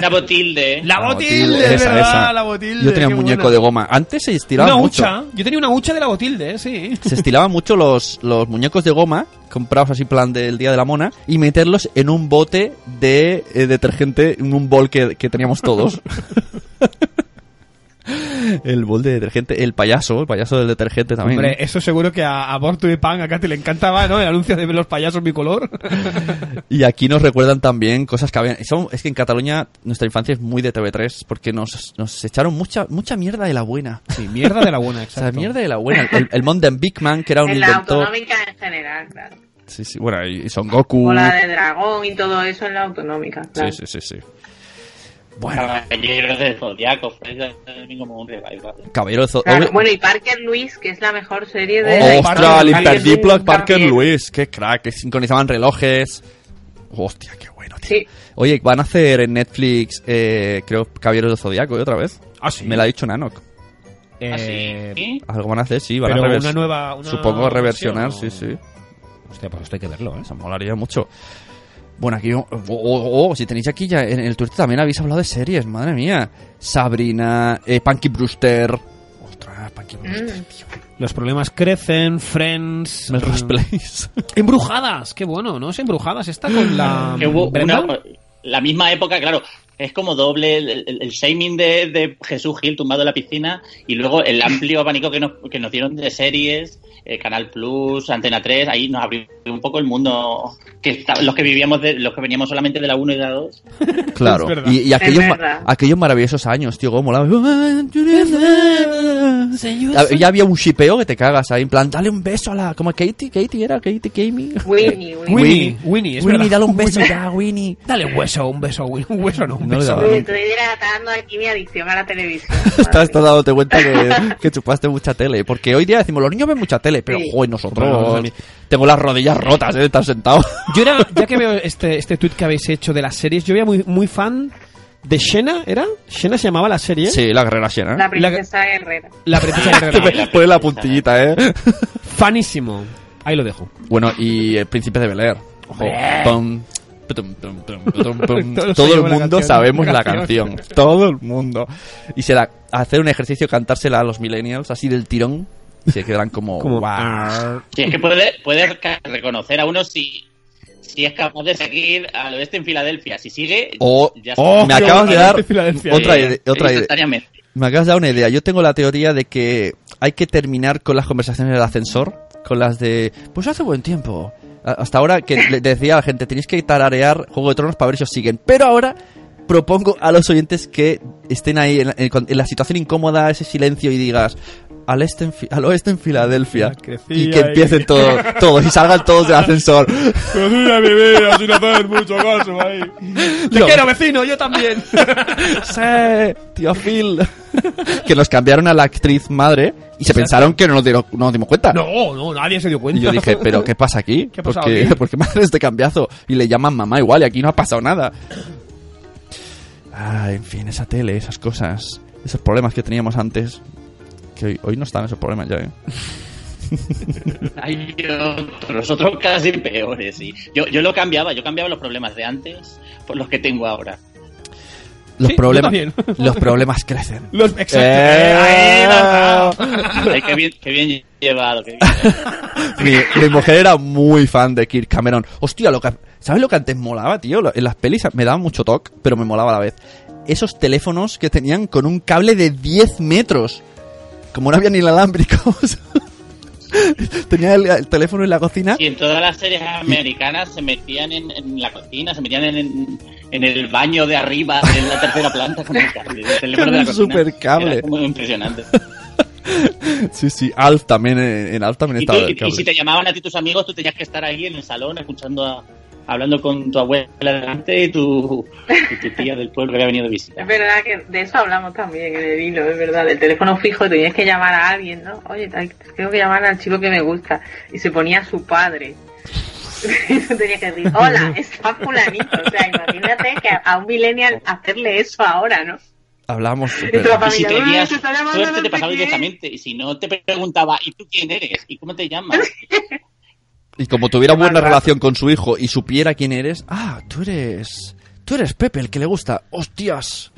Speaker 4: La Botilde.
Speaker 2: La Botilde, es verdad, la Botilde.
Speaker 10: Yo tenía un
Speaker 2: qué
Speaker 10: muñeco
Speaker 2: buena.
Speaker 10: de goma. Antes se estiraba
Speaker 2: Una
Speaker 10: mucho.
Speaker 2: hucha. Yo tenía una hucha de la Botilde, eh, sí.
Speaker 10: se estilaban mucho los, los muñecos de goma, comprados así en plan del Día de la Mona, y meterlos en un bote de eh, detergente, en un bol que, que
Speaker 2: (laughs)
Speaker 10: teníamos todos. el bol de detergente, el payaso, el payaso del detergente también.
Speaker 2: Hombre, eso seguro que a, a Bortu y Pan, a Katy le encantaba, ¿no? El anuncio de los payasos bicolor.
Speaker 10: Y aquí nos recuerdan también cosas que habían... son- es que en Cataluña nuestra infancia es muy de TV3, porque nos, nos echaron mucha mucha mierda de la buena.
Speaker 2: Sí, mierda de la buena,
Speaker 10: exacto. (laughs) O sea, mierda de la buena. El, el Mountain Big Man, que era un
Speaker 8: en la
Speaker 10: inventor...
Speaker 8: autonómica en general, claro.
Speaker 10: Sí, sí, bueno, y Son Goku...
Speaker 8: O la de dragón y todo eso en la autonómica. Claro.
Speaker 10: Sí, sí, sí, sí.
Speaker 4: (laughs) Caballeros del Zodiaco, fue también como un revival.
Speaker 10: Caballero de Zo-
Speaker 8: Claro,
Speaker 10: Obvio-
Speaker 8: Bueno, y Parker Luis, que es la mejor serie de... la historia.
Speaker 10: ¡Ostras! El imperdible
Speaker 8: Lewis
Speaker 10: Parker
Speaker 8: también.
Speaker 10: Lewis. ¡Qué crack! Que sincronizaban relojes. ¡Hostia! Qué...
Speaker 8: Sí.
Speaker 10: Oye, van a hacer en Netflix, eh, creo, Caballeros del Zodiaco ¿eh? otra vez.
Speaker 2: Ah, sí.
Speaker 10: Me lo ha dicho Nanok.
Speaker 4: Ah,
Speaker 2: Eh,
Speaker 10: Algo van a hacer, sí. Van a
Speaker 2: Pero
Speaker 10: revers-
Speaker 2: una nueva- una
Speaker 10: Supongo reversionar, sí,
Speaker 2: versión,
Speaker 10: sí.
Speaker 2: Hostia, pues esto hay que verlo, ¿eh?
Speaker 10: Eso molaría mucho. Bueno, aquí. Oh, oh, oh, si tenéis aquí ya en el Twitter también habéis hablado de series, madre mía. Sabrina, eh, Punky Brewster.
Speaker 4: Mm.
Speaker 2: Los problemas crecen, Friends...
Speaker 10: Melrose
Speaker 2: mm, (laughs)
Speaker 10: Place.
Speaker 2: Embrujadas, qué bueno, ¿no? Es Embrujadas esta con la...
Speaker 4: Que hubo
Speaker 2: Brenda.
Speaker 4: una- la misma época, claro, es como doble el, el- el shaming de, de Jesús Gil tumbado en la piscina y luego el amplio abanico que nos, que nos dieron de series, eh, Canal Plus, Antena 3, ahí nos abrió un poco el mundo que está- los que vivíamos, de, los que veníamos solamente de la 1 y de la 2.
Speaker 10: Claro.
Speaker 4: Es verdad.
Speaker 10: Y, y aquellos,
Speaker 4: Es
Speaker 10: ma-
Speaker 4: verdad.
Speaker 10: aquellos maravillosos años, tío, cómo molaba. Ya- Ah, Ya había un shipeo que te cagas ahí, en plan, dale un beso a la. Como a Katie, Katie era, Katie, Kami.
Speaker 8: Winnie,
Speaker 2: Winnie, Winnie, es
Speaker 10: Winnie,
Speaker 2: verdad.
Speaker 10: dale un
Speaker 2: (laughs)
Speaker 10: beso
Speaker 2: Winnie.
Speaker 10: ya, Winnie.
Speaker 2: Dale un hueso, un beso, Winnie. Un hueso no, un
Speaker 10: No le
Speaker 2: beso.
Speaker 10: daba.
Speaker 8: Uy, Estoy hidratando aquí mi adicción a la televisión.
Speaker 10: Estás, estás dándote cuenta que, que chupaste mucha tele. Porque hoy día decimos, los niños ven mucha tele, pero
Speaker 2: Sí.
Speaker 10: joder, nosotros.
Speaker 2: Bueno, nosotros también.
Speaker 10: tengo las rodillas rotas, eh, de estar sentado.
Speaker 2: Yo era, ya que veo este, este tweet que habéis hecho de las series, yo era muy, muy fan de Shena, ¿era? ¿Shena se llamaba la serie?
Speaker 10: Sí, la guerrera Xena.
Speaker 8: La princesa Herrera.
Speaker 2: La princesa
Speaker 8: (laughs)
Speaker 2: guerrera.
Speaker 10: Pone la puntillita, eh.
Speaker 2: Fanísimo. Ahí lo dejo.
Speaker 10: Bueno, y el príncipe de Bel Air. Ojo.
Speaker 2: Hombre.
Speaker 10: Pum, putum, pum, pum, putum, pum.
Speaker 2: Todos
Speaker 10: Todo el
Speaker 2: sabemos la
Speaker 10: mundo
Speaker 2: canción.
Speaker 10: sabemos la
Speaker 2: Canción.
Speaker 10: canción. Todo el mundo. Y se la hacer un ejercicio cantársela a los millennials así del tirón. Se quedarán como,
Speaker 2: Como,
Speaker 10: "Guau".
Speaker 4: Sí, es que puedes puede ca- reconocer a uno si, si es capaz de seguir al oeste en Filadelfia. Si sigue,
Speaker 10: O-
Speaker 4: ya
Speaker 10: oh, me
Speaker 4: está.
Speaker 10: acabas de dar
Speaker 4: Filadelfia.
Speaker 10: otra,
Speaker 4: Eh,
Speaker 10: ide- otra idea.
Speaker 4: instantáneamente.
Speaker 10: Me acabas de dar una idea. Yo tengo la teoría de que hay que terminar con las conversaciones del ascensor, con las de, pues hace buen tiempo. A- Hasta ahora que le decía a la gente, tenéis que tararear Juego de Tronos para ver si os siguen. Pero ahora propongo a los oyentes que estén ahí en la, en- con- en la situación incómoda, ese silencio y digas, al, este en Fi- al oeste en Filadelfia. Y que
Speaker 12: ahí.
Speaker 10: empiecen todo- todos y salgan todos del ascensor.
Speaker 12: Cocina mi vida sin hacer mucho caso ahí.
Speaker 10: Te Yo- quiero,
Speaker 2: vecino, yo también.
Speaker 10: (laughs) sí, tío Phil. que nos cambiaron a la actriz madre y se pensaron que no nos, dieron- no nos dimos cuenta.
Speaker 2: No, no, nadie se dio cuenta.
Speaker 10: Y yo dije, ¿pero qué pasa aquí?
Speaker 2: ¿Qué ha
Speaker 10: ¿Por
Speaker 2: pasado
Speaker 10: qué,
Speaker 2: aquí?
Speaker 10: por qué me hacen este cambiazo? Y le llaman mamá igual y aquí no ha pasado nada. Ah, en fin, esa tele, esas cosas, esos problemas que teníamos antes, que hoy, hoy no están esos problemas ya, ¿eh?
Speaker 4: Hay otros, otros casi peores, sí. Yo, yo lo cambiaba, yo cambiaba los problemas de antes por los que tengo (laughs) ahora.
Speaker 10: Los,
Speaker 4: Sí, yo
Speaker 10: problemas,
Speaker 4: también.
Speaker 10: los problemas crecen. Eh,
Speaker 4: Los- exacto.
Speaker 2: Eh.
Speaker 4: Ahí lo has dado. Ay, qué bien, qué bien llevado. qué bien.
Speaker 10: mi, mi mujer era muy fan de Kirk Cameron. Hostia, lo que- ¿sabes lo que antes molaba, tío? Lo- En las pelis me daba mucho toque, pero me molaba a la vez. Esos teléfonos que tenían con un cable de 10 metros. Como no había ni inalámbricos. (laughs) Tenía el, el teléfono en la cocina.
Speaker 4: Y en todas las series americanas se metían en, en la cocina, se metían en, en- en el baño de arriba, en la tercera planta, con el cable, el teléfono
Speaker 10: Con
Speaker 4: de la
Speaker 10: un
Speaker 4: cocina.
Speaker 10: supercable.
Speaker 4: Era muy
Speaker 10: (laughs)
Speaker 4: impresionante.
Speaker 10: Sí, sí, Alf también, eh, en Alf también
Speaker 4: Y,
Speaker 10: estaba
Speaker 4: tú-
Speaker 10: el
Speaker 4: y- y si
Speaker 10: cable.
Speaker 4: te llamaban a ti tus amigos, tú tenías que estar ahí en el salón escuchando a- hablando con tu abuela delante y tu, y tu tía del pueblo que había venido de visita.
Speaker 8: (laughs) Es verdad que de eso hablamos también en el hilo, es verdad, del teléfono fijo, tenías que llamar a alguien, ¿no? Oye, hay- tengo que llamar al chico que me gusta. Y se ponía a su padre. (laughs) Y tú tenías que decir, hola, está fulanito. O sea, imagínate que a un millennial hacerle eso ahora, ¿no?
Speaker 10: Hablamos.
Speaker 4: Y si tenías
Speaker 8: "Uy, te está llamando
Speaker 4: suerte
Speaker 8: no
Speaker 4: te
Speaker 8: sé
Speaker 4: pasaba
Speaker 8: quién".
Speaker 4: directamente y si no te preguntaba ¿y tú quién eres? ¿y cómo te llamas?
Speaker 10: Y como tuviera buena relación con su hijo y supiera quién eres. Ah, tú eres. Tú eres Pepe, el que le gusta. ¡Hostias!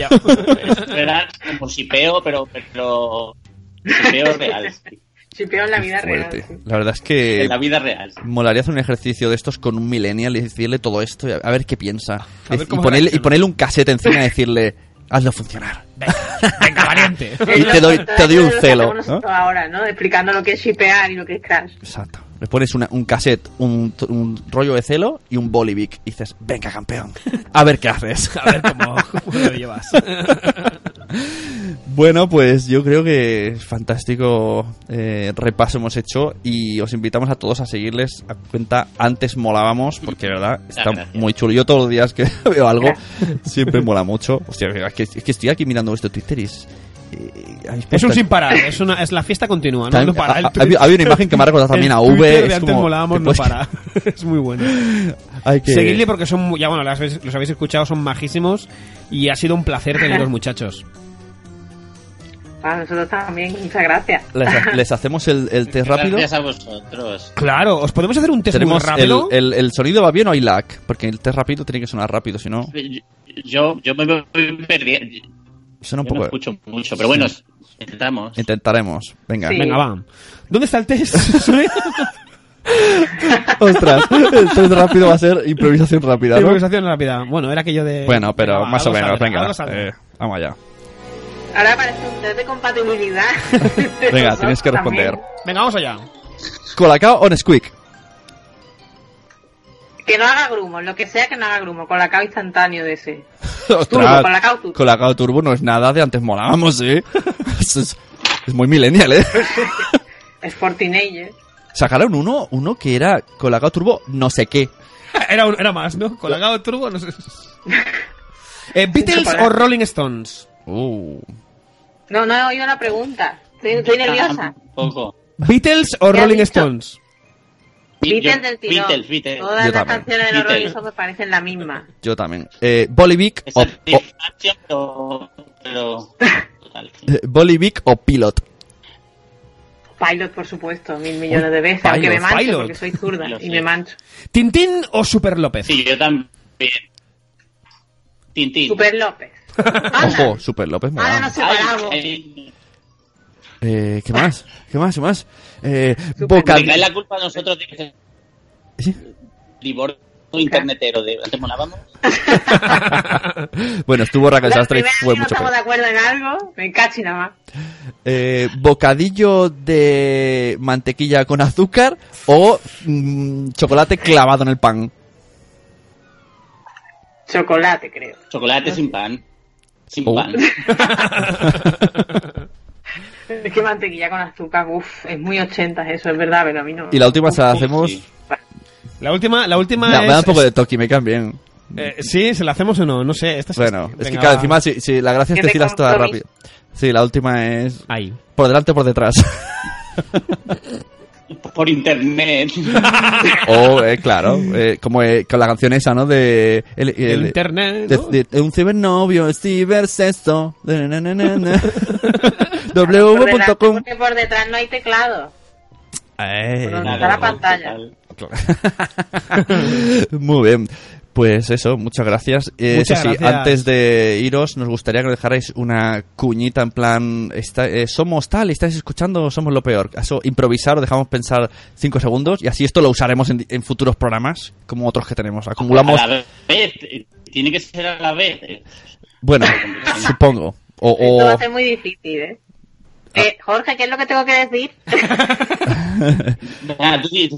Speaker 4: Era como sipeo pero pero sipeo real sí.
Speaker 10: Eh,
Speaker 8: Chipeo en la vida real.
Speaker 10: Fuerte. La verdad es que.
Speaker 4: en la vida real
Speaker 10: Molaría hacer un ejercicio de estos con un millennial y decirle todo esto y a a ver qué piensa.
Speaker 4: ver
Speaker 10: Y- y,
Speaker 4: cómo
Speaker 10: ponerle, y
Speaker 4: reacciona.
Speaker 10: ponerle un casete encima y decirle, hazlo funcionar.
Speaker 2: Venga, valiente.
Speaker 10: Y te doy, te doy un
Speaker 8: Lo que
Speaker 10: celo.
Speaker 8: hacemos
Speaker 10: ¿no?
Speaker 8: nosotros Ahora, ¿no? Explicando lo que es shipear y lo que es crash.
Speaker 10: Exacto. Le pones una- un cassette, un, t- un rollo de celo y un bolivic. Y dices, venga, campeón. A ver qué haces.
Speaker 2: (laughs) A ver
Speaker 10: (laughs)
Speaker 2: cómo, cómo lo llevas.
Speaker 10: Bueno, pues yo creo que fantástico eh, repaso hemos hecho y os invitamos a todos a seguirles a cuenta antes molábamos porque de verdad está
Speaker 4: Gracias.
Speaker 10: muy chulo. Yo todos los días que (laughs) veo algo siempre mola mucho. Hostia, es que, es que estoy aquí mirando vuestro Twitter y es, eh, habéis
Speaker 2: Es
Speaker 10: puesto-
Speaker 2: un sin parar, es, una, es la fiesta continua, Ah, ¿no? No
Speaker 10: También-
Speaker 2: para.
Speaker 10: ha-
Speaker 2: el
Speaker 10: ha-
Speaker 2: Twitter-
Speaker 10: había una imagen que me ha recordado
Speaker 2: (laughs)
Speaker 10: también
Speaker 2: el
Speaker 10: a V,
Speaker 2: Twitter de
Speaker 10: es
Speaker 2: antes
Speaker 10: como,
Speaker 2: molábamos,
Speaker 10: te
Speaker 2: no
Speaker 10: puedes-
Speaker 2: para. (laughs) es muy bueno.
Speaker 10: (laughs) Hay que-
Speaker 2: Seguidle porque son, muy- ya bueno, las habéis- los habéis escuchado, son majísimos y ha sido un placer
Speaker 4: (laughs)
Speaker 2: teneros muchachos.
Speaker 8: A Ah, nosotros también, muchas gracias.
Speaker 10: Les, les hacemos el, el test rápido.
Speaker 4: gracias a vosotros
Speaker 2: Claro, os podemos hacer un test muy
Speaker 10: Tenemos el,
Speaker 2: rápido.
Speaker 10: el- el sonido va bien o hay lag, porque el test rápido tiene que sonar rápido, si no
Speaker 4: yo yo me voy perdiendo
Speaker 10: suena
Speaker 4: Yo no
Speaker 10: un poco.
Speaker 4: escucho mucho, pero bueno,
Speaker 10: Sí.
Speaker 4: intentamos.
Speaker 10: Intentaremos. Venga,
Speaker 4: Sí. Venga, va.
Speaker 2: Ah, ¿Dónde está el test?
Speaker 10: (laughs) Ostras, el test rápido va a ser improvisación rápida, ¿no?
Speaker 2: Improvisación rápida. Bueno, era aquello de.
Speaker 10: Bueno, pero
Speaker 2: Venga, va,
Speaker 10: más o
Speaker 2: algo
Speaker 10: menos,
Speaker 2: saldrá,
Speaker 10: venga.
Speaker 2: algo saldrá.
Speaker 10: eh, vamos allá.
Speaker 8: Ahora parece un test de compatibilidad.
Speaker 10: (laughs) Venga, tienes que responder.
Speaker 2: Venga, vamos allá.
Speaker 10: ¿Colacao o Nesquik?
Speaker 8: Que no haga grumo, lo que sea que no haga grumo, con la cao instantáneo de ese.
Speaker 10: Ostras,
Speaker 8: Colacao turbo.
Speaker 10: Colacao turbo no es nada de antes molábamos, ¿eh? (laughs) Eso es, es muy millennial, ¿eh?
Speaker 8: Es Fortinager.
Speaker 10: Sacaron uno, uno que era Colacao turbo no sé qué.
Speaker 2: Era, un- era más, ¿no? Colacao turbo, no sé. (laughs) Eh, ¿Beatles o Rolling Stones?
Speaker 10: Uh.
Speaker 8: No, no he oído la pregunta. Estoy, estoy nerviosa.
Speaker 4: Poco.
Speaker 2: ¿Beatles o
Speaker 8: ¿Qué has
Speaker 2: Rolling
Speaker 8: dicho?
Speaker 2: Stones?
Speaker 8: Beatles del tirón.
Speaker 4: Beatles, Beatles.
Speaker 8: Todas las
Speaker 10: Yo también.
Speaker 8: canciones de los
Speaker 4: Beatles.
Speaker 8: Rolling Stones me parecen la misma.
Speaker 10: Yo también. Eh, Bolivic o, o-
Speaker 4: Acción, Pero,
Speaker 10: (laughs)
Speaker 4: pero
Speaker 10: eh, Bolivic o Pilot.
Speaker 4: (laughs)
Speaker 8: Pilot, por supuesto, mil millones de veces, aunque
Speaker 2: Pilot,
Speaker 8: me mancho
Speaker 2: Pilot.
Speaker 8: porque soy zurda
Speaker 4: Pilot,
Speaker 8: y
Speaker 4: sí.
Speaker 8: me mancho.
Speaker 2: ¿Tintín o Super López?
Speaker 4: sí, yo también. Tintín.
Speaker 8: Super López.
Speaker 10: Ojo, Super López
Speaker 4: Ah,
Speaker 8: Ahora
Speaker 10: molaba.
Speaker 8: nos separamos.
Speaker 10: Eh, ¿Qué más? ¿Qué más? ¿Qué más? Eh,
Speaker 4: Boca.
Speaker 10: Boca-
Speaker 4: Me cae la culpa a nosotros de que divorcio internetero de antes molábamos.
Speaker 10: bueno, estuvo Raquel
Speaker 8: La
Speaker 10: Sastre y
Speaker 8: primera
Speaker 10: fue
Speaker 8: vez no
Speaker 10: mucho
Speaker 8: estamos
Speaker 10: peor.
Speaker 8: de acuerdo en algo, me cacho y nada más.
Speaker 10: Eh, bocadillo de mantequilla con azúcar o mm, chocolate clavado en el pan.
Speaker 8: Chocolate, creo.
Speaker 4: Chocolate sin pan. Sin
Speaker 10: Oh.
Speaker 4: pan.
Speaker 8: Es que mantequilla con azúcar, uff, es muy 80 eso, es verdad, pero a mí no.
Speaker 10: Y la última se la hacemos.
Speaker 2: La última, la última
Speaker 10: No,
Speaker 2: es...
Speaker 10: me da un poco de toque, me cambian.
Speaker 2: Eh, sí, se la hacemos o no, no sé. Esta
Speaker 10: Bueno,
Speaker 2: sí-
Speaker 10: es que
Speaker 2: venga, va.
Speaker 10: claro, encima si, si la gracia es
Speaker 2: Que te
Speaker 10: decirlas todas
Speaker 2: compromis-
Speaker 10: rápido. Sí, la última es.
Speaker 2: Ahí.
Speaker 10: Por delante o por detrás. (laughs)
Speaker 4: Por
Speaker 8: (laughs)
Speaker 4: internet.
Speaker 10: o, eh, claro, eh, como eh, con la canción esa, ¿no? De. el- el-
Speaker 2: internet,
Speaker 10: de-
Speaker 2: ¿no?
Speaker 10: de- de un cibernovio, cibersexto. de na, na, na, (laughs) na. www.com.
Speaker 8: Porque por detrás no hay teclado.
Speaker 10: Eh,
Speaker 8: Pero no está la pantalla.
Speaker 10: (laughs) Muy bien. Pues eso, muchas gracias. Eh,
Speaker 2: Muchas
Speaker 10: eso sí,
Speaker 2: gracias.
Speaker 10: antes de iros, nos gustaría que nos dejarais una cuñita en plan, está- eh, somos tal, estáis escuchando, somos lo peor. Eso, improvisar, o dejamos pensar cinco segundos y así esto lo usaremos en, en futuros programas, como otros que tenemos. Acumulamos,
Speaker 4: A la vez. eh, Tiene que ser a la vez. eh.
Speaker 10: bueno, supongo. O, o-
Speaker 8: Esto va a ser muy difícil, ¿eh? Eh, Jorge, ¿qué es lo que tengo que decir?
Speaker 4: Ah, tú di-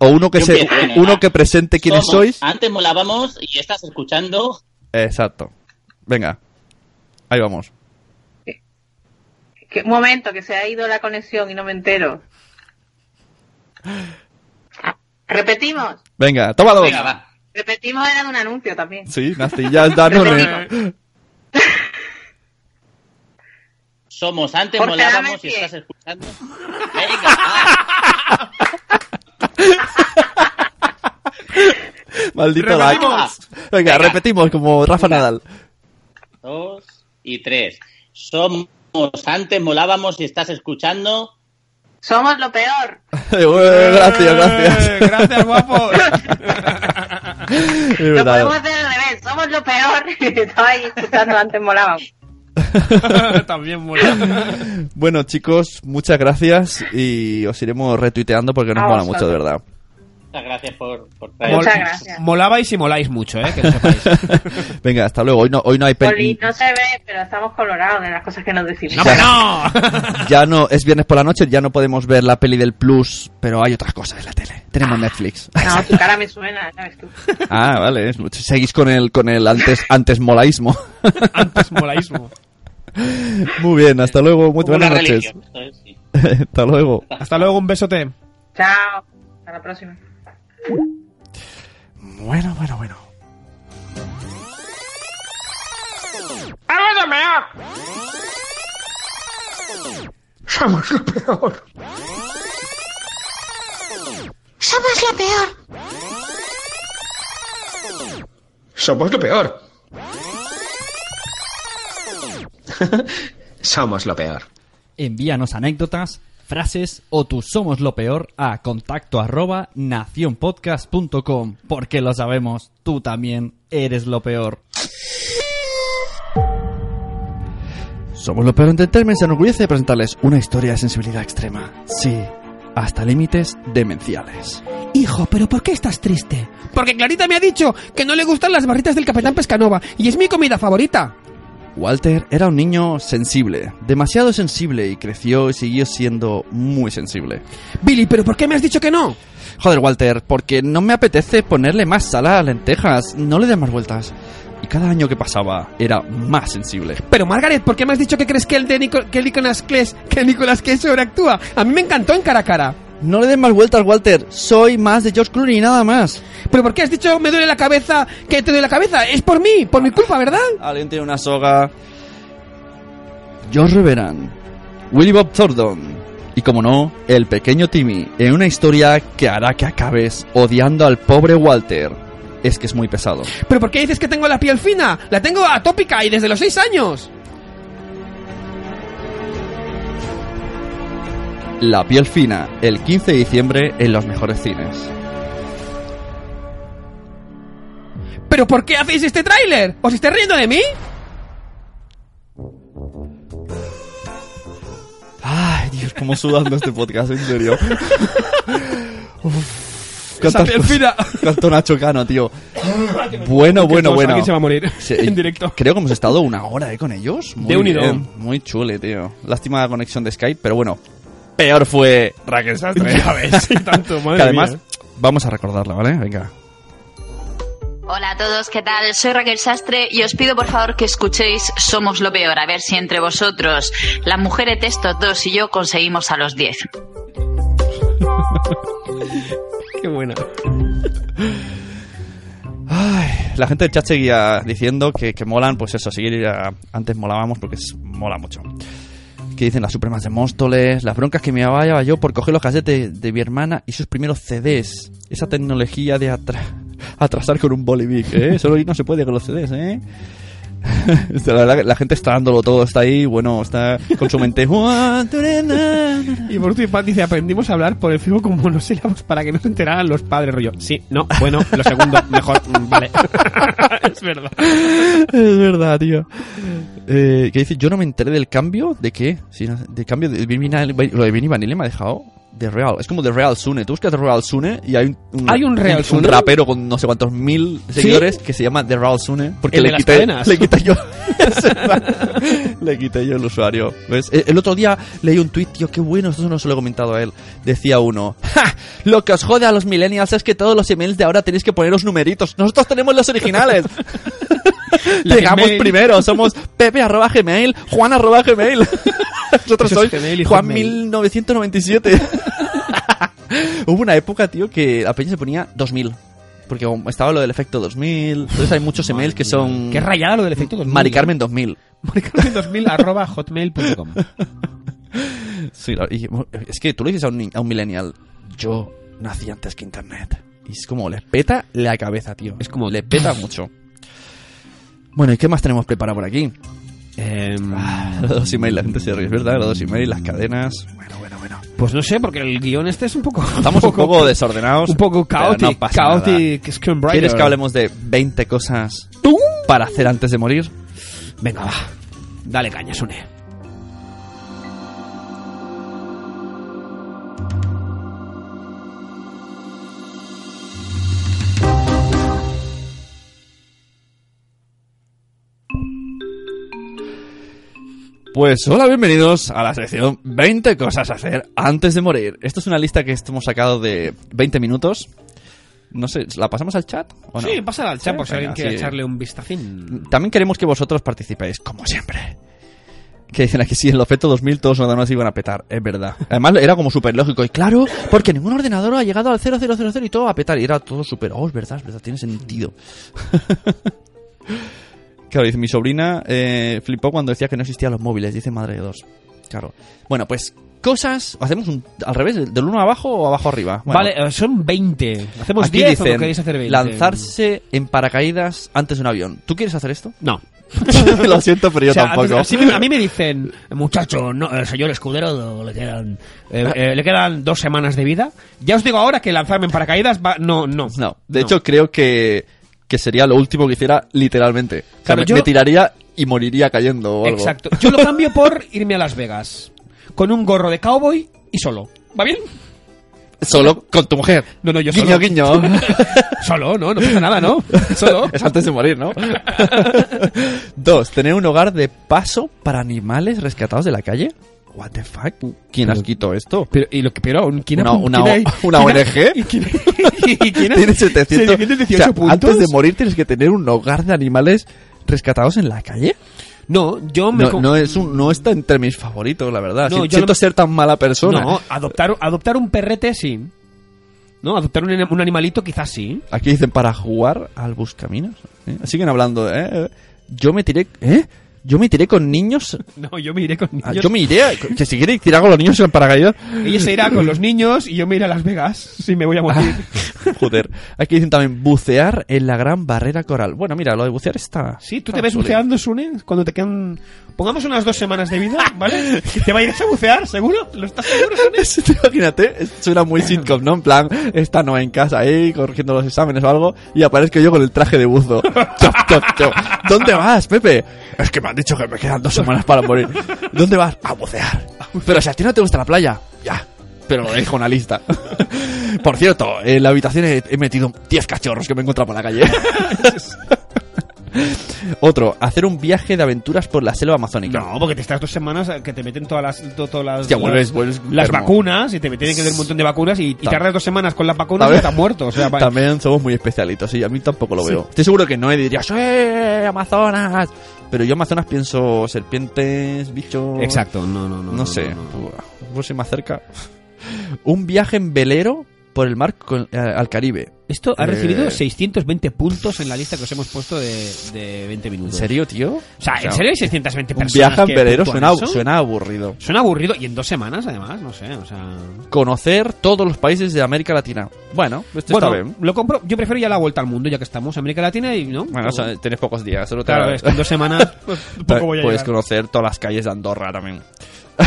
Speaker 10: o uno que
Speaker 4: Yo
Speaker 10: se,
Speaker 4: empiezo,
Speaker 8: ¿eh?
Speaker 4: venga,
Speaker 10: uno
Speaker 4: va.
Speaker 10: que presente quiénes
Speaker 4: Somos-
Speaker 10: sois.
Speaker 4: Antes molábamos y estás escuchando.
Speaker 10: Exacto. Venga. Ahí vamos.
Speaker 8: Que- un momento, que se ha ido la conexión y no me entero. Ah, Repetimos.
Speaker 10: Venga, toma dos.
Speaker 8: Venga, va. Repetimos era de un anuncio también.
Speaker 10: Sí, Nasti, ya está, no, no.
Speaker 4: Somos antes
Speaker 8: Jorge, dame
Speaker 4: molábamos y
Speaker 8: pie.
Speaker 4: estás escuchando. Venga, va.
Speaker 10: Maldito like.
Speaker 4: Repetimos.
Speaker 10: Venga, repetimos como Rafa Nadal. (laughs)
Speaker 4: Dos y tres. Somos antes molábamos y estás escuchando.
Speaker 8: Somos lo peor.
Speaker 10: Eh, bueno, gracias, gracias.
Speaker 2: Eh, Gracias, guapo.
Speaker 10: Es (laughs)
Speaker 8: Lo
Speaker 10: verdad.
Speaker 8: podemos hacer al revés. Somos lo peor. Estaba ahí escuchando antes molaba.
Speaker 2: (laughs) También mola.
Speaker 10: Bueno, chicos, muchas gracias y os iremos retuiteando porque nos
Speaker 2: A
Speaker 10: mola
Speaker 2: vosotros.
Speaker 10: mucho, de verdad.
Speaker 4: Muchas gracias por, por traer.
Speaker 2: Mol- Molabais y moláis mucho, ¿eh?
Speaker 10: (laughs)
Speaker 2: Que lo sepáis.
Speaker 10: Venga, hasta luego. Hoy no, hoy no hay pel-
Speaker 8: Oli, no se ve, pero estamos colorados de las cosas que nos decimos.
Speaker 10: Ya- Ya no, es viernes por la noche, ya no podemos ver la peli del Plus, pero hay otras cosas en la tele. Tenemos Netflix. (laughs)
Speaker 8: No, tu cara me suena, ¿sabes tú?
Speaker 10: Ah, vale. es- Seguís con el, con el antes, antes molaísmo. (laughs)
Speaker 2: Antes molaísmo.
Speaker 10: Muy bien, hasta luego. Muy
Speaker 2: Como
Speaker 10: buenas
Speaker 2: una
Speaker 10: noches.
Speaker 2: religión,
Speaker 10: (laughs) hasta luego.
Speaker 2: Hasta luego, un besote.
Speaker 8: Chao. Hasta la próxima.
Speaker 10: Bueno, bueno, bueno.
Speaker 12: ¡Algo de mear!
Speaker 14: Somos lo peor.
Speaker 5: Somos lo peor.
Speaker 14: Somos lo peor. (laughs) Somos lo peor.
Speaker 13: Envíanos anécdotas, frases o tus somos lo peor a contacto arroba nacionpodcast.com porque lo sabemos, tú también eres lo peor.
Speaker 10: Somos lo peor Entertainment se enorgullece de presentarles una historia de sensibilidad extrema. Sí, hasta límites demenciales.
Speaker 2: Hijo, ¿pero por qué estás triste? Porque Clarita me ha dicho que no le gustan las barritas del Capitán Pescanova y es mi comida favorita.
Speaker 10: Walter era un niño sensible, demasiado sensible y creció y siguió siendo muy sensible.
Speaker 2: Billy, ¿pero por qué me has dicho que no?
Speaker 10: Joder, Walter, porque no me apetece ponerle más sal a las lentejas, no le des más vueltas. Y cada año que pasaba era más sensible.
Speaker 2: Pero Margaret, ¿por qué me has dicho que crees que el de Nico- que el Nicolas Cage, que Nicolas Cage sobreactúa? A mí me encantó en cara a cara.
Speaker 10: No le des más vueltas, Walter. Soy más de George Clooney, nada más.
Speaker 2: ¿Pero por qué has dicho me duele la cabeza, que te duele la cabeza? Es por mí, por mi culpa, ¿verdad?
Speaker 10: Alguien tiene una soga. George Reveran, Willy Bob Thornton y, como no, el pequeño Timmy en una historia que hará que acabes odiando al pobre Walter. Es que es muy pesado.
Speaker 2: ¿Pero por qué dices que tengo la piel fina? La tengo atópica y desde los 6 años.
Speaker 10: La piel fina, el 15 de diciembre en los mejores cines.
Speaker 2: ¿Pero por qué hacéis este tráiler? ¿Os estáis riendo de mí?
Speaker 10: Ay, Dios, cómo sudando este podcast, en serio. (laughs) Uf,
Speaker 2: Esa piel
Speaker 10: cosas-
Speaker 2: fina.
Speaker 10: cuánto Nacho Cano, tío. Bueno,
Speaker 2: Creo que
Speaker 10: bueno,
Speaker 2: todos
Speaker 10: bueno.
Speaker 2: aquí Pues se va a
Speaker 10: (laughs)
Speaker 2: morir,
Speaker 10: Sí,
Speaker 2: en directo.
Speaker 10: Creo que hemos estado una hora eh, con ellos. Muy
Speaker 2: De unido.
Speaker 10: bien, Muy chule, tío. Lástima la conexión de Skype, pero bueno. Peor fue Raquel Sastre.
Speaker 2: Ya ves, y tanto, madre eh.
Speaker 10: que además,
Speaker 2: mía.
Speaker 10: vamos a recordarla, ¿vale? Venga.
Speaker 15: Hola a todos, ¿qué tal? Soy Raquel Sastre y os pido por favor que escuchéis Somos lo Peor, a ver si entre vosotros, las mujeres de estos dos y yo conseguimos a los 10.
Speaker 2: Qué buena.
Speaker 10: Ay, la gente del chat seguía diciendo que, que molan, pues eso, seguir a- antes molábamos porque es- mola mucho. Que dicen las supremas de Móstoles, las broncas que me llevaba yo por coger los casetes de mi hermana y sus primeros CDs. Esa tecnología de atra- atrasar con un bolivic, ¿eh? Solo ahí no se puede con los CDs, ¿eh? (laughs) O sea, la verdad que la gente está dándolo todo, está ahí, bueno, está con su mente. "Uah,
Speaker 2: Y por tu infancia dice, aprendimos a hablar por el fijo con monosílabos para que no se enteraran los padres, rollo. Sí, no, bueno, lo segundo, (laughs) mejor, mm, vale. es verdad.
Speaker 10: es verdad, tío. Eh, que dice, yo no me enteré del cambio de qué. Sí, no sé, de cambio de Vinny Vanilli- lo de Vinny Vanilli me ha dejado de Real. Es como de Real Sune. Tú buscas de Real Sune y hay un,
Speaker 2: ¿Hay un Real Sune?
Speaker 10: rapero con no sé cuántos mil seguidores que se llama The Real Sune. Porque
Speaker 2: El
Speaker 10: le
Speaker 2: de las
Speaker 10: quité,
Speaker 2: cadenas.
Speaker 10: le quité
Speaker 2: (laughs)
Speaker 10: yo. Es verdad. le quité yo el usuario. ¿Ves? E-, El, el otro día leí un tuit, tío, qué bueno, esto no se lo he comentado a él. Decía uno, "Ja, Lo que os jode a los millennials es que todos los emails de ahora tenéis que poneros numeritos. Nosotros tenemos
Speaker 2: (laughs)
Speaker 10: los originales. Llegamos
Speaker 2: Gmail.
Speaker 10: primero, somos pepe arroba gmail, juan
Speaker 2: (laughs)
Speaker 10: arroba gmail. Nosotros
Speaker 2: Eso es
Speaker 10: sois
Speaker 2: Gmail y
Speaker 10: Juan
Speaker 2: Hotmail.
Speaker 10: 1997. Hubo una época, tío, que la peña se ponía 2000. Porque como estaba lo del efecto 2000. Entonces hay muchos emails que son...
Speaker 2: Qué rayada lo del efecto 2000.
Speaker 10: Mari Carmen 2000.
Speaker 2: 2000 arroba hotmail.com.
Speaker 10: Sí, la- y, mo- es que tú lo dices a un, ni- a un millennial. Yo nací antes que internet. Y es como, les peta la cabeza, tío. Es como,
Speaker 2: (clears throat)
Speaker 10: le peta mucho. Bueno, ¿y qué más tenemos preparado por aquí?
Speaker 2: Em,
Speaker 10: Ah, los dos emails, la gente se ríe, es verdad, los dos emails, las cadenas.
Speaker 2: Pues no sé, porque el guión este es un poco.
Speaker 10: (laughs) Estamos un poco desordenados.
Speaker 2: Un poco
Speaker 10: pero no
Speaker 2: caótico.
Speaker 10: pasa
Speaker 2: caótico.
Speaker 10: nada. ¿Quieres que hablemos de 20 cosas para hacer antes de morir?
Speaker 2: Venga, va. Dale caña, Sune.
Speaker 10: Pues hola, bienvenidos a la sección 20 cosas a hacer antes de morir. Esto es una lista que hemos sacado de 20 minutos. No sé, ¿la pasamos al chat? ¿o no?
Speaker 2: Sí, pásala al chat por si
Speaker 10: Venga,
Speaker 2: alguien quiere
Speaker 10: sí.
Speaker 2: echarle un vistacín.
Speaker 10: También queremos que vosotros participéis, como siempre. Que dicen aquí, sí, en los FETO 2000 todos los ordenadores iban a petar, es verdad. Además, era como súper lógico. Y claro, porque ningún ordenador ha llegado al 0000 y todo va a petar. Y era todo súper, oh, es verdad, es verdad, tiene sentido. (laughs) claro, dice, mi sobrina eh, flipó cuando decía que no existían los móviles. Dice, madre de dos. Claro. Bueno, pues cosas... ¿Hacemos un, al revés, del- del 1 abajo o abajo arriba? Bueno,
Speaker 2: Vale, eh, son 20. ¿Hacemos
Speaker 10: aquí
Speaker 2: 10 o
Speaker 10: dicen,
Speaker 2: no queréis hacer 20?
Speaker 10: lanzarse en paracaídas antes de un avión. ¿Tú quieres hacer esto?
Speaker 2: No.
Speaker 10: (laughs) Lo siento, pero yo
Speaker 2: O sea,
Speaker 10: tampoco.
Speaker 2: antes- así me- a
Speaker 10: (laughs)
Speaker 2: mí me dicen, muchacho, no, eh, el señor escudero le quedan, eh, eh, le quedan dos semanas de vida. Ya os digo ahora que lanzarme en paracaídas va, no, no.
Speaker 10: No, de hecho creo que, que sería lo último que hiciera literalmente. O sea,
Speaker 2: Claro,
Speaker 10: me,
Speaker 2: yo-
Speaker 10: me tiraría y moriría cayendo o algo.
Speaker 2: Exacto. Yo lo cambio por irme a Las Vegas. Con un gorro de cowboy y solo. ¿Va bien?
Speaker 10: Solo con tu mujer.
Speaker 2: No, no, yo
Speaker 10: Guiño,
Speaker 2: solo.
Speaker 10: guiño. (laughs)
Speaker 2: solo, no, no pasa nada, ¿no? (laughs) Solo.
Speaker 10: Es antes de morir, ¿no? (laughs) Dos, tener un hogar de paso para animales rescatados de la calle. What the fuck? ¿Quién
Speaker 2: Pero-
Speaker 10: has quitado esto?
Speaker 2: y lo que peor aún, ¿quién
Speaker 10: una,
Speaker 2: apun- (laughs)
Speaker 10: una,
Speaker 2: quién hay-
Speaker 10: una
Speaker 2: quién
Speaker 10: ONG.
Speaker 2: ha- (laughs) ¿Y quién ha-
Speaker 10: Tienes 700,
Speaker 2: 718
Speaker 10: o sea, Antes
Speaker 2: puntos?
Speaker 10: de morir tienes que tener un hogar de animales rescatados en la calle.
Speaker 2: No, yo me...
Speaker 10: No,
Speaker 2: com-
Speaker 10: no es un- no está entre mis favoritos, la verdad.
Speaker 2: No,
Speaker 10: Si-
Speaker 2: yo
Speaker 10: siento
Speaker 2: lo-
Speaker 10: ser tan mala persona.
Speaker 2: No, adoptar, adoptar un perrete sí. No, adoptar un, un animalito quizás sí.
Speaker 10: Aquí dicen para jugar al buscaminos. ¿eh? Siguen hablando. ¿eh? Yo me tiré. ¿eh? Yo me tiré con niños.
Speaker 2: No, yo me iré con niños.
Speaker 10: Ah, Yo me iré. Que si quiere tirar con los niños en paracaídas.
Speaker 2: Ella se irá con los niños y yo me iré a Las Vegas si me voy a morir.
Speaker 10: Ah, Joder. Aquí dicen también bucear en la gran barrera coral. Bueno, mira, lo de bucear está.
Speaker 2: Sí, tú te ves buceando, Sune, cuando te quedan... Pongamos unas dos semanas de vida, ¿vale? ¿Te va a ir a bucear, seguro? ¿Lo estás seguro,
Speaker 10: (laughs)
Speaker 2: Sune?
Speaker 10: Imagínate,
Speaker 2: (laughs)
Speaker 10: suena muy sitcom, ¿no? En plan, esta no en casa ahí, corrigiendo los exámenes o algo, y aparezco yo con el traje de
Speaker 2: (laughs)
Speaker 10: buzo. Chop, chop, chop. ¿Dónde vas, Pepe? Es que me han dicho que me quedan dos semanas para
Speaker 2: (laughs)
Speaker 10: morir. ¿Dónde vas? A bucear. Pero si a ti no te gusta la playa, ya. Pero lo dejo en
Speaker 2: (laughs)
Speaker 10: la lista.
Speaker 2: (laughs)
Speaker 10: Por cierto, en la habitación he, he metido 10 cachorros que me he encontrado por la calle. Otro, hacer un viaje de aventuras por la selva amazónica.
Speaker 2: No, porque te estás dos semanas eh, que te meten todas las, to- todas las,
Speaker 10: Hostia, vuelves-
Speaker 2: las,
Speaker 10: vuelves
Speaker 2: las
Speaker 10: enfermo.
Speaker 2: vacunas y te tienen que dar un montón de vacunas y, y
Speaker 10: Ta-
Speaker 2: tardas dos semanas con las vacunas y
Speaker 10: También-
Speaker 2: estás muerto.
Speaker 10: (laughs)
Speaker 2: O sea, va-
Speaker 10: También somos muy especialitos, y a mí tampoco lo
Speaker 2: Sí.
Speaker 10: veo. Estoy seguro que no dirías, ¡eh, Amazonas! Pero yo Amazonas pienso serpientes, bichos...
Speaker 2: Exacto, no, no, no.
Speaker 10: No sé, Buah, por si más cerca. (laughs) Un viaje en velero por el mar con- eh, al Caribe.
Speaker 2: Esto ha recibido
Speaker 10: Eh,
Speaker 2: 620 puntos en la lista que os hemos puesto de, de 20
Speaker 10: ¿En
Speaker 2: minutos.
Speaker 10: serio, tío? O
Speaker 2: sea, ¿en serio hay 620
Speaker 10: Un
Speaker 2: personas
Speaker 10: viaje
Speaker 2: que
Speaker 10: en velero
Speaker 2: puntúan
Speaker 10: suena,
Speaker 2: eso?
Speaker 10: suena aburrido.
Speaker 2: Suena aburrido y en dos semanas, además, no sé, o sea...
Speaker 10: Conocer todos los países de América Latina. Bueno, esto
Speaker 2: bueno,
Speaker 10: está bien.
Speaker 2: lo compro. Yo prefiero ya la vuelta al mundo, ya que estamos en América Latina y, ¿no? Pues,
Speaker 10: Bueno, o sea, tenés pocos días. Solo te-
Speaker 2: Claro, es que en dos
Speaker 10: (laughs)
Speaker 2: semanas pues, poco voy a
Speaker 10: Puedes
Speaker 2: llegar.
Speaker 10: conocer todas las calles de Andorra también. (laughs)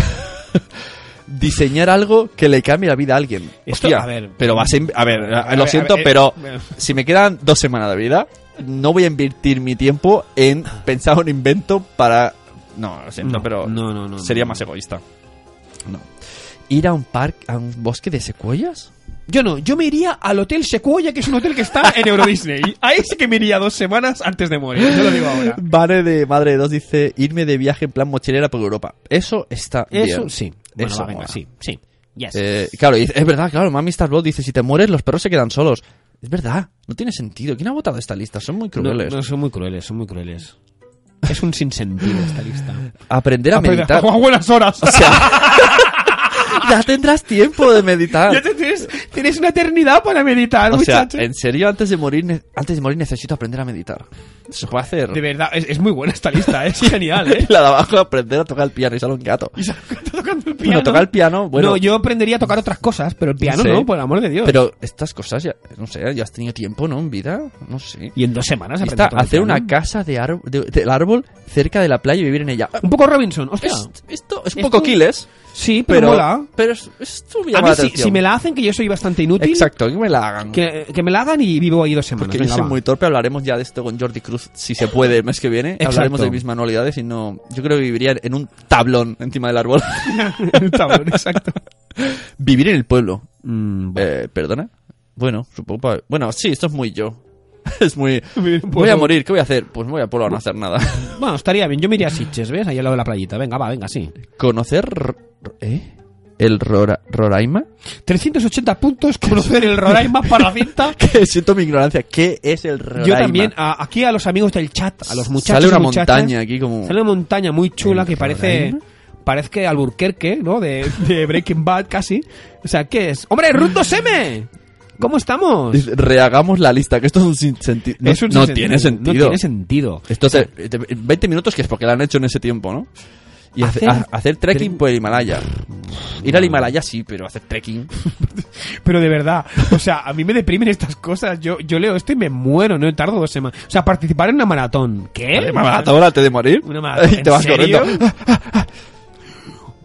Speaker 10: Diseñar algo que le cambie la vida a alguien.
Speaker 2: Esto,
Speaker 10: Hostia,
Speaker 2: a ver.
Speaker 10: pero vas a in- a ver, a-
Speaker 2: A
Speaker 10: lo
Speaker 2: ver,
Speaker 10: siento,
Speaker 2: a ver,
Speaker 10: pero
Speaker 2: eh,
Speaker 10: si me quedan dos semanas de vida, no voy a invertir mi tiempo en pensar un invento para. No, lo siento,
Speaker 2: No,
Speaker 10: pero
Speaker 2: no, no, no,
Speaker 10: sería
Speaker 2: no.
Speaker 10: más egoísta. No. Ir a un parque, a un bosque de secuoyas.
Speaker 2: Yo no, yo me iría al Hotel Sequoia, que es un hotel que está en Euro
Speaker 10: (laughs)
Speaker 2: Disney. Ahí sí que me iría dos semanas antes de morir, yo lo digo ahora.
Speaker 10: Vale de Madre de Dos dice irme de viaje en plan mochilera por Europa. Eso está
Speaker 2: Eso
Speaker 10: bien.
Speaker 2: sí. Bueno,
Speaker 10: Eso
Speaker 2: va, venga,
Speaker 10: mola.
Speaker 2: sí, sí. Yes.
Speaker 10: Eh, claro, y- es verdad, claro, Mami Star Blood dice, si te mueres los perros se quedan solos. Es verdad, no tiene sentido. ¿Quién ha votado esta lista? Son muy crueles.
Speaker 2: No, no, son muy crueles, son muy crueles. Es un sinsentido esta lista.
Speaker 10: Aprender a
Speaker 2: Aprender- (laughs)
Speaker 10: meditar.
Speaker 2: ¡Ah, buenas horas!
Speaker 10: O sea, (laughs) ya tendrás tiempo de meditar.
Speaker 2: Ya te- tienes, tienes una eternidad para meditar,
Speaker 10: Ah. o sea, eh,
Speaker 2: muchacho.
Speaker 10: en serio, antes de morir, ne- antes de morir necesito aprender a meditar. Se puede hacer.
Speaker 2: De verdad, es, es muy buena esta lista, ¿eh? es genial, ¿eh?
Speaker 10: (laughs) La de abajo aprender a tocar el piano y sale un gato. Bueno, tocar el piano, bueno.
Speaker 2: No, yo aprendería a tocar otras cosas, pero el piano
Speaker 10: Sí.
Speaker 2: no, por el amor de Dios.
Speaker 10: Pero estas cosas ya, no sé, ya has tenido tiempo, ¿no? En vida, no sé.
Speaker 2: Y en dos semanas
Speaker 10: Y
Speaker 2: aprender
Speaker 10: está,
Speaker 2: a tocar el
Speaker 10: hacer una
Speaker 2: piano.
Speaker 10: casa de ar- de- del árbol cerca de la playa y vivir en ella.
Speaker 2: Un poco Robinson, hostia.
Speaker 10: Es- esto es un poco Kiles.
Speaker 2: Sí, pero, mola.
Speaker 10: Pero es- esto me
Speaker 2: A
Speaker 10: llama
Speaker 2: mí,
Speaker 10: la
Speaker 2: si,
Speaker 10: atención.
Speaker 2: si me la hacen, que yo soy bastante inútil,
Speaker 10: Exacto, que me la hagan.
Speaker 2: que, que me la hagan y vivo ahí dos semanas. (laughs)
Speaker 10: Porque yo
Speaker 2: Venga,
Speaker 10: soy
Speaker 2: va.
Speaker 10: muy torpe, hablaremos ya de esto con Jordi Cruz, si se puede, el mes que viene.
Speaker 2: Exacto.
Speaker 10: Hablaremos de mis manualidades y no... Yo creo que viviría en un tablón encima del árbol.
Speaker 2: Un (laughs) tablón, exacto.
Speaker 10: Vivir en el pueblo. Eh, ¿Perdona? Bueno, supongo... pa- Bueno, sí, esto es muy yo. (laughs) es muy...
Speaker 2: Vivir en un
Speaker 10: Voy a
Speaker 2: pueblo.
Speaker 10: morir, ¿qué voy a hacer? Pues me voy a pueblo a no hacer nada. (laughs)
Speaker 2: Bueno, estaría bien. Yo me iría a Sitges, ¿ves? Ahí al lado de la playita. Venga, va, venga, sí.
Speaker 10: Conocer... ¿Eh? ¿El Rora- Roraima? (laughs)
Speaker 2: 380 puntos, conocer el Roraima para la cinta.
Speaker 10: Que Siento mi ignorancia. ¿Qué es el Roraima?
Speaker 2: Yo también, a- aquí a los amigos del chat, a los muchachos.
Speaker 10: Sale una
Speaker 2: y muchachas,
Speaker 10: montaña aquí como-
Speaker 2: Sale una montaña muy chula
Speaker 10: ¿El
Speaker 2: que parece.
Speaker 10: Roraima?
Speaker 2: Parece que Alburquerque, ¿no? De, de Breaking Bad casi. O sea, ¿qué es? ¡Hombre, Ruth 2M! ¿Cómo estamos?
Speaker 10: Dice, Rehagamos la lista, que esto es un sinsentido. No,
Speaker 2: Es un
Speaker 10: no
Speaker 2: sinsentido,
Speaker 10: tiene sentido.
Speaker 2: no tiene sentido.
Speaker 10: Esto te- te- 20 minutos que es porque la han hecho en ese tiempo, ¿no? Y hace-
Speaker 2: Hacer-
Speaker 10: a- hacer, trekking por el Himalaya. Ir al Himalaya sí, pero hacer trekking.
Speaker 2: Pero de verdad, o sea, a mí me deprimen estas cosas. Yo, yo leo esto y me muero, no tardo dos semanas. O sea, participar en una maratón. ¿Qué?
Speaker 10: Vale, maratón antes de morir.
Speaker 2: ¿Eh? Una maratón,
Speaker 10: (laughs) Y te
Speaker 2: ¿en
Speaker 10: vas
Speaker 2: serio?
Speaker 10: corriendo.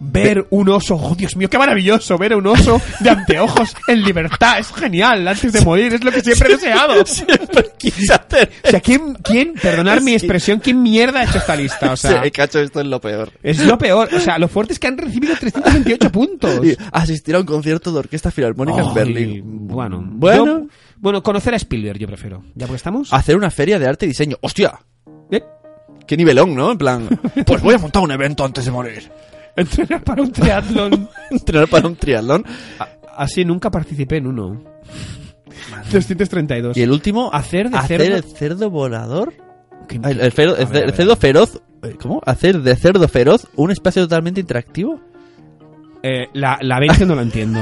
Speaker 2: Ver un oso, oh Dios mío, qué maravilloso ver a un oso de anteojos en libertad, es genial, antes de morir, es lo que (laughs) siempre he deseado.
Speaker 10: (laughs) Siempre quise hacer.
Speaker 2: O sea, ¿quién, quién, perdonar mi expresión, quién mierda ha hecho esta lista? O sea,
Speaker 10: Sí, cacho, esto es lo peor.
Speaker 2: es lo peor, o sea, lo fuerte es que han recibido
Speaker 10: (laughs)
Speaker 2: 328 puntos.
Speaker 10: Y asistir a un concierto de orquesta filarmónica en
Speaker 2: Ay,
Speaker 10: Berlín.
Speaker 2: Bueno,
Speaker 10: Bueno.
Speaker 2: yo- bueno, conocer a Spielberg yo prefiero. ¿Ya porque estamos?
Speaker 10: Hacer una feria de arte y diseño. ¡Hostia!
Speaker 2: ¿Eh?
Speaker 10: Qué nivelón, ¿no? En
Speaker 2: (laughs)
Speaker 10: plan, pues voy a montar un evento antes de morir.
Speaker 2: Entrenar para un triatlón.
Speaker 10: (laughs) Entrenar para un triatlón.
Speaker 2: Así nunca participé en uno. 232.
Speaker 10: Y el último,
Speaker 2: Hacer de
Speaker 10: Pues hacer
Speaker 2: cerdo.
Speaker 10: el cerdo volador.
Speaker 2: ¿Qué-
Speaker 10: Ah, El, el ferro- el
Speaker 2: A ver, a ver.
Speaker 10: cerdo feroz. eh, ¿Cómo? Hacer de cerdo feroz un espacio totalmente interactivo.
Speaker 2: Eh, la, la 20 no la entiendo.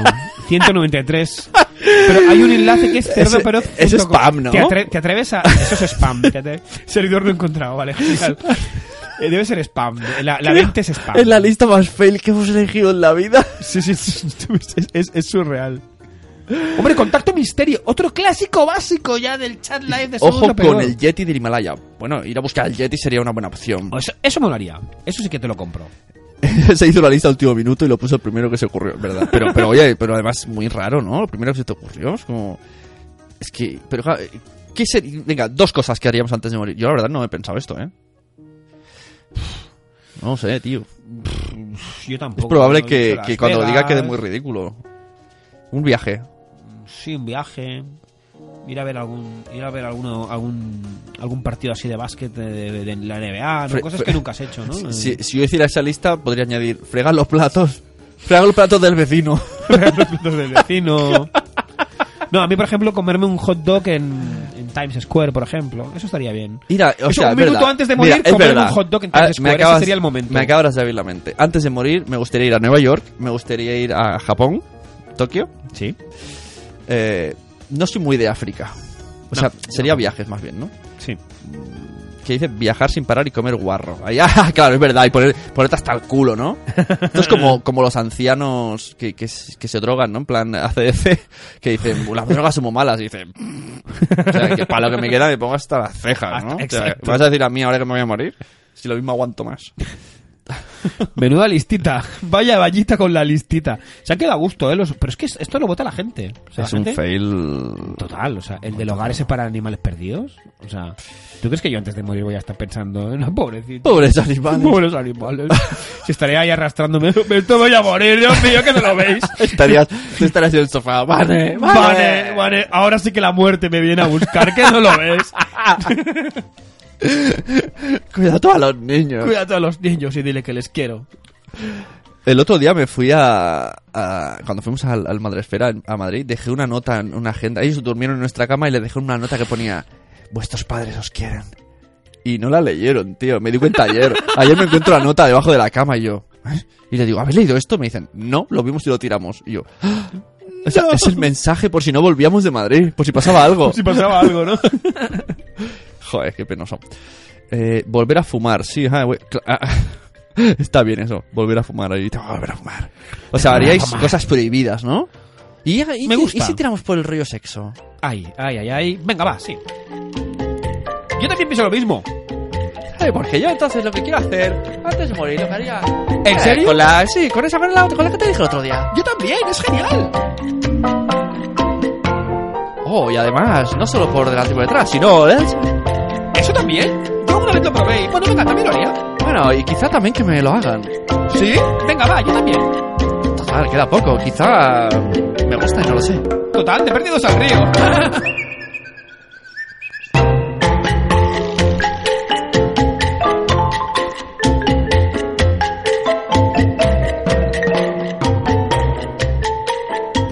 Speaker 2: 193. Pero hay un enlace que es cerdo
Speaker 10: Ese-
Speaker 2: pero
Speaker 10: es spam, ¿no?
Speaker 2: ¿Te, atre- te atreves a...? Eso es spam. te atre- Servidor no encontrado, vale. genial. Eh, Debe ser spam. La, la 20 es spam.
Speaker 10: Es la lista más fail que hemos elegido en
Speaker 2: (laughs)
Speaker 10: la vida.
Speaker 2: Sí, sí, sí, es, es- es surreal. Hombre, contacto misterio. Otro clásico básico ya del chat live de Somos
Speaker 10: Ojo
Speaker 2: lo Peor.
Speaker 10: con el Yeti del Himalaya. Bueno, ir a buscar el Yeti sería una buena opción.
Speaker 2: Pues Eso, eso molaría. Eso sí que te lo compro.
Speaker 10: (laughs) se hizo la lista al último minuto y lo puso el primero que se ocurrió, es ¿verdad? Pero, pero oye, pero además muy raro, ¿no? Lo primero que se te ocurrió es como... Es que... Pero claro, ¿qué ser- Venga, dos cosas que haríamos antes de morir. Yo la verdad no he pensado esto, ¿eh? No sé, tío.
Speaker 2: Yo
Speaker 10: Es
Speaker 2: tampoco.
Speaker 10: probable
Speaker 2: Yo he
Speaker 10: que,
Speaker 2: dicho Las
Speaker 10: que cuando diga
Speaker 2: Vegas,
Speaker 10: quede muy ridículo. Un viaje.
Speaker 2: Sí, un viaje. ir a ver algún ir a ver alguno, algún algún partido así de básquet de, de- de la NBA, ¿no?
Speaker 10: Fre-
Speaker 2: cosas
Speaker 10: fre-
Speaker 2: que nunca has hecho, ¿no?
Speaker 10: Si- Si, si yo hiciera esa lista, podría añadir fregar los platos. Fregar los platos del vecino. (laughs)
Speaker 2: Fregar (laughs) los platos del vecino. No, a mí, por ejemplo, comerme un hot dog en, en Times Square, por ejemplo. Eso estaría bien.
Speaker 10: Mira, o
Speaker 2: Eso, un
Speaker 10: sea, es
Speaker 2: minuto
Speaker 10: verdad.
Speaker 2: antes de
Speaker 10: Mira,
Speaker 2: morir,
Speaker 10: es
Speaker 2: comer un
Speaker 10: verdad.
Speaker 2: hot dog en
Speaker 10: Ah,
Speaker 2: Times
Speaker 10: me
Speaker 2: Square. Ese
Speaker 10: acabas-
Speaker 2: sería el momento.
Speaker 10: Me acabas de abrir la mente. Antes de morir, me gustaría ir a Nueva York, me gustaría ir a Japón, Tokio. Sí. Eh, no soy muy de África. O sea, sería viajes más bien, ¿no? Sí. Que dice viajar sin parar y comer guarro. Ahí, (laughs) ah, claro, es verdad. Y poner, ponerte hasta el culo, ¿no? Esto es (laughs) como, como los ancianos que, que, s- que se drogan, ¿no? En plan (laughs) ACDC, que dicen, las drogas son muy malas. Y dicen, "Mm". o sea, que para lo que me queda me pongo hasta las cejas, ¿no? O sea,
Speaker 2: exacto.
Speaker 10: ¿me vas a decir a mí ahora que me voy a morir? Si lo mismo aguanto más.
Speaker 2: Menuda listita. Vaya vallita con la listita. Se han quedado a gusto, ¿eh? Los- Pero es que esto lo vota la gente. O sea, la
Speaker 10: es un
Speaker 2: gente-
Speaker 10: fail.
Speaker 2: Total, o sea, el del hogar ese para animales perdidos. O sea, ¿tú crees que yo antes de morir voy a estar pensando en pobrecito?
Speaker 10: Pobres animales.
Speaker 2: Pobres animales. (laughs) si estaré ahí arrastrándome, me esto voy a morir, Dios mío, que no lo veis.
Speaker 10: Estarías, tú estarías en el sofá. Vale, vale.
Speaker 2: Vale, vale, ahora sí que la muerte me viene a buscar, que no lo ves.
Speaker 10: Cuidado a los niños.
Speaker 2: Cuidado a los niños y dile que les quiero.
Speaker 10: El otro día me fui a. a- cuando fuimos al, al Madresfera en- a Madrid, dejé una nota en una agenda. Ellos durmieron en nuestra cama y les dejé una nota que ponía: Vuestros padres os quieren. Y no la leyeron, tío. Me di
Speaker 2: (laughs)
Speaker 10: cuenta ayer. Ayer me encuentro la nota debajo de la cama y yo. "¿Eh?". Y le digo, ¿habéis leído esto? Me dicen, no, lo vimos y lo tiramos. Y yo. "Ah". O sea, es el mensaje por si no volvíamos de Madrid, por si pasaba
Speaker 2: (laughs)
Speaker 10: algo.
Speaker 2: Por si pasaba algo, ¿no?
Speaker 10: (laughs) Joder, qué penoso. Eh, volver a fumar, sí, ajá, güey, cla- ah, (laughs) está bien eso, volver a fumar ahí, tengo que volver a fumar. O sea,
Speaker 2: Volver a
Speaker 10: haríais
Speaker 2: fumar.
Speaker 10: cosas prohibidas, ¿no? Y, y-
Speaker 2: Me gusta.
Speaker 10: ¿Y si tiramos por el rollo sexo?
Speaker 2: Ay, ay, ay, ay. Venga, va, sí. Yo también pienso lo mismo.
Speaker 10: porque yo entonces lo que quiero hacer antes de morir, lo que haría. Eh,
Speaker 2: ¿En serio?
Speaker 10: Con la, sí, con esa con la, con la que te dije el otro día.
Speaker 2: Yo también, es genial.
Speaker 10: Oh, y además, no solo por delante y por detrás, sino. ¿eh?
Speaker 2: ¿Eso también? Yo alguna vez lo probé. y, Bueno, venga, también lo haría.
Speaker 10: Bueno, y quizá también que me lo hagan.
Speaker 2: ¿Sí? Venga, va, yo también.
Speaker 10: Total, queda poco, quizá. Me gusta y no lo sé.
Speaker 2: Total, te he perdido al río.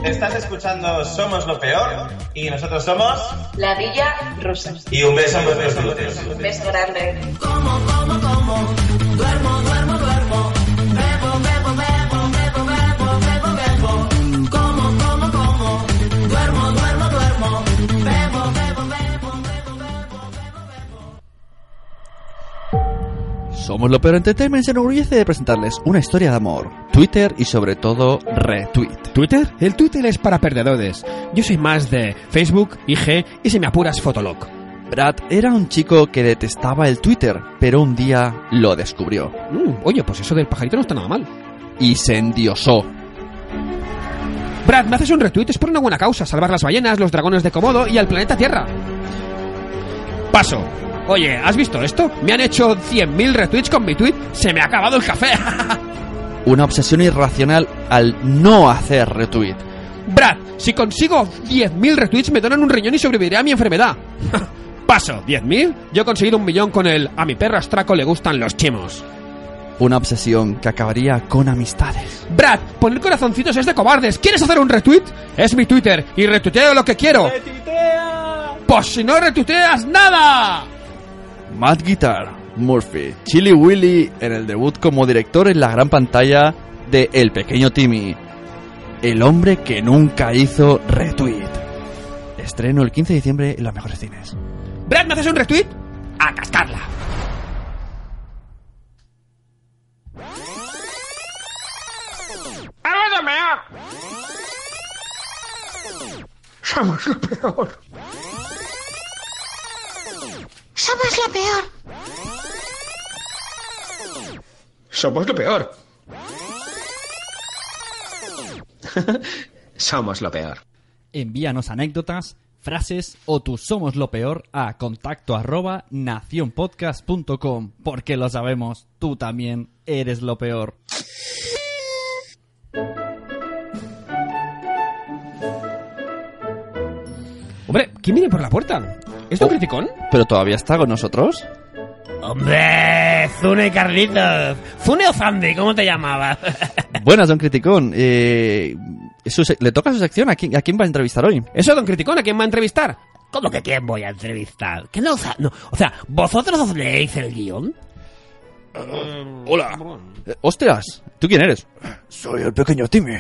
Speaker 3: Estás escuchando Somos lo Peor y nosotros somos...
Speaker 6: La Villa Rosa.
Speaker 3: Y un beso en vuestros glúteos.
Speaker 6: Un beso grande.
Speaker 10: Somos lo peor Entertainment se enorgullece de presentarles una historia de amor, Twitter y sobre todo retweet.
Speaker 2: ¿Twitter? El Twitter es para perdedores. Yo soy más de Facebook, IG y si me apuras, Fotolog.
Speaker 10: Brad era un chico que detestaba el Twitter, pero un día lo descubrió.
Speaker 2: oye, pues eso del pajarito no está nada mal.
Speaker 10: Y se endiosó.
Speaker 2: Brad, me haces un retweet, es por una buena causa. Salvar las ballenas, los dragones de Komodo y al planeta Tierra. Paso. Oye, ¿has visto esto? Me han hecho 100.000 retweets con mi tweet. Se me ha acabado el café. (laughs)
Speaker 10: Una obsesión irracional al no hacer retweet.
Speaker 2: Brad, si consigo 10.000 retweets me donan un riñón y sobreviviré a mi enfermedad. (laughs) Paso, 10.000. Yo he conseguido un millón con el A mi perro astraco le gustan los chimos.
Speaker 10: Una obsesión que acabaría con amistades.
Speaker 2: Brad, poner corazoncitos es de cobardes. ¿Quieres hacer un retweet? Es mi Twitter y retuiteo lo que quiero. Pues si no retuiteas nada.
Speaker 10: Matt Guitar, Murphy, Chili Willy en el debut como director en la gran pantalla de El Pequeño Timmy. El hombre que nunca hizo retweet. Estreno el 15 de diciembre en los mejores cines.
Speaker 2: Brad, ¿me haces un retweet? A cascarla.
Speaker 16: Somos lo peor. Somos lo peor.
Speaker 17: Somos lo
Speaker 4: (laughs)
Speaker 17: peor. Somos lo peor.
Speaker 18: Envíanos anécdotas, frases o tu somos lo peor a contacto arroba nacionpodcast.com porque lo sabemos, tú también eres lo peor.
Speaker 4: Hombre, ¿quién viene por la puerta? ¿Es
Speaker 17: Oh.
Speaker 4: un criticón?
Speaker 19: ¿Pero todavía está con nosotros?
Speaker 8: Hombre, Zune y Carlitos. Zune o Zandi, ¿cómo te llamabas?
Speaker 19: Buenas, don Criticón. Eh, su se- ¿Le toca su sección? ¿A quién, ¿A quién va a entrevistar hoy?
Speaker 4: Eso, don Criticón, ¿a quién va a entrevistar?
Speaker 8: ¿Cómo que quién voy a entrevistar? (laughs) ¿Que no, sa- no, O sea, ¿vosotros os leéis el guión?
Speaker 19: Hola.
Speaker 10: Eh,
Speaker 19: ¡Ostras! ¿Tú quién eres? Soy el pequeño Timmy.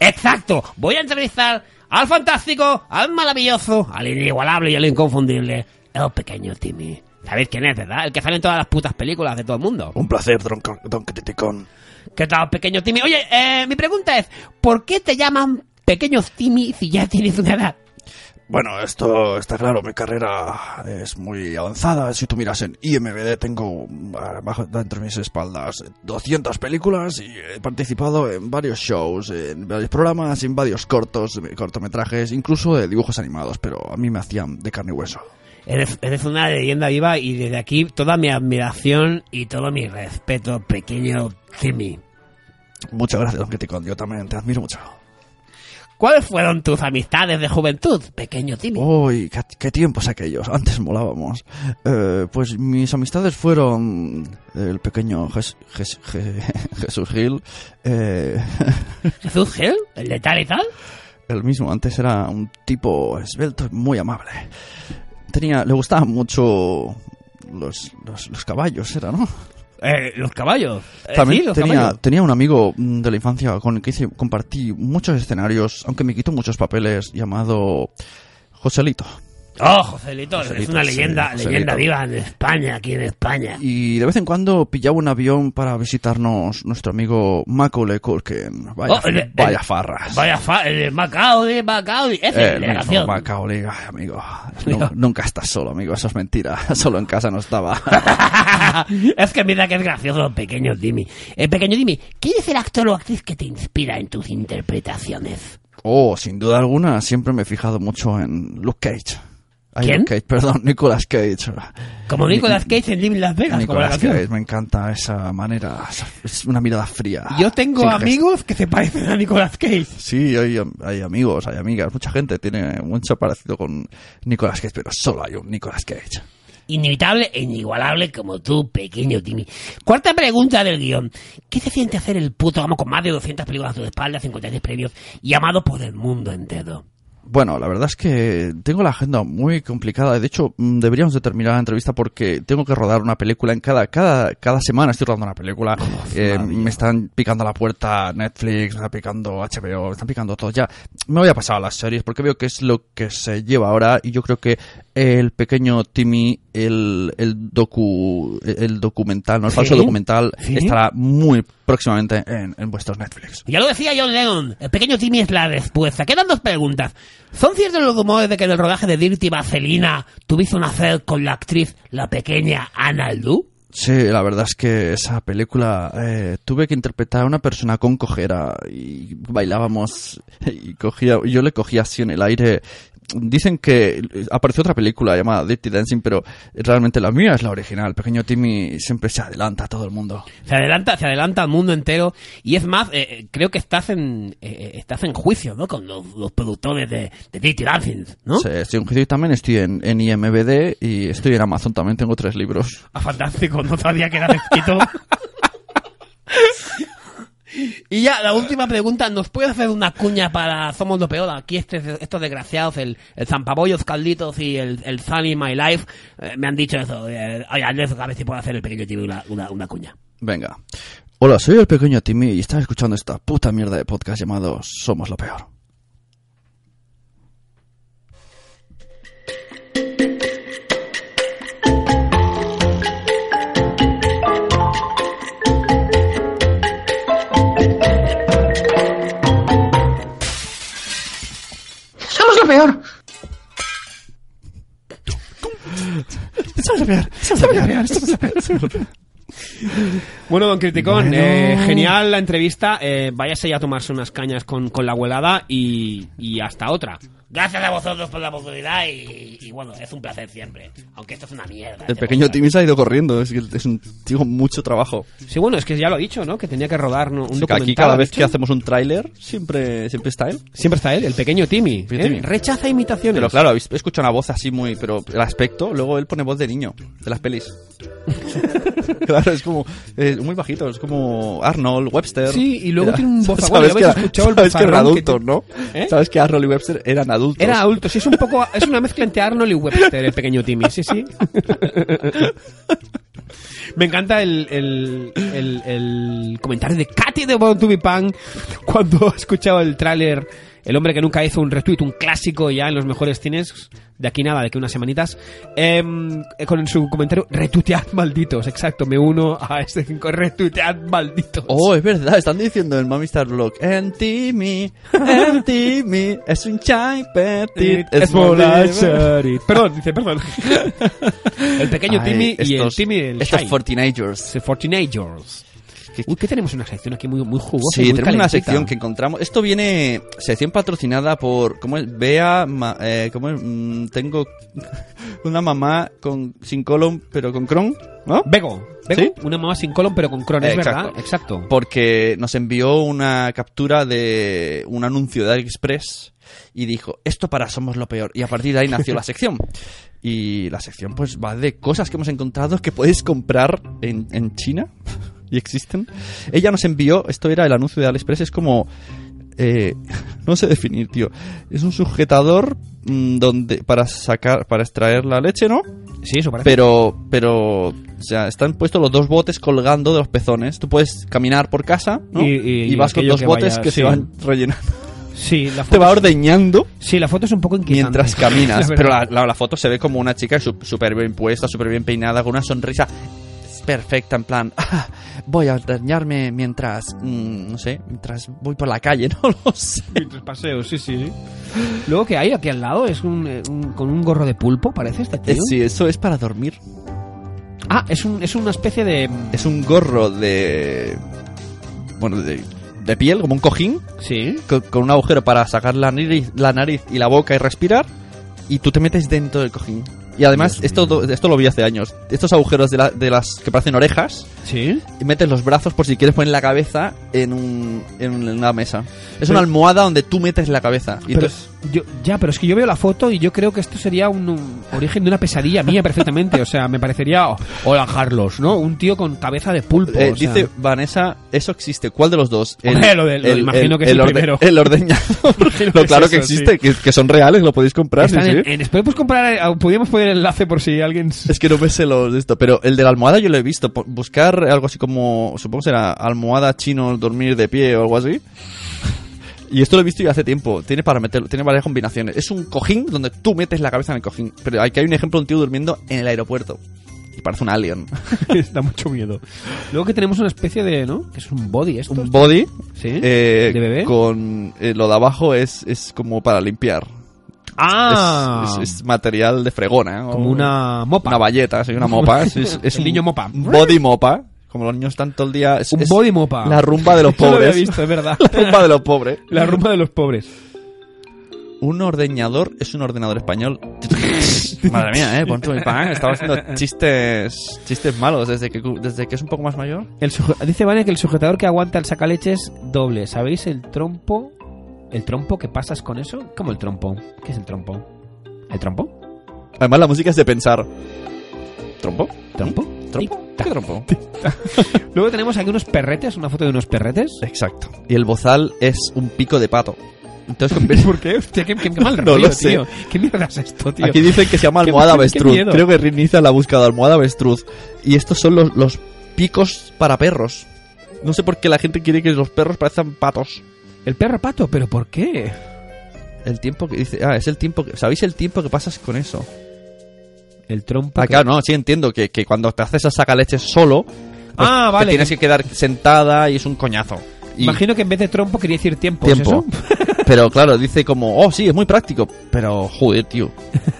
Speaker 8: Exacto, voy a entrevistar al fantástico, al maravilloso, al inigualable y al inconfundible, el pequeño Timmy. ¿Sabéis quién es, verdad? El que sale en todas las putas películas de todo el mundo.
Speaker 10: Un placer, don, Con- don Criticón.
Speaker 8: ¿Qué tal, pequeño Timmy? Oye, eh, mi pregunta es, ¿por qué te llaman pequeño Timmy si ya tienes una edad?
Speaker 10: Bueno, esto está claro, mi carrera es muy avanzada. Si tú miras en IMBD, tengo ah, bajo, dentro de mis espaldas 200 películas y he participado en varios shows, en varios programas, en varios cortos, cortometrajes, incluso de dibujos animados, pero a mí me hacían de carne y hueso.
Speaker 8: Eres, eres una leyenda viva y desde aquí toda mi admiración y todo mi respeto, pequeño Timmy.
Speaker 10: Muchas gracias, don Criticón. Yo también te admiro mucho.
Speaker 8: ¿Cuáles fueron tus amistades de juventud, pequeño Timmy?
Speaker 10: Uy, qué, qué tiempos aquellos. Antes molábamos. Eh, pues mis amistades fueron el pequeño Jes- Jes- Je- (laughs) Jesús Gil. eh, (laughs)
Speaker 8: ¿Jesús Gil? ¿El de tal y tal?
Speaker 10: el mismo, antes era un tipo esbelto, y muy amable. Tenía, le gustaban mucho los, los, los caballos, era, ¿no?
Speaker 8: Eh, los caballos. Eh,
Speaker 10: También
Speaker 8: sí, los
Speaker 10: tenía,
Speaker 8: caballos.
Speaker 10: tenía un amigo mm, de la infancia con el que hice, compartí muchos escenarios, aunque me quitó muchos papeles, llamado Joselito.
Speaker 8: Oh, Joselito, es
Speaker 10: Joselito,
Speaker 8: una
Speaker 10: sí,
Speaker 8: leyenda,
Speaker 10: Joselito.
Speaker 8: leyenda viva en España, aquí en España.
Speaker 10: Y de vez en cuando pillaba un avión para visitarnos nuestro amigo Macaulay Culkin. Vaya,
Speaker 8: Oh, el- el-
Speaker 10: vaya farras.
Speaker 8: Vaya fa, el de Macao, de Macao, ese
Speaker 10: Eh,
Speaker 8: el de la
Speaker 10: el mismo
Speaker 8: canción.
Speaker 10: Macaulay, ay, amigo. Nu- nunca estás solo, amigo. Eso es mentira. (laughs) Solo en casa
Speaker 8: (laughs)
Speaker 10: no estaba.
Speaker 8: es que mira que es gracioso, pequeño Timmy. Eh, pequeño Timmy, ¿quién es el actor o actriz que te inspira en tus interpretaciones?
Speaker 10: Oh, sin duda alguna, siempre me he fijado mucho en Luke Cage. Ay,
Speaker 8: ¿Quién?
Speaker 10: Luke Cage, perdón, (laughs) Nicolas Cage.
Speaker 8: Como
Speaker 10: Ni-
Speaker 8: Nicolas Cage en Living Las Vegas, como la
Speaker 10: Nicolas
Speaker 8: canción.
Speaker 10: Cage, me encanta esa manera. Es una mirada fría.
Speaker 4: Yo tengo
Speaker 10: sin
Speaker 4: amigos que se parecen a Nicolas Cage.
Speaker 10: Sí, hay, hay amigos, hay amigas. Mucha gente tiene mucho parecido con Nicolas Cage, pero solo hay un Nicolas Cage.
Speaker 8: Inimitable e inigualable como tú, pequeño Timmy. Cuarta pregunta del guión. ¿Qué se siente hacer el puto amo con más de 200 películas a tu espalda, 56 premios y amado por el mundo entero?
Speaker 10: Bueno, la verdad es que tengo la agenda muy complicada. De hecho, mm, deberíamos de terminar la entrevista porque tengo que rodar una película en cada cada cada semana. Estoy rodando una película. Eh, me están picando la puerta Netflix, me está picando HBO, me están picando todo. Ya me voy a pasar a las series porque veo que es lo que se lleva ahora y yo creo que el pequeño Timmy, el el docu, el documental, no el
Speaker 8: Sí.
Speaker 10: falso documental,
Speaker 8: Sí.
Speaker 10: estará muy próximamente en, en vuestros Netflix.
Speaker 8: Ya lo decía John Lennon, el pequeño Timmy es la respuesta. Quedan dos preguntas. ¿Son ciertos los rumores de que en el rodaje de Dirty Vaselina tuviste un hacer con la actriz, la pequeña Anna Lu?
Speaker 10: Sí, la verdad es que esa película eh, tuve que interpretar a una persona con cojera y bailábamos y cogía, yo le cogía así en el aire. Dicen que apareció otra película llamada Dirty Dancing, pero realmente la mía es la original. Pequeño Timmy siempre se adelanta a todo el mundo.
Speaker 4: Se adelanta, se adelanta al mundo entero. Y es más, eh, eh, creo que estás en, eh, eh, estás en juicio, ¿no? Con los, los productores de, de Dirty Dancing, ¿no?
Speaker 10: Sí, estoy en juicio y también estoy en, en IMBD y estoy en Amazon también, tengo tres libros.
Speaker 4: Ah, fantástico, no sabía que era escrito. y ya, la última pregunta, ¿nos puedes hacer una cuña para Somos lo Peor? Aquí este- estos desgraciados, el, el Zampabollos Calditos y el, el Sunny My Life, eh, me han dicho eso. eh, oye, Andrés, a ver si puedo hacer el pequeño tío una, una, una cuña.
Speaker 10: Venga. Hola, soy el pequeño Timmy y estás escuchando esta puta mierda de podcast llamado Somos lo Peor.
Speaker 2: Somos lo peor.
Speaker 10: Somos lo peor. Somos lo (laughs) peor. Somos lo peor. Somos lo peor.
Speaker 4: Bueno, don Criticón,
Speaker 10: Bueno.
Speaker 4: eh, genial la entrevista. eh, váyase ya a tomarse unas cañas con, con la abuelada y, y hasta otra.
Speaker 20: Gracias a vosotros por la oportunidad y, y bueno, es un placer siempre. Aunque esto es una mierda.
Speaker 10: El pequeño Timmy se ha ido corriendo, es, que es un tío mucho trabajo.
Speaker 2: Sí, bueno, es que ya lo ha dicho, ¿no? Que tenía que rodar ¿no? un
Speaker 10: Así que
Speaker 2: documental.
Speaker 10: aquí cada
Speaker 2: ¿ha
Speaker 10: vez
Speaker 2: dicho?
Speaker 10: que hacemos un tráiler siempre, siempre está él.
Speaker 2: Siempre está él, el pequeño Timmy.
Speaker 10: Pequeño
Speaker 2: ¿eh?
Speaker 10: Timmy.
Speaker 2: Rechaza imitaciones.
Speaker 10: Pero claro, habéis escuchado una voz así muy... Pero el aspecto, luego él pone voz de niño, de las
Speaker 2: (laughs)
Speaker 10: pelis. claro, es como... eh, muy bajito, es como Arnold, Webster...
Speaker 2: Sí, y luego
Speaker 10: Era-
Speaker 2: tiene
Speaker 10: (laughs)
Speaker 2: un vozarrón,
Speaker 10: Sabes
Speaker 2: ¿lo
Speaker 10: que,
Speaker 2: habéis
Speaker 10: era-
Speaker 2: escuchado el
Speaker 10: sabes que
Speaker 2: vozarrón
Speaker 10: eran
Speaker 2: que
Speaker 10: adultos, ¿no?
Speaker 2: ¿Eh?
Speaker 10: Sabes que Arnold y Webster eran adultos.
Speaker 2: Era adulto, sí, es un poco. Es una mezcla entre Arnold y Webster, el pequeño Timmy, sí, sí. (laughs) Me encanta el, el, el- el comentario de Katy de Born to Be Punk cuando escuchaba el tráiler El hombre que nunca hizo un retweet, un clásico ya en los mejores cines, de aquí nada, de aquí unas semanitas, em, eh, con su comentario, retuitead malditos, exacto, me uno a este 5, retuitead malditos.
Speaker 10: Oh, es verdad, están diciendo en Mami Star Blog. And Timmy,
Speaker 2: (laughs)
Speaker 10: and Timmy, es un chai petit,
Speaker 2: Es
Speaker 10: muy
Speaker 2: (laughs) Charity. Perdón, dice, perdón. El pequeño
Speaker 10: Ay,
Speaker 2: Timmy y el
Speaker 10: estos-
Speaker 2: Timmy del Uh,
Speaker 10: estos
Speaker 2: Shai.
Speaker 10: 14
Speaker 2: Fortinagers. Uy, que tenemos una sección aquí muy, muy jugosa.
Speaker 10: Sí,
Speaker 2: y muy
Speaker 10: tenemos una
Speaker 2: calentita.
Speaker 10: sección que encontramos. Esto viene sección patrocinada por cómo es Bea, ma- eh, cómo es Mm, tengo (laughs) una mamá con sin colon pero con cron, ¿no?
Speaker 2: Vego, Vego,
Speaker 10: ¿Sí?
Speaker 2: una mamá sin colon pero con cron, es
Speaker 10: Eh,
Speaker 2: verdad.
Speaker 10: exacto.
Speaker 2: Exacto.
Speaker 10: Porque nos envió una captura de un anuncio de AliExpress y dijo, esto para Somos lo Peor. Y a partir de ahí
Speaker 2: (laughs)
Speaker 10: nació la sección. Y la sección pues va de cosas que hemos encontrado que podéis comprar en, en China y existen. Ella nos envió, esto era el anuncio de AliExpress, es como... eh, (laughs) no sé definir, tío. Es un sujetador mm, donde para sacar, para extraer la leche, ¿no?
Speaker 2: Sí, eso parece.
Speaker 10: Pero, pero, o sea, están puestos los dos botes colgando de los pezones. Tú puedes caminar por casa ¿no?
Speaker 2: Y- y-
Speaker 10: vas con
Speaker 2: aquello
Speaker 10: dos
Speaker 2: que
Speaker 10: botes
Speaker 2: vaya,
Speaker 10: que
Speaker 2: sí.
Speaker 10: se van rellenando. (laughs)
Speaker 2: Sí, la
Speaker 10: Te
Speaker 2: foto,
Speaker 10: va ordeñando
Speaker 2: sí, la foto es un poco inquietante. (laughs)
Speaker 10: mientras caminas.
Speaker 2: La
Speaker 10: pero
Speaker 2: verdad.
Speaker 10: la, la- la foto se ve como una chica su- súper bien puesta, súper bien peinada, con una sonrisa perfecta, en plan, "Ah, voy a ordeñarme mientras, mm, no sé, mientras voy por la calle, (laughs) no lo sé.
Speaker 2: Mientras paseo, sí, sí, sí. Luego que hay aquí al lado es un, eh, un- con un gorro de pulpo, parece este tío.
Speaker 10: Eh, Sí, eso es para dormir.
Speaker 2: Ah, es, un, es una especie de.
Speaker 10: Es un gorro de. Bueno, de, de piel, como un cojín.
Speaker 2: Sí.
Speaker 10: Con, con un agujero para sacar la nariz, la nariz y la boca y respirar. Y tú te metes dentro del cojín. Y además, esto, do- esto lo vi hace años. Estos agujeros de, la- de las que parecen orejas.
Speaker 2: Sí.
Speaker 10: Y metes los brazos por si quieres poner la cabeza en, un, en una mesa. Es
Speaker 2: Pero-
Speaker 10: una almohada donde tú metes la cabeza.
Speaker 2: Pero-
Speaker 10: Y entonces-
Speaker 2: yo- ya, pero es que yo veo la foto y yo creo que esto sería un, un origen de una pesadilla mía perfectamente. O sea, me parecería. oh, hola, Carlos, ¿no? Un tío con cabeza de pulpo.
Speaker 10: Eh,
Speaker 2: o sea.
Speaker 10: dice Vanessa, eso existe. ¿Cuál de los dos?
Speaker 2: Hombre, lo del- lo imagino que es el
Speaker 10: orde-
Speaker 2: primero. (laughs)
Speaker 10: El ordeñador.
Speaker 2: Imagino
Speaker 10: lo
Speaker 2: que
Speaker 10: claro
Speaker 2: es
Speaker 10: que
Speaker 2: eso,
Speaker 10: existe,
Speaker 2: sí.
Speaker 10: que, que son reales, lo podéis comprar. sí,
Speaker 2: Están en-
Speaker 10: sí.
Speaker 2: en- podemos comprar, eh, podríamos poner el enlace por si alguien.
Speaker 10: Es que no me sé los de esto, pero el de la almohada yo lo he visto. Po- Buscar algo así como, supongo que será almohada chino dormir de pie o algo así. Y esto lo he visto ya hace tiempo. Tiene para meterlo, tiene varias combinaciones. Es un cojín donde tú metes la cabeza en el cojín. Pero aquí hay un ejemplo de un tío durmiendo en el aeropuerto. Y parece un alien.
Speaker 2: da mucho miedo. Luego que tenemos una especie de, ¿no? Que es un body esto.
Speaker 10: un body
Speaker 2: Sí,
Speaker 10: eh,
Speaker 2: de bebé.
Speaker 10: con eh, lo de abajo es, es como para limpiar
Speaker 2: ah,
Speaker 10: es, es- es material de fregona ¿eh?
Speaker 2: como
Speaker 10: O-
Speaker 2: una mopa.
Speaker 10: una bayeta sí,
Speaker 2: (laughs)
Speaker 10: una mopa es, es- es
Speaker 2: El niño mopa.
Speaker 10: un body mopa como los niños están todo el día es,
Speaker 2: un
Speaker 10: es
Speaker 2: body mopa.
Speaker 10: la rumba
Speaker 2: (laughs)
Speaker 10: de los
Speaker 2: Eso lo había
Speaker 10: pobres
Speaker 2: visto, es verdad.
Speaker 10: (laughs) la rumba de los pobres
Speaker 2: (laughs) La rumba de los pobres.
Speaker 10: un ordeñador es un ordenador español (laughs) madre mía eh ponte mi pan estaba haciendo chistes chistes malos desde que desde que es un poco más mayor
Speaker 2: El suje- dice Vania que el sujetador que aguanta el sacaleche es doble. ¿Sabéis el trompo? ¿El trompo que pasas con eso? ¿Cómo el trompo? ¿Qué es el trompo? ¿El trompo?
Speaker 10: además la música es de pensar trompo
Speaker 2: ¿Trompo?
Speaker 10: trompo ¿Qué trompo
Speaker 2: (laughs) Luego tenemos aquí unos perretes, una foto de unos perretes.
Speaker 10: Exacto. Y el bozal es un pico de pato. Entonces,
Speaker 2: (laughs) ¿Por qué? Hostia, qué, qué- qué
Speaker 8: (laughs)
Speaker 2: mal
Speaker 10: No
Speaker 2: rollo,
Speaker 10: lo sé.
Speaker 2: tío. ¿Qué mierda es esto, tío?
Speaker 10: aquí dicen que se llama
Speaker 2: (laughs) Qué-
Speaker 10: almohada
Speaker 2: qué- qué
Speaker 10: avestruz.
Speaker 2: miedo.
Speaker 10: Creo que reinicia la búsqueda de almohada avestruz. Y estos son los, los picos para perros. No sé por qué la gente quiere que los perros parezcan patos.
Speaker 2: El perro pato, pero ¿por qué?
Speaker 10: El tiempo que dice. Ah, es el tiempo que. ¿Sabéis el tiempo que pasas con eso?
Speaker 2: El trompo.
Speaker 10: Ah,
Speaker 2: que-
Speaker 10: claro, no, sí entiendo que, que cuando te haces a sacaleches solo. pues,
Speaker 2: Ah, vale.
Speaker 10: Te tienes que quedar sentada y es un coñazo. Y
Speaker 2: Imagino que en vez de trompo quería decir tiempo. ¿es
Speaker 10: tiempo.
Speaker 2: eso?
Speaker 10: (laughs)
Speaker 2: (laughs)
Speaker 10: Pero claro, dice como, oh, sí, es muy práctico. Pero, joder, tío.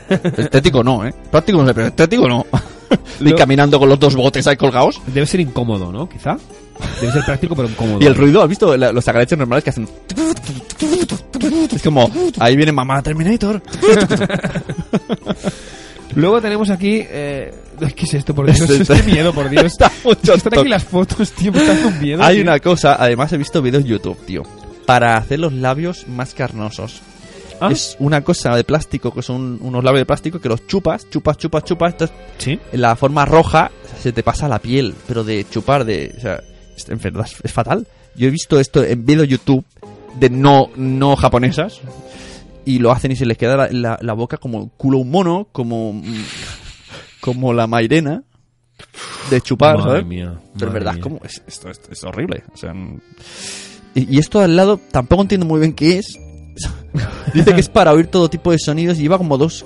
Speaker 10: Estético no, ¿eh? Práctico no sé, pero estético no. (laughs) Y
Speaker 2: Lo-
Speaker 10: caminando con los dos botes ahí colgados.
Speaker 2: Debe ser incómodo, ¿no? Quizá. Debe ser práctico, pero incómodo.
Speaker 10: Y el ruido, ¿has visto La- los sacaleches normales que hacen? Es como, ahí viene
Speaker 2: (laughs)
Speaker 10: mamá Terminator.
Speaker 2: Luego tenemos aquí. Eh, (laughs) ay, ¿Qué es esto, por Dios?
Speaker 10: Este
Speaker 2: Este,
Speaker 10: está-
Speaker 2: miedo, por Dios.
Speaker 10: (laughs) está mucho
Speaker 2: Están
Speaker 10: toque.
Speaker 2: aquí las fotos, tío. Me está dando un miedo.
Speaker 10: Hay
Speaker 2: tío.
Speaker 10: una cosa, además he visto videos en YouTube, tío, para hacer los labios más carnosos.
Speaker 1: Ah.
Speaker 10: Es una cosa de plástico, que son unos labios de plástico que los chupas, chupas, chupas, chupas. Entonces, en la forma roja se te pasa la piel, pero de chupar, de. O sea, es- en verdad es- es fatal. Yo he visto esto en video YouTube de no, no japonesas y lo hacen y se les queda la, la- la boca como el culo un mono, como. mm, como la mairena de chupar,
Speaker 1: Madre
Speaker 10: ¿sabes?
Speaker 1: mía,
Speaker 10: Pero en
Speaker 1: madre
Speaker 10: verdad,
Speaker 1: mía.
Speaker 10: ¿cómo es? Esto, esto es horrible. O sea, mm, y, y esto al lado tampoco entiendo muy bien qué es. (laughs) Dice que es para oír todo tipo de sonidos y lleva como dos,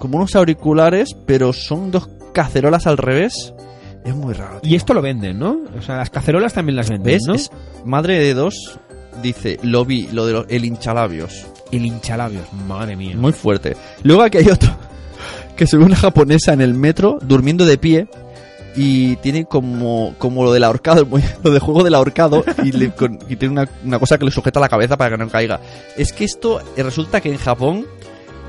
Speaker 10: como unos auriculares, pero son dos cacerolas al revés. Es muy raro.
Speaker 2: Y esto lo venden, ¿no? O sea, las cacerolas también las venden,
Speaker 10: ¿Ves?
Speaker 2: ¿no?
Speaker 10: Es madre de dos. Dice, lo vi, lo de lo- el hinchalabios.
Speaker 2: El hinchalabios, madre mía.
Speaker 10: Muy fuerte. Luego aquí hay otro. (laughs) Que se ve una japonesa en el metro durmiendo de pie. Y tiene como, como lo del ahorcado, muy- (laughs) lo de juego del ahorcado. Y, le- con- y tiene una, una cosa que le sujeta la cabeza para que no caiga. Es que esto eh, resulta que en Japón.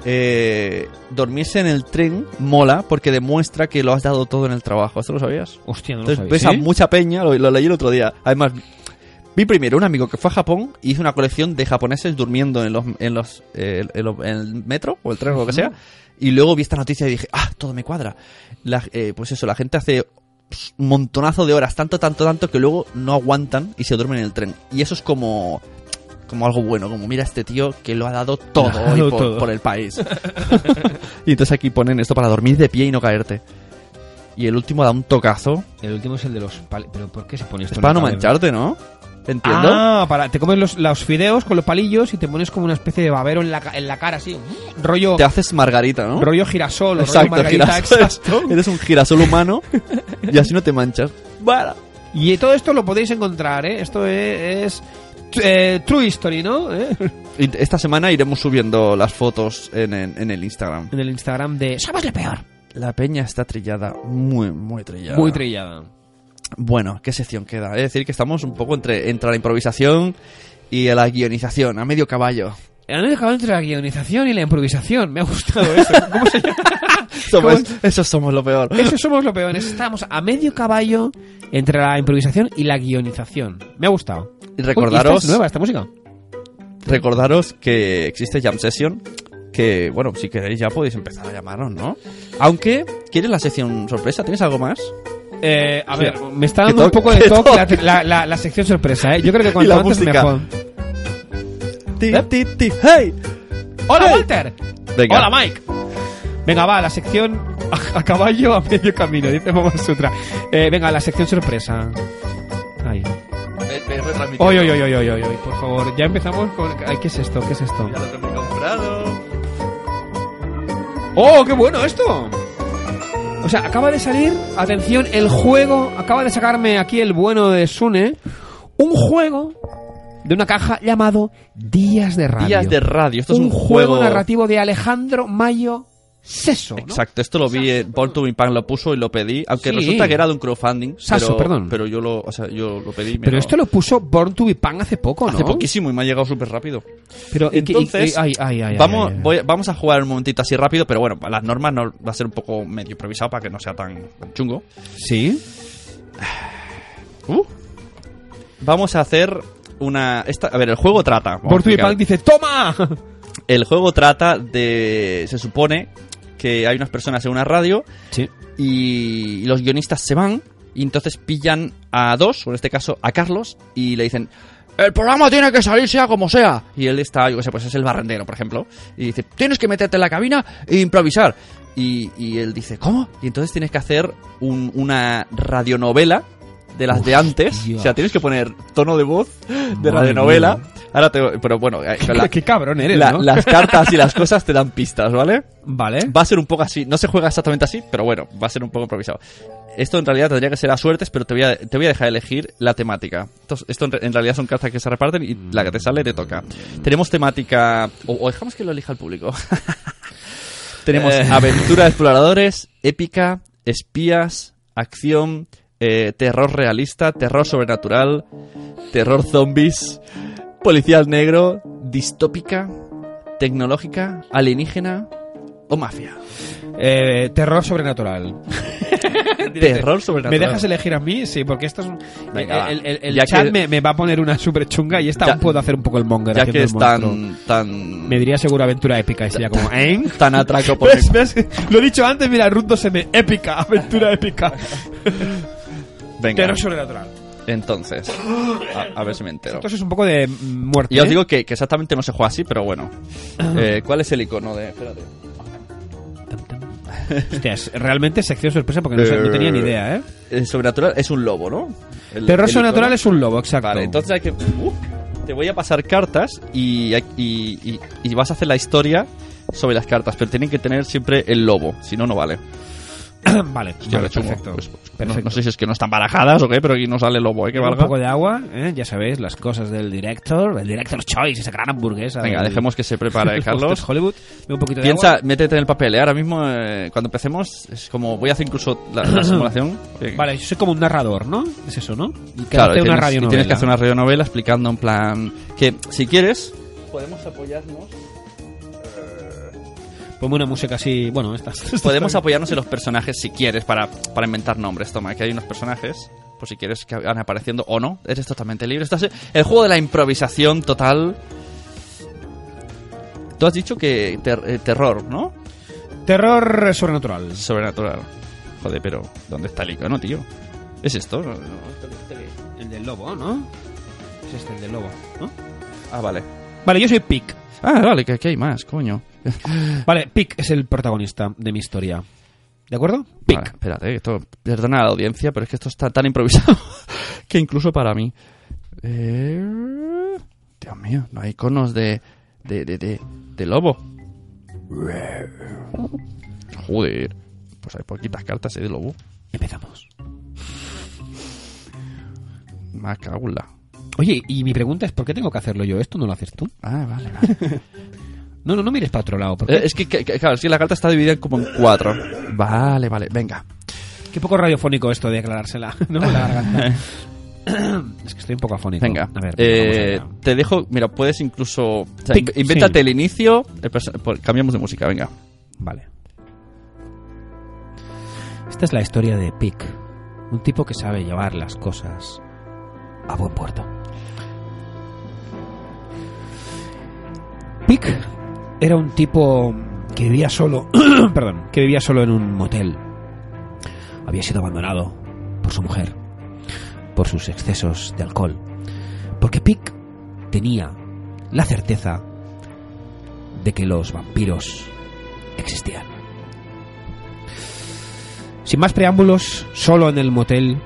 Speaker 10: eh, dormirse en el tren mola porque demuestra que lo has dado todo en el trabajo. ¿Esto lo sabías?
Speaker 2: Hostia, no lo
Speaker 10: Entonces
Speaker 2: sabía.
Speaker 10: ves a
Speaker 2: ¿Sí?
Speaker 10: mucha peña, lo, lo leí el otro día. Además, vi primero un amigo que fue a Japón y hizo una colección de japoneses durmiendo en los en los eh, en, los- en el metro o el tren o lo que sea. Y luego vi esta noticia y dije, ah, todo me cuadra. La- eh, pues eso, la gente hace pss, un montonazo de horas, tanto, tanto, tanto, que luego no aguantan y se duermen en el tren. Y eso es como como algo bueno, como mira este tío que lo ha dado todo,
Speaker 2: Lo ha
Speaker 10: hoy
Speaker 2: dado
Speaker 10: por,
Speaker 2: todo.
Speaker 10: por el país. (laughs) y entonces aquí ponen esto para dormir de pie y no caerte. Y el último da un tocazo
Speaker 2: El último es el de los. pal- ¿Pero por qué se pone esto?
Speaker 10: es
Speaker 2: en
Speaker 10: para
Speaker 2: la
Speaker 10: no
Speaker 2: cabeza?
Speaker 10: mancharte, ¿no? Entiendo.
Speaker 2: Ah, para, te comes los, los fideos con los palillos y te pones como una especie de babero en la, ca- en la cara, así. Rollo.
Speaker 10: Te haces margarita, ¿no?
Speaker 2: Rollo girasol, o rollo
Speaker 10: Exacto,
Speaker 2: margarita,
Speaker 10: girasol.
Speaker 2: exacto.
Speaker 10: (laughs) Eres un girasol humano y así no te manchas.
Speaker 2: Y todo esto lo podéis encontrar, ¿eh? Esto es. es, eh, True History, ¿no? ¿Eh? (laughs)
Speaker 10: Y Esta semana iremos subiendo las fotos en, en- en el Instagram.
Speaker 2: En el Instagram de. ¡Somos la peor!
Speaker 10: La peña está trillada, muy, muy trillada.
Speaker 2: Muy trillada.
Speaker 10: Bueno, ¿qué sección queda? Es decir, que estamos un poco entre, entre la improvisación y la guionización, a
Speaker 2: (laughs)
Speaker 10: medio caballo.
Speaker 2: Han dejado entre la guionización y la improvisación. Me ha gustado
Speaker 10: (laughs)
Speaker 2: eso. ¿Cómo se llama?
Speaker 10: Somos, eso somos lo peor.
Speaker 2: Eso somos lo peor. Estamos a medio caballo entre la improvisación y la guionización. Me ha gustado.
Speaker 10: Y recordaros-
Speaker 2: Uy, esta es nueva esta música.
Speaker 10: Recordaros que existe Jam Session, que bueno, si queréis ya podéis empezar a llamarnos, ¿no? Aunque, ¿quieres la sección sorpresa? ¿Tienes algo más?
Speaker 2: Eh, a ver,
Speaker 10: Mira,
Speaker 2: me está
Speaker 10: que
Speaker 2: dando un
Speaker 10: toque,
Speaker 2: poco de
Speaker 10: que
Speaker 2: toque la,
Speaker 10: toque.
Speaker 2: la- la- la sección sorpresa, ¿eh? Yo creo que
Speaker 10: (laughs) Y
Speaker 2: cuanto
Speaker 10: la
Speaker 2: antes
Speaker 10: música.
Speaker 2: mejor.
Speaker 10: Ti, ti, ti, hey.
Speaker 2: ¡Hola, Walter!
Speaker 10: Venga.
Speaker 2: ¡Hola, Mike! Venga, va, la sección a, a caballo a medio camino, dice Mama Sutra. Eh, venga, la sección sorpresa. Ahí. Oy, oy, oy, oy, oy, oy, oy, por favor. Ya empezamos con... ay, ¿Qué es esto? ¿Qué es esto? ¡Oh, qué bueno esto! O sea, acaba de salir, atención, el juego, acaba de sacarme aquí el bueno de Sune, un juego de una caja llamado Días de Radio.
Speaker 10: Días de radio. Esto es un
Speaker 2: juego,
Speaker 10: juego-
Speaker 2: narrativo de Alejandro Mayo Seso. ¿no?
Speaker 10: Exacto, esto lo vi, en Born to Be Punk lo puso y lo pedí, aunque
Speaker 2: Sí.
Speaker 10: resulta que era de un crowdfunding.
Speaker 2: Sasso,
Speaker 10: pero,
Speaker 2: perdón.
Speaker 10: Pero yo lo, o sea, yo lo pedí. y me
Speaker 2: Pero esto lo puso Born to Be Punk hace poco, ¿no?
Speaker 10: Hace poquísimo y me ha llegado súper rápido.
Speaker 2: Pero, ¿y qué- y-
Speaker 10: entonces,
Speaker 2: y- ay, ay, ay,
Speaker 10: vamos,
Speaker 2: ay, ay, ay.
Speaker 10: voy- vamos a jugar un momentito así rápido, pero bueno, las normas no, va a ser un poco medio improvisado para que no sea tan chungo. Uh.
Speaker 2: Sí.
Speaker 10: Vamos a hacer una... Esta, a ver, el juego trata... vamos a
Speaker 2: Born to Be
Speaker 10: explicar.
Speaker 2: Punk dice, ¡toma!
Speaker 10: El juego trata de. Se supone que hay unas personas en una radio. Y los guionistas se van. Y entonces pillan a dos, o en este caso a Carlos, y le dicen. El programa tiene que salir sea como sea. Y él está, yo qué sé, pues es el barrendero, por ejemplo. Y dice, tienes que meterte en la cabina e improvisar. Y, y él dice, ¿cómo? Y entonces tienes que hacer un- una radionovela de las de antes. O sea, tienes que poner tono de voz de
Speaker 2: Madre
Speaker 10: radionovela. Ahora te... Pero bueno, eh, con la-
Speaker 2: Qué cabrón eres,
Speaker 10: la-
Speaker 2: ¿no? (laughs)
Speaker 10: Las cartas y las cosas te dan pistas, ¿vale?
Speaker 2: Vale.
Speaker 10: Va a ser un poco así. No se juega exactamente así, pero bueno, va a ser un poco improvisado. Esto en realidad tendría que ser a suertes, pero te voy a, te voy a dejar elegir la temática. Esto, esto en, re- en realidad son cartas que se reparten y la que te sale te toca.
Speaker 2: Mm.
Speaker 10: Tenemos temática... O, o dejamos que lo elija el público. Tenemos
Speaker 21: Eh.
Speaker 10: aventura de exploradores, épica, espías, acción, eh, terror realista, terror sobrenatural, terror zombies, policial negro, distópica, tecnológica, alienígena o mafia.
Speaker 4: Eh, terror sobrenatural.
Speaker 10: (laughs) Terror sobrenatural.
Speaker 4: ¿Me dejas elegir a mí? Sí, porque esto es. un-
Speaker 10: Venga,
Speaker 4: el el- el
Speaker 10: ya
Speaker 4: chat
Speaker 10: que-
Speaker 4: me, me va a poner una super chunga y esta
Speaker 10: Ya-
Speaker 4: puedo hacer un poco el monger.
Speaker 10: Ya
Speaker 4: haciendo
Speaker 10: que
Speaker 4: el
Speaker 10: es tan,
Speaker 4: monstruo.
Speaker 10: tan,
Speaker 4: Me diría segura aventura épica y sería como. ¿Eh? (laughs)
Speaker 10: tan atraco por
Speaker 4: ¿Ves? ¿Ves? Lo he dicho antes, mira, Ruth 2M. Épica, (laughs) aventura épica.
Speaker 10: Venga.
Speaker 4: Terror sobrenatural.
Speaker 10: Entonces, a, a ver si me entero.
Speaker 4: Entonces es un poco de mm, muerte.
Speaker 10: Y ya os
Speaker 4: ¿eh?
Speaker 10: digo que, que exactamente no se juega así, pero bueno.
Speaker 4: Ah.
Speaker 10: Eh, ¿Cuál es el icono de.? Espérate.
Speaker 4: Hostias, realmente sección sorpresa porque no, sé- no tenía ni idea, ¿eh?
Speaker 10: El sobrenatural es un lobo, ¿no? El-
Speaker 4: Terror
Speaker 10: el
Speaker 4: sobrenatural
Speaker 10: icono.
Speaker 4: es un lobo, exacto.
Speaker 10: Vale, entonces hay que. ¡Uh! te voy a pasar cartas y, y, y- y vas a hacer la historia sobre las cartas, pero tienen que tener siempre el lobo, si no, no vale.
Speaker 4: vale,
Speaker 10: Ya
Speaker 4: vale,
Speaker 10: lo chungo.
Speaker 4: perfecto.
Speaker 10: Pues, pues,
Speaker 4: Perfecto.
Speaker 10: No, no sé si es que no están barajadas o qué, pero aquí no sale lobo, ¿eh? Que
Speaker 4: un
Speaker 10: valga.
Speaker 4: poco de agua, ¿eh? ya sabéis, las cosas del director, el director's choice, esa gran hamburguesa.
Speaker 10: Venga,
Speaker 4: del-
Speaker 10: dejemos que se prepare,
Speaker 4: (laughs) del
Speaker 10: Carlos.
Speaker 4: Foster's Hollywood. Ve un poquito de
Speaker 10: Piensa,
Speaker 4: agua.
Speaker 10: métete en el papel, ¿eh? Ahora mismo, eh, cuando empecemos, es como voy a hacer incluso la, la
Speaker 4: (coughs)
Speaker 10: simulación. Bien.
Speaker 4: Vale, yo soy como un narrador, ¿no? Es eso, ¿no? Y que
Speaker 10: Claro,
Speaker 4: hace
Speaker 10: tienes,
Speaker 4: una radionovela.
Speaker 10: y tienes que hacer una radionovela explicando en plan que si quieres podemos apoyarnos eh,
Speaker 4: Ponme una música así, bueno, esta. (laughs) esta
Speaker 10: podemos
Speaker 4: está bien.
Speaker 10: apoyarnos en los personajes si quieres para, para inventar nombres. Toma, que hay unos personajes por si quieres que van apareciendo o no. Eres totalmente libre. Estás el juego de la improvisación total. Tú has dicho que ter- eh, terror, ¿no?
Speaker 4: Terror sobrenatural.
Speaker 10: Sobrenatural. Joder, pero ¿dónde está el icono, tío? ¿Es esto? No, no.
Speaker 4: El del lobo, ¿no? Es este, el del lobo, ¿no?
Speaker 10: Ah, vale.
Speaker 4: Vale, yo soy Pick.
Speaker 10: Ah, vale, que aquí hay más, coño.
Speaker 4: Vale, Pick es el protagonista de mi historia. ¿De acuerdo? Pick.
Speaker 10: Vale, espérate, que esto, perdona a la audiencia, pero es que esto está tan improvisado (laughs) que incluso para mí. Eh, Dios mío, no hay iconos de, de, de, de, de lobo. Joder, pues hay poquitas cartas eh, de lobo.
Speaker 4: Empezamos.
Speaker 10: Macaula.
Speaker 4: Oye, y mi pregunta es: ¿por qué tengo que hacerlo yo? ¿Esto no lo haces tú?
Speaker 10: Ah, vale, vale.
Speaker 4: no, no, no mires para otro lado. ¿por qué?
Speaker 10: Eh, es que, que- que- claro, es que la carta está dividida como en cuatro. Vale, vale, venga.
Speaker 4: Qué poco radiofónico esto de aclarársela, ¿no? La (laughs)
Speaker 10: (laughs)
Speaker 4: garganta. es que estoy un poco afónico.
Speaker 10: Venga,
Speaker 4: A ver,
Speaker 10: eh,
Speaker 4: vamos allá.
Speaker 10: te dejo. Mira, puedes incluso. o sea,
Speaker 4: Tic,
Speaker 10: inv- invéntate
Speaker 4: sí.
Speaker 10: el inicio. el perso- por- cambiamos de música,
Speaker 4: (coughs)
Speaker 10: venga.
Speaker 4: Vale. Esta es la historia de Pick, un tipo que sabe llevar las cosas a buen puerto. Pick era un tipo que vivía solo, perdón, que vivía solo en un motel. Había sido abandonado por su mujer, por sus excesos de alcohol, porque Pick tenía la certeza de que los vampiros existían. Sin más preámbulos, solo en el motel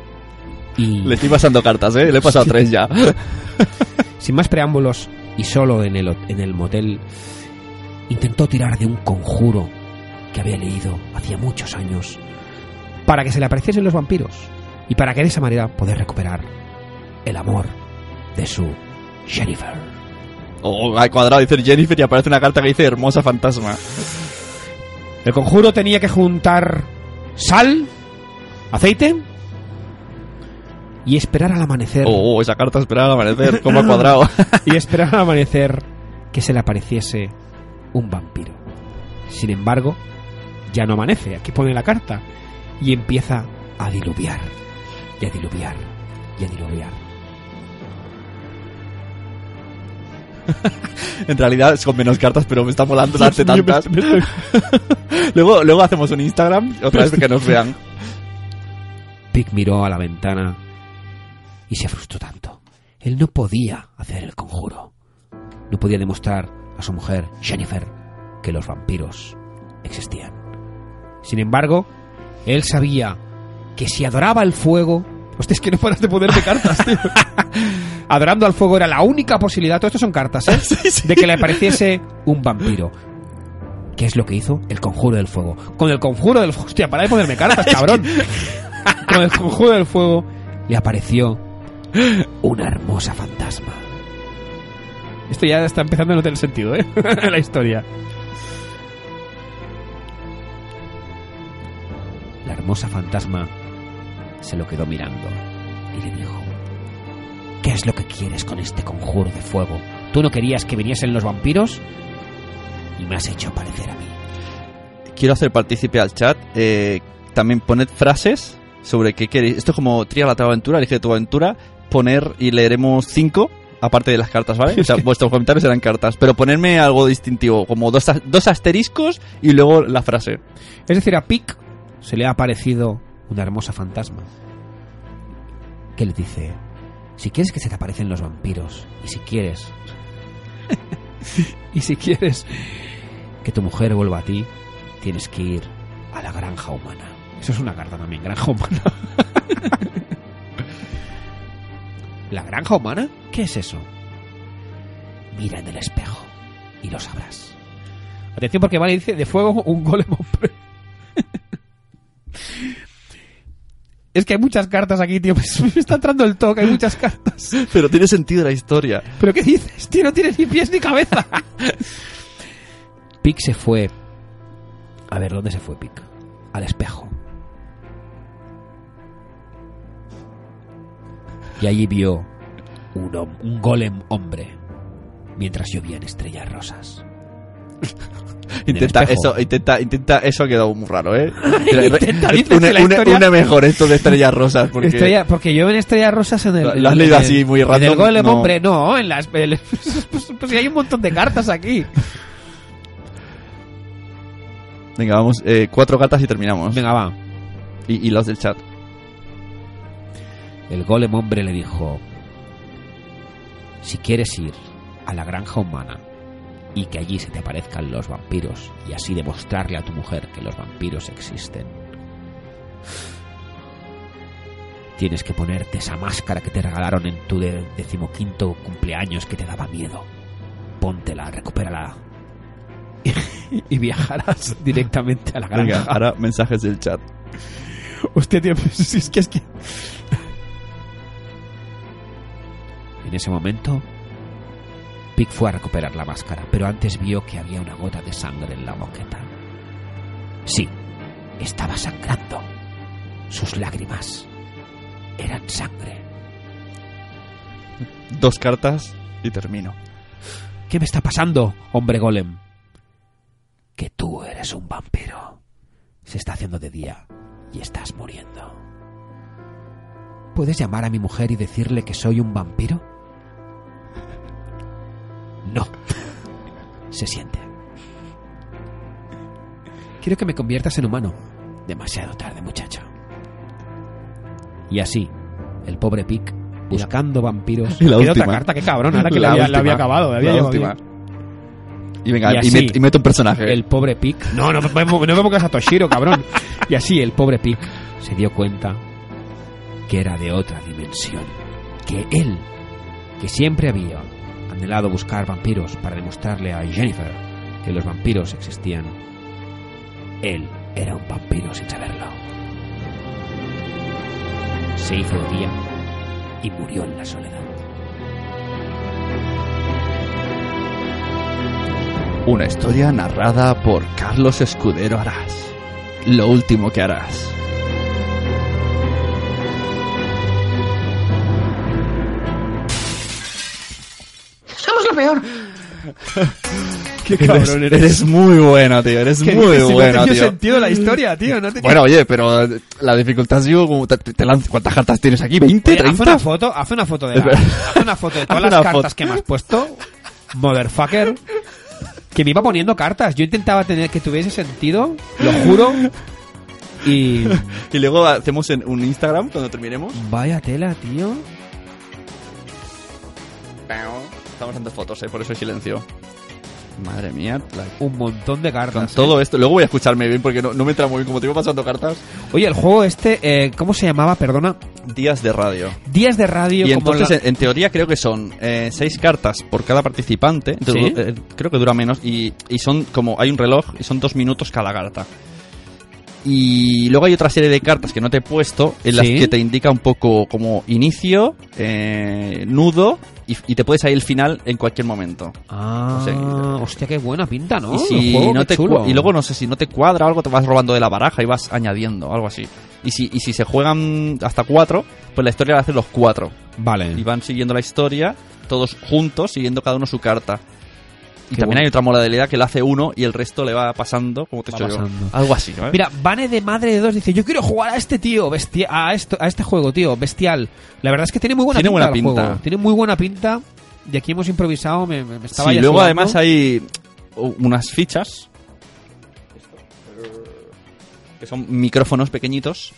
Speaker 4: y...
Speaker 10: Le estoy pasando cartas, ¿eh? Le he pasado tres ya.
Speaker 4: (laughs) Sin más preámbulos y solo en el, hot- en el motel, intentó tirar de un conjuro que había leído hacía muchos años para que se le apareciesen los vampiros y para que de esa manera poder recuperar el amor de su Jennifer.
Speaker 10: O Oh, al cuadrado dice Jennifer y aparece una carta que dice hermosa fantasma.
Speaker 4: El conjuro tenía que juntar sal, aceite y esperar al amanecer.
Speaker 10: Oh, oh, esa carta esperaba al amanecer, como al cuadrado.
Speaker 4: (laughs) y esperar al amanecer que se le apareciese un vampiro. Sin embargo, ya no amanece. Aquí pone la carta. Y empieza a diluviar. Y a diluviar. Y a diluviar.
Speaker 10: en realidad es con menos cartas, pero me está molando darte
Speaker 4: Dios mío,
Speaker 10: tantas. (laughs) luego, luego hacemos un Instagram, otra vez que nos vean.
Speaker 4: Pick miró a la ventana y se frustró tanto. Él no podía hacer el conjuro. No podía demostrar a su mujer, Jennifer, que los vampiros existían. Sin embargo, él sabía que si adoraba el fuego... Hostia, es que no paras de ponerme cartas, tío. Adorando al fuego era la única posibilidad, todo esto son cartas, ¿eh? De que le apareciese un vampiro. ¿Qué es lo que hizo? El conjuro del fuego. Con el conjuro del fuego... Hostia, para de ponerme cartas, cabrón con el conjuro del fuego le apareció una hermosa fantasma. Esto ya está empezando a no tener sentido, ¿eh? La historia. La hermosa fantasma se lo quedó mirando y le dijo, ¿qué es lo que quieres con este conjuro de fuego?
Speaker 2: Tú no querías que viniesen los vampiros y me has hecho parecer a mí.
Speaker 10: (laughs) Quiero hacer partícipe al chat. eh, también poned frases sobre qué queréis. Esto es como tría la tu aventura, elige tu aventura. Poner y leeremos cinco, aparte de las cartas, (laughs) ¿vale? O sea, vuestros comentarios serán cartas. Pero ponerme algo distintivo, como dos, as- dos asteriscos y luego la frase.
Speaker 2: Es decir, a Pic se le ha aparecido una hermosa fantasma que le dice, si quieres que se te aparecen los vampiros, y si quieres, (laughs) y si quieres que tu mujer vuelva a ti, tienes que ir a la granja humana. Eso es una carta también, granja humana. ¿La granja humana? ¿Qué es eso? Mira en el espejo y lo sabrás. Atención porque Vale dice de fuego un golem hombre. es que hay muchas cartas aquí, tío. Me está entrando el toque, hay muchas cartas.
Speaker 10: Pero tiene sentido la historia.
Speaker 2: ¿Pero qué dices, tío? No tienes ni pies ni cabeza. Pic se fue. A ver, ¿dónde se fue Pic? Al espejo. Y allí vio un, hom- un golem hombre mientras llovían estrellas rosas. En el
Speaker 10: (laughs) Intenta
Speaker 2: espejo.
Speaker 10: eso, intenta, intenta, eso ha quedado muy raro, ¿eh?
Speaker 2: (laughs) Intenta, dices,
Speaker 10: una,
Speaker 2: que la
Speaker 10: una-
Speaker 2: historia-
Speaker 10: una mejor esto de estrellas rosas, porque
Speaker 2: Estrella- porque yo en Estrellas Rosas en el.
Speaker 10: Lo has leído
Speaker 2: en el-
Speaker 10: así, muy
Speaker 2: en
Speaker 10: random,
Speaker 2: el Golem,
Speaker 10: no.
Speaker 2: hombre, no. En las, el- pues, pues, hay un montón de cartas aquí.
Speaker 10: venga, vamos, eh, cuatro cartas y terminamos.
Speaker 2: Venga, va.
Speaker 10: Y, y los del chat.
Speaker 2: El Golem, hombre, le dijo: Si quieres ir a la granja humana y que allí se te aparezcan los vampiros y así demostrarle a tu mujer que los vampiros existen, tienes que ponerte esa máscara que te regalaron en tu de- decimoquinto cumpleaños que te daba miedo. Póntela,
Speaker 4: (laughs)
Speaker 2: recupérala. y viajarás directamente a la granja.
Speaker 10: Venga, ahora mensajes del chat.
Speaker 2: Hostia, tío, pues, si es que es que. En ese momento, Pic fue a recuperar la máscara, pero antes vio que había una gota de sangre en la boqueta. Sí, estaba sangrando. Sus lágrimas eran sangre.
Speaker 10: Dos cartas y termino.
Speaker 2: ¿Qué me está pasando, hombre golem? Que tú eres un vampiro. Se está haciendo de día y estás muriendo. ¿Puedes llamar a mi mujer y decirle que soy un vampiro? No. Se siente. Quiero que me conviertas en humano. Demasiado tarde, muchacho. Y así, el pobre Pic, buscando vampiros...
Speaker 10: Y (laughs)
Speaker 2: Queda
Speaker 10: la
Speaker 2: otra
Speaker 10: última.
Speaker 2: carta, qué cabrón, ahora que
Speaker 10: La
Speaker 2: la, había, la
Speaker 10: última.
Speaker 2: había acabado. la había
Speaker 10: La
Speaker 2: llevado
Speaker 10: última.
Speaker 2: bien.
Speaker 10: Y venga,
Speaker 2: Y
Speaker 10: y,
Speaker 2: así,
Speaker 10: met- y meto un personaje.
Speaker 2: El pobre Pic. No, no, me- no me pongas a Toshiro, cabrón. Y así el pobre Pic se dio cuenta que era de otra dimensión. Que él, que siempre había anhelado buscar vampiros para demostrarle a Jennifer que los vampiros existían, él era un vampiro sin saberlo. Se hizo de día y murió en la soledad.
Speaker 10: Una historia narrada por Carlos Escudero Arás. Lo último que harás.
Speaker 5: Somos
Speaker 2: (laughs)
Speaker 5: lo peor.
Speaker 10: Qué
Speaker 2: cabrón
Speaker 10: (laughs) eres. muy bueno, tío. Eres muy bueno, tío.
Speaker 2: la historia, tío.
Speaker 10: Bueno, oye, pero eh, la dificultad ha sido como te, te lanzo- ¿Cuántas cartas tienes aquí? ¿20?
Speaker 2: Oye, haz una
Speaker 10: ¿30?
Speaker 2: foto, haz una foto de la,
Speaker 10: Espera.
Speaker 2: haz una foto de todas
Speaker 10: (laughs) Haz
Speaker 2: las
Speaker 10: una
Speaker 2: cartas
Speaker 10: foto.
Speaker 2: que me has puesto, motherfucker. Que me iba poniendo cartas. Yo intentaba tener que tuviese sentido, lo juro. Y
Speaker 10: Y luego hacemos en un Instagram cuando terminemos.
Speaker 2: vaya tela, tío.
Speaker 10: Estamos dando fotos, eh, por eso hay silencio. Madre mía, la-
Speaker 2: Un montón de cartas.
Speaker 10: con
Speaker 2: ¿eh?
Speaker 10: todo esto. Luego voy a escucharme bien porque no, no me entra muy bien. Como te iba pasando cartas,
Speaker 2: Oye, el juego este, eh, ¿cómo se llamaba? Perdona.
Speaker 10: días de radio.
Speaker 2: Días de radio.
Speaker 10: Y
Speaker 2: como
Speaker 10: entonces,
Speaker 2: la-
Speaker 10: en, en teoría, creo que son eh, seis cartas por cada participante. Entonces,
Speaker 2: ¿Sí?
Speaker 10: du- eh, creo que dura menos. Y, y son como hay un reloj y son dos minutos cada carta. Y luego hay otra serie de cartas que no te he puesto en las
Speaker 2: ¿Sí?
Speaker 10: que te indica un poco como inicio, eh, nudo y, y te puedes ir el final en cualquier momento.
Speaker 2: Ah,
Speaker 10: Sí.
Speaker 2: hostia, qué buena pinta, ¿no?
Speaker 10: y,
Speaker 2: El
Speaker 10: si
Speaker 2: juego,
Speaker 10: no
Speaker 2: qué
Speaker 10: te cu-
Speaker 2: chulo.
Speaker 10: y luego no sé si no te cuadra algo, te vas robando de la baraja y vas añadiendo, algo así. Y si, y si se juegan hasta cuatro, pues la historia va a hacer los cuatro.
Speaker 4: Vale.
Speaker 10: Y van siguiendo la historia, todos juntos, siguiendo cada uno su carta. Y
Speaker 4: Qué
Speaker 10: también
Speaker 4: bueno.
Speaker 10: hay otra modalidad que lo hace uno y el resto le va pasando, como te he
Speaker 4: Va
Speaker 10: dicho yo.
Speaker 4: pasando.
Speaker 10: Algo así, ¿no?
Speaker 4: Mira, Vane de Madre de Dos dice, yo quiero jugar a este tío, bestia a, esto, a este juego, tío, bestial. La verdad es que tiene muy buena
Speaker 10: Tiene
Speaker 4: pinta.
Speaker 10: buena
Speaker 4: el
Speaker 10: pinta.
Speaker 4: juego. Tiene muy buena pinta. Y aquí hemos improvisado, me, me- me
Speaker 10: Sí,
Speaker 4: estaba ya
Speaker 10: luego
Speaker 4: sudando.
Speaker 10: además hay unas fichas que son micrófonos pequeñitos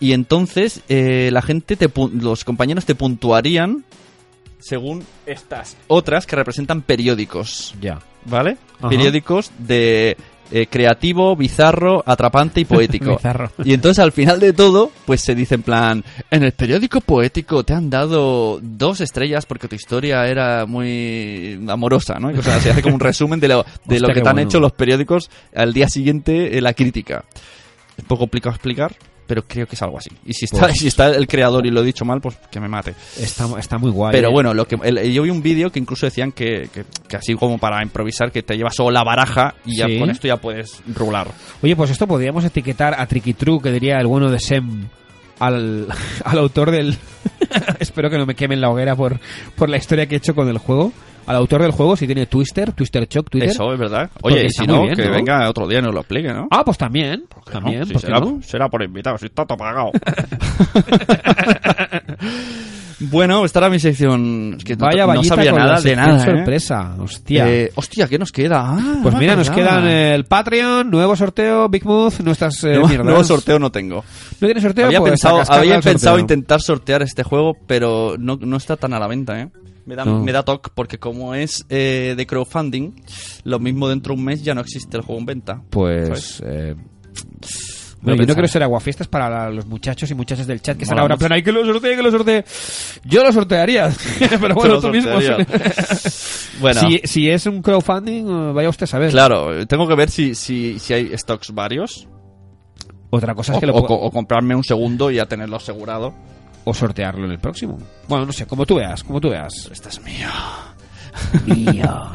Speaker 10: y entonces eh, la gente te pu- los compañeros te puntuarían según estas otras que representan periódicos
Speaker 4: Ya.
Speaker 10: vale
Speaker 4: Ajá.
Speaker 10: periódicos de eh, creativo bizarro atrapante y
Speaker 4: (laughs)
Speaker 10: poético
Speaker 4: Bizarro.
Speaker 10: y entonces al final de todo pues se dice en plan en el periódico poético te han dado dos estrellas porque tu historia era muy amorosa no y cosas así. hace como un resumen de lo de
Speaker 4: Hostia,
Speaker 10: lo que
Speaker 4: qué
Speaker 10: te han
Speaker 4: bueno.
Speaker 10: hecho los periódicos al día siguiente eh, la crítica. Es poco complicado explicar, pero creo que es algo así. Y si está,
Speaker 4: Pues-
Speaker 10: si está el creador y lo he dicho mal, pues que me mate.
Speaker 4: Está, está muy guay.
Speaker 10: Pero
Speaker 4: eh.
Speaker 10: bueno, lo que el- yo vi un vídeo que incluso decían que, que- que así como para improvisar, que te llevas solo la baraja y ya
Speaker 4: Sí.
Speaker 10: con esto ya puedes rular.
Speaker 4: Oye, pues esto podríamos etiquetar a Tricky True, que diría el bueno de Sem, al, (laughs) al autor del... (laughs) Espero que no me quemen la hoguera por, por la historia que he hecho con el juego. Al autor del juego, si tiene Twister, Twister Choc, Twitter.
Speaker 10: Eso es verdad.
Speaker 4: Porque
Speaker 10: Oye, y
Speaker 4: está
Speaker 10: si
Speaker 4: muy
Speaker 10: no,
Speaker 4: bien,
Speaker 10: que
Speaker 4: ¿no?
Speaker 10: venga otro día y nos lo explique, ¿no?
Speaker 4: Ah, pues también. También,
Speaker 10: Si
Speaker 4: ¿por qué
Speaker 10: será,
Speaker 4: no?
Speaker 10: será por invitado, si está
Speaker 4: (laughs)
Speaker 10: todo pagado. bueno, esta era mi sección. Es que no-
Speaker 4: Vaya
Speaker 10: no,
Speaker 4: vallita
Speaker 10: sabía
Speaker 4: con la
Speaker 10: nada de
Speaker 4: sección
Speaker 10: nada. ¿eh?
Speaker 4: sorpresa, hostia.
Speaker 10: Eh, hostia, ¿qué nos queda? Ah,
Speaker 4: Pues
Speaker 10: no
Speaker 4: mira,
Speaker 10: me
Speaker 4: nos
Speaker 10: acordaba.
Speaker 4: quedan el Patreon, nuevo sorteo, Big Mouth, nuestras eh,
Speaker 10: Nuevo-
Speaker 4: mierdas.
Speaker 10: nuevo sorteo no tengo.
Speaker 4: ¿No tienes sorteo?
Speaker 10: había
Speaker 4: Pues
Speaker 10: pensado,
Speaker 4: a cascarla
Speaker 10: había
Speaker 4: el
Speaker 10: pensado
Speaker 4: sorteo.
Speaker 10: intentar sortear este juego, pero no, no está tan a la venta, ¿eh? Me da,
Speaker 4: No.
Speaker 10: me da toc porque como es eh, de crowdfunding, lo mismo dentro de un mes ya no existe el juego en venta.
Speaker 4: Pues...
Speaker 10: ¿sabes?
Speaker 4: eh,
Speaker 10: Voy
Speaker 4: no,
Speaker 10: a
Speaker 4: yo no
Speaker 10: pensar.
Speaker 4: quiero ser aguafiestas para la- los muchachos y muchachas del chat que están
Speaker 10: Mola
Speaker 4: ahora en
Speaker 10: mucho.
Speaker 4: plan, ¡ay, que lo sortee, que lo sortee! Yo lo sortearía, (laughs) pero bueno,
Speaker 10: Tú
Speaker 4: tú
Speaker 10: lo
Speaker 4: mismo.
Speaker 10: sortearías. Bueno.
Speaker 4: Si, si es un crowdfunding, eh, vaya usted a saber.
Speaker 10: Claro, eh, tengo que ver si, si, si hay stocks varios.
Speaker 4: Otra cosa es
Speaker 10: o,
Speaker 4: que lo
Speaker 10: o
Speaker 4: pu-
Speaker 10: co- o comprarme un segundo y ya tenerlo asegurado.
Speaker 4: o sortearlo en el próximo. Bueno, no sé, como tú veas, como tú veas.
Speaker 10: Este es mío.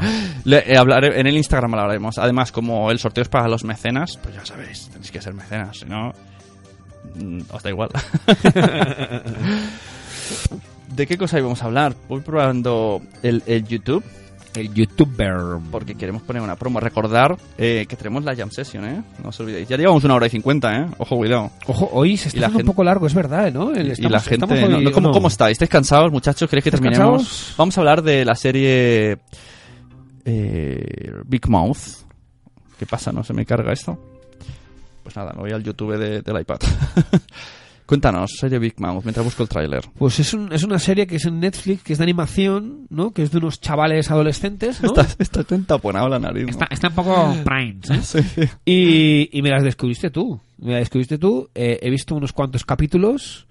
Speaker 10: (laughs) Le- eh, hablaré, en el Instagram hablaremos. Además, como el sorteo es para los mecenas, pues ya sabéis, tenéis que ser mecenas, si no, mm, os
Speaker 4: (laughs)
Speaker 10: da igual. (laughs) ¿De qué cosa íbamos a hablar? Voy probando el, el YouTube,
Speaker 4: El youtuber.
Speaker 10: porque queremos poner una promo. Recordar eh, que tenemos la Jam Session, ¿eh? No os olvidéis. Ya llevamos una hora y cincuenta, ¿eh? Ojo, cuidado.
Speaker 4: Ojo, hoy se
Speaker 10: Y
Speaker 4: está haciendo
Speaker 10: la
Speaker 4: un
Speaker 10: gente-
Speaker 4: poco largo, es verdad, ¿eh? ¿no? El-
Speaker 10: y la
Speaker 4: estamos-
Speaker 10: gente...
Speaker 4: estamos hoy-
Speaker 10: no, no, ¿cómo,
Speaker 4: no.
Speaker 10: cómo estáis? ¿Estáis cansados, muchachos? ¿Queréis que
Speaker 4: ¿Estáis
Speaker 10: terminemos?
Speaker 4: cansados?
Speaker 10: Vamos a hablar de la serie eh, Big Mouth. ¿Qué pasa? ¿No se me carga esto? Pues nada, me voy al YouTube de- del iPad. (laughs) Cuéntanos, serie Big Mouth, mientras busco el tráiler.
Speaker 4: Pues es, un- es una serie que es en Netflix, que es de animación, ¿no? Que es de unos chavales adolescentes, ¿no?
Speaker 10: Está, está tan taponado la nariz. ¿no?
Speaker 4: está un (laughs) poco ¿eh? prime,
Speaker 10: Sí.
Speaker 4: Y, y me las descubriste tú. Me las descubriste tú. Eh, he visto unos cuantos capítulos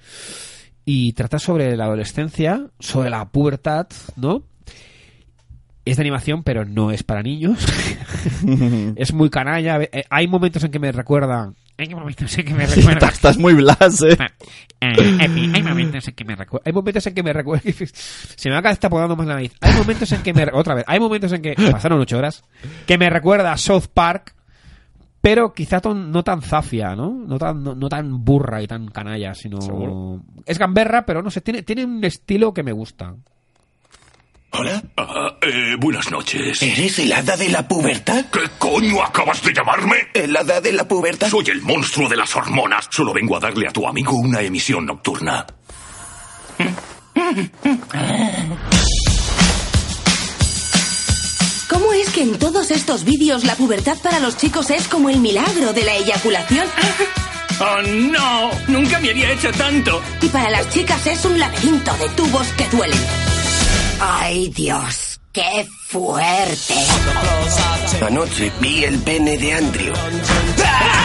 Speaker 4: y trata sobre la adolescencia, sobre la pubertad, ¿no? Es de animación, pero no es para niños. (laughs) es muy canalla. Eh, Hay momentos en que me recuerda. Hay momentos en que (laughs)
Speaker 10: (laughs)
Speaker 4: me recuerda.
Speaker 10: Estás, estás muy blas, eh.
Speaker 4: hay momentos en que me recuerda. Hay momentos en que me recuerda. (laughs) Se me acaba destapando más la nariz. Hay momentos en que me. Otra vez. Hay momentos en que. Pasaron ocho horas. Que me recuerda a South Park. Pero quizá ton- no tan zafia, ¿no? No tan, no, no tan burra y tan canalla, sino.
Speaker 10: Seguro.
Speaker 4: Es gamberra, pero no sé. Tiene, tiene un estilo que me gusta.
Speaker 3: Hola. Ah, eh, buenas noches. ¿Eres el hada de la pubertad? ¿Qué coño acabas de llamarme? ¿El hada de la pubertad? Soy el monstruo de las hormonas. Solo vengo a darle a tu amigo una emisión nocturna.
Speaker 8: ¿Cómo es que en todos estos vídeos la pubertad para los chicos es como el milagro de la eyaculación?
Speaker 3: (laughs) ¡Oh, no! Nunca me había hecho tanto.
Speaker 8: Y para las chicas es un laberinto de tubos que duelen. ¡Ay, Dios! ¡Qué fuerte!
Speaker 3: Anoche vi el pene de Andrew. ¡Ah!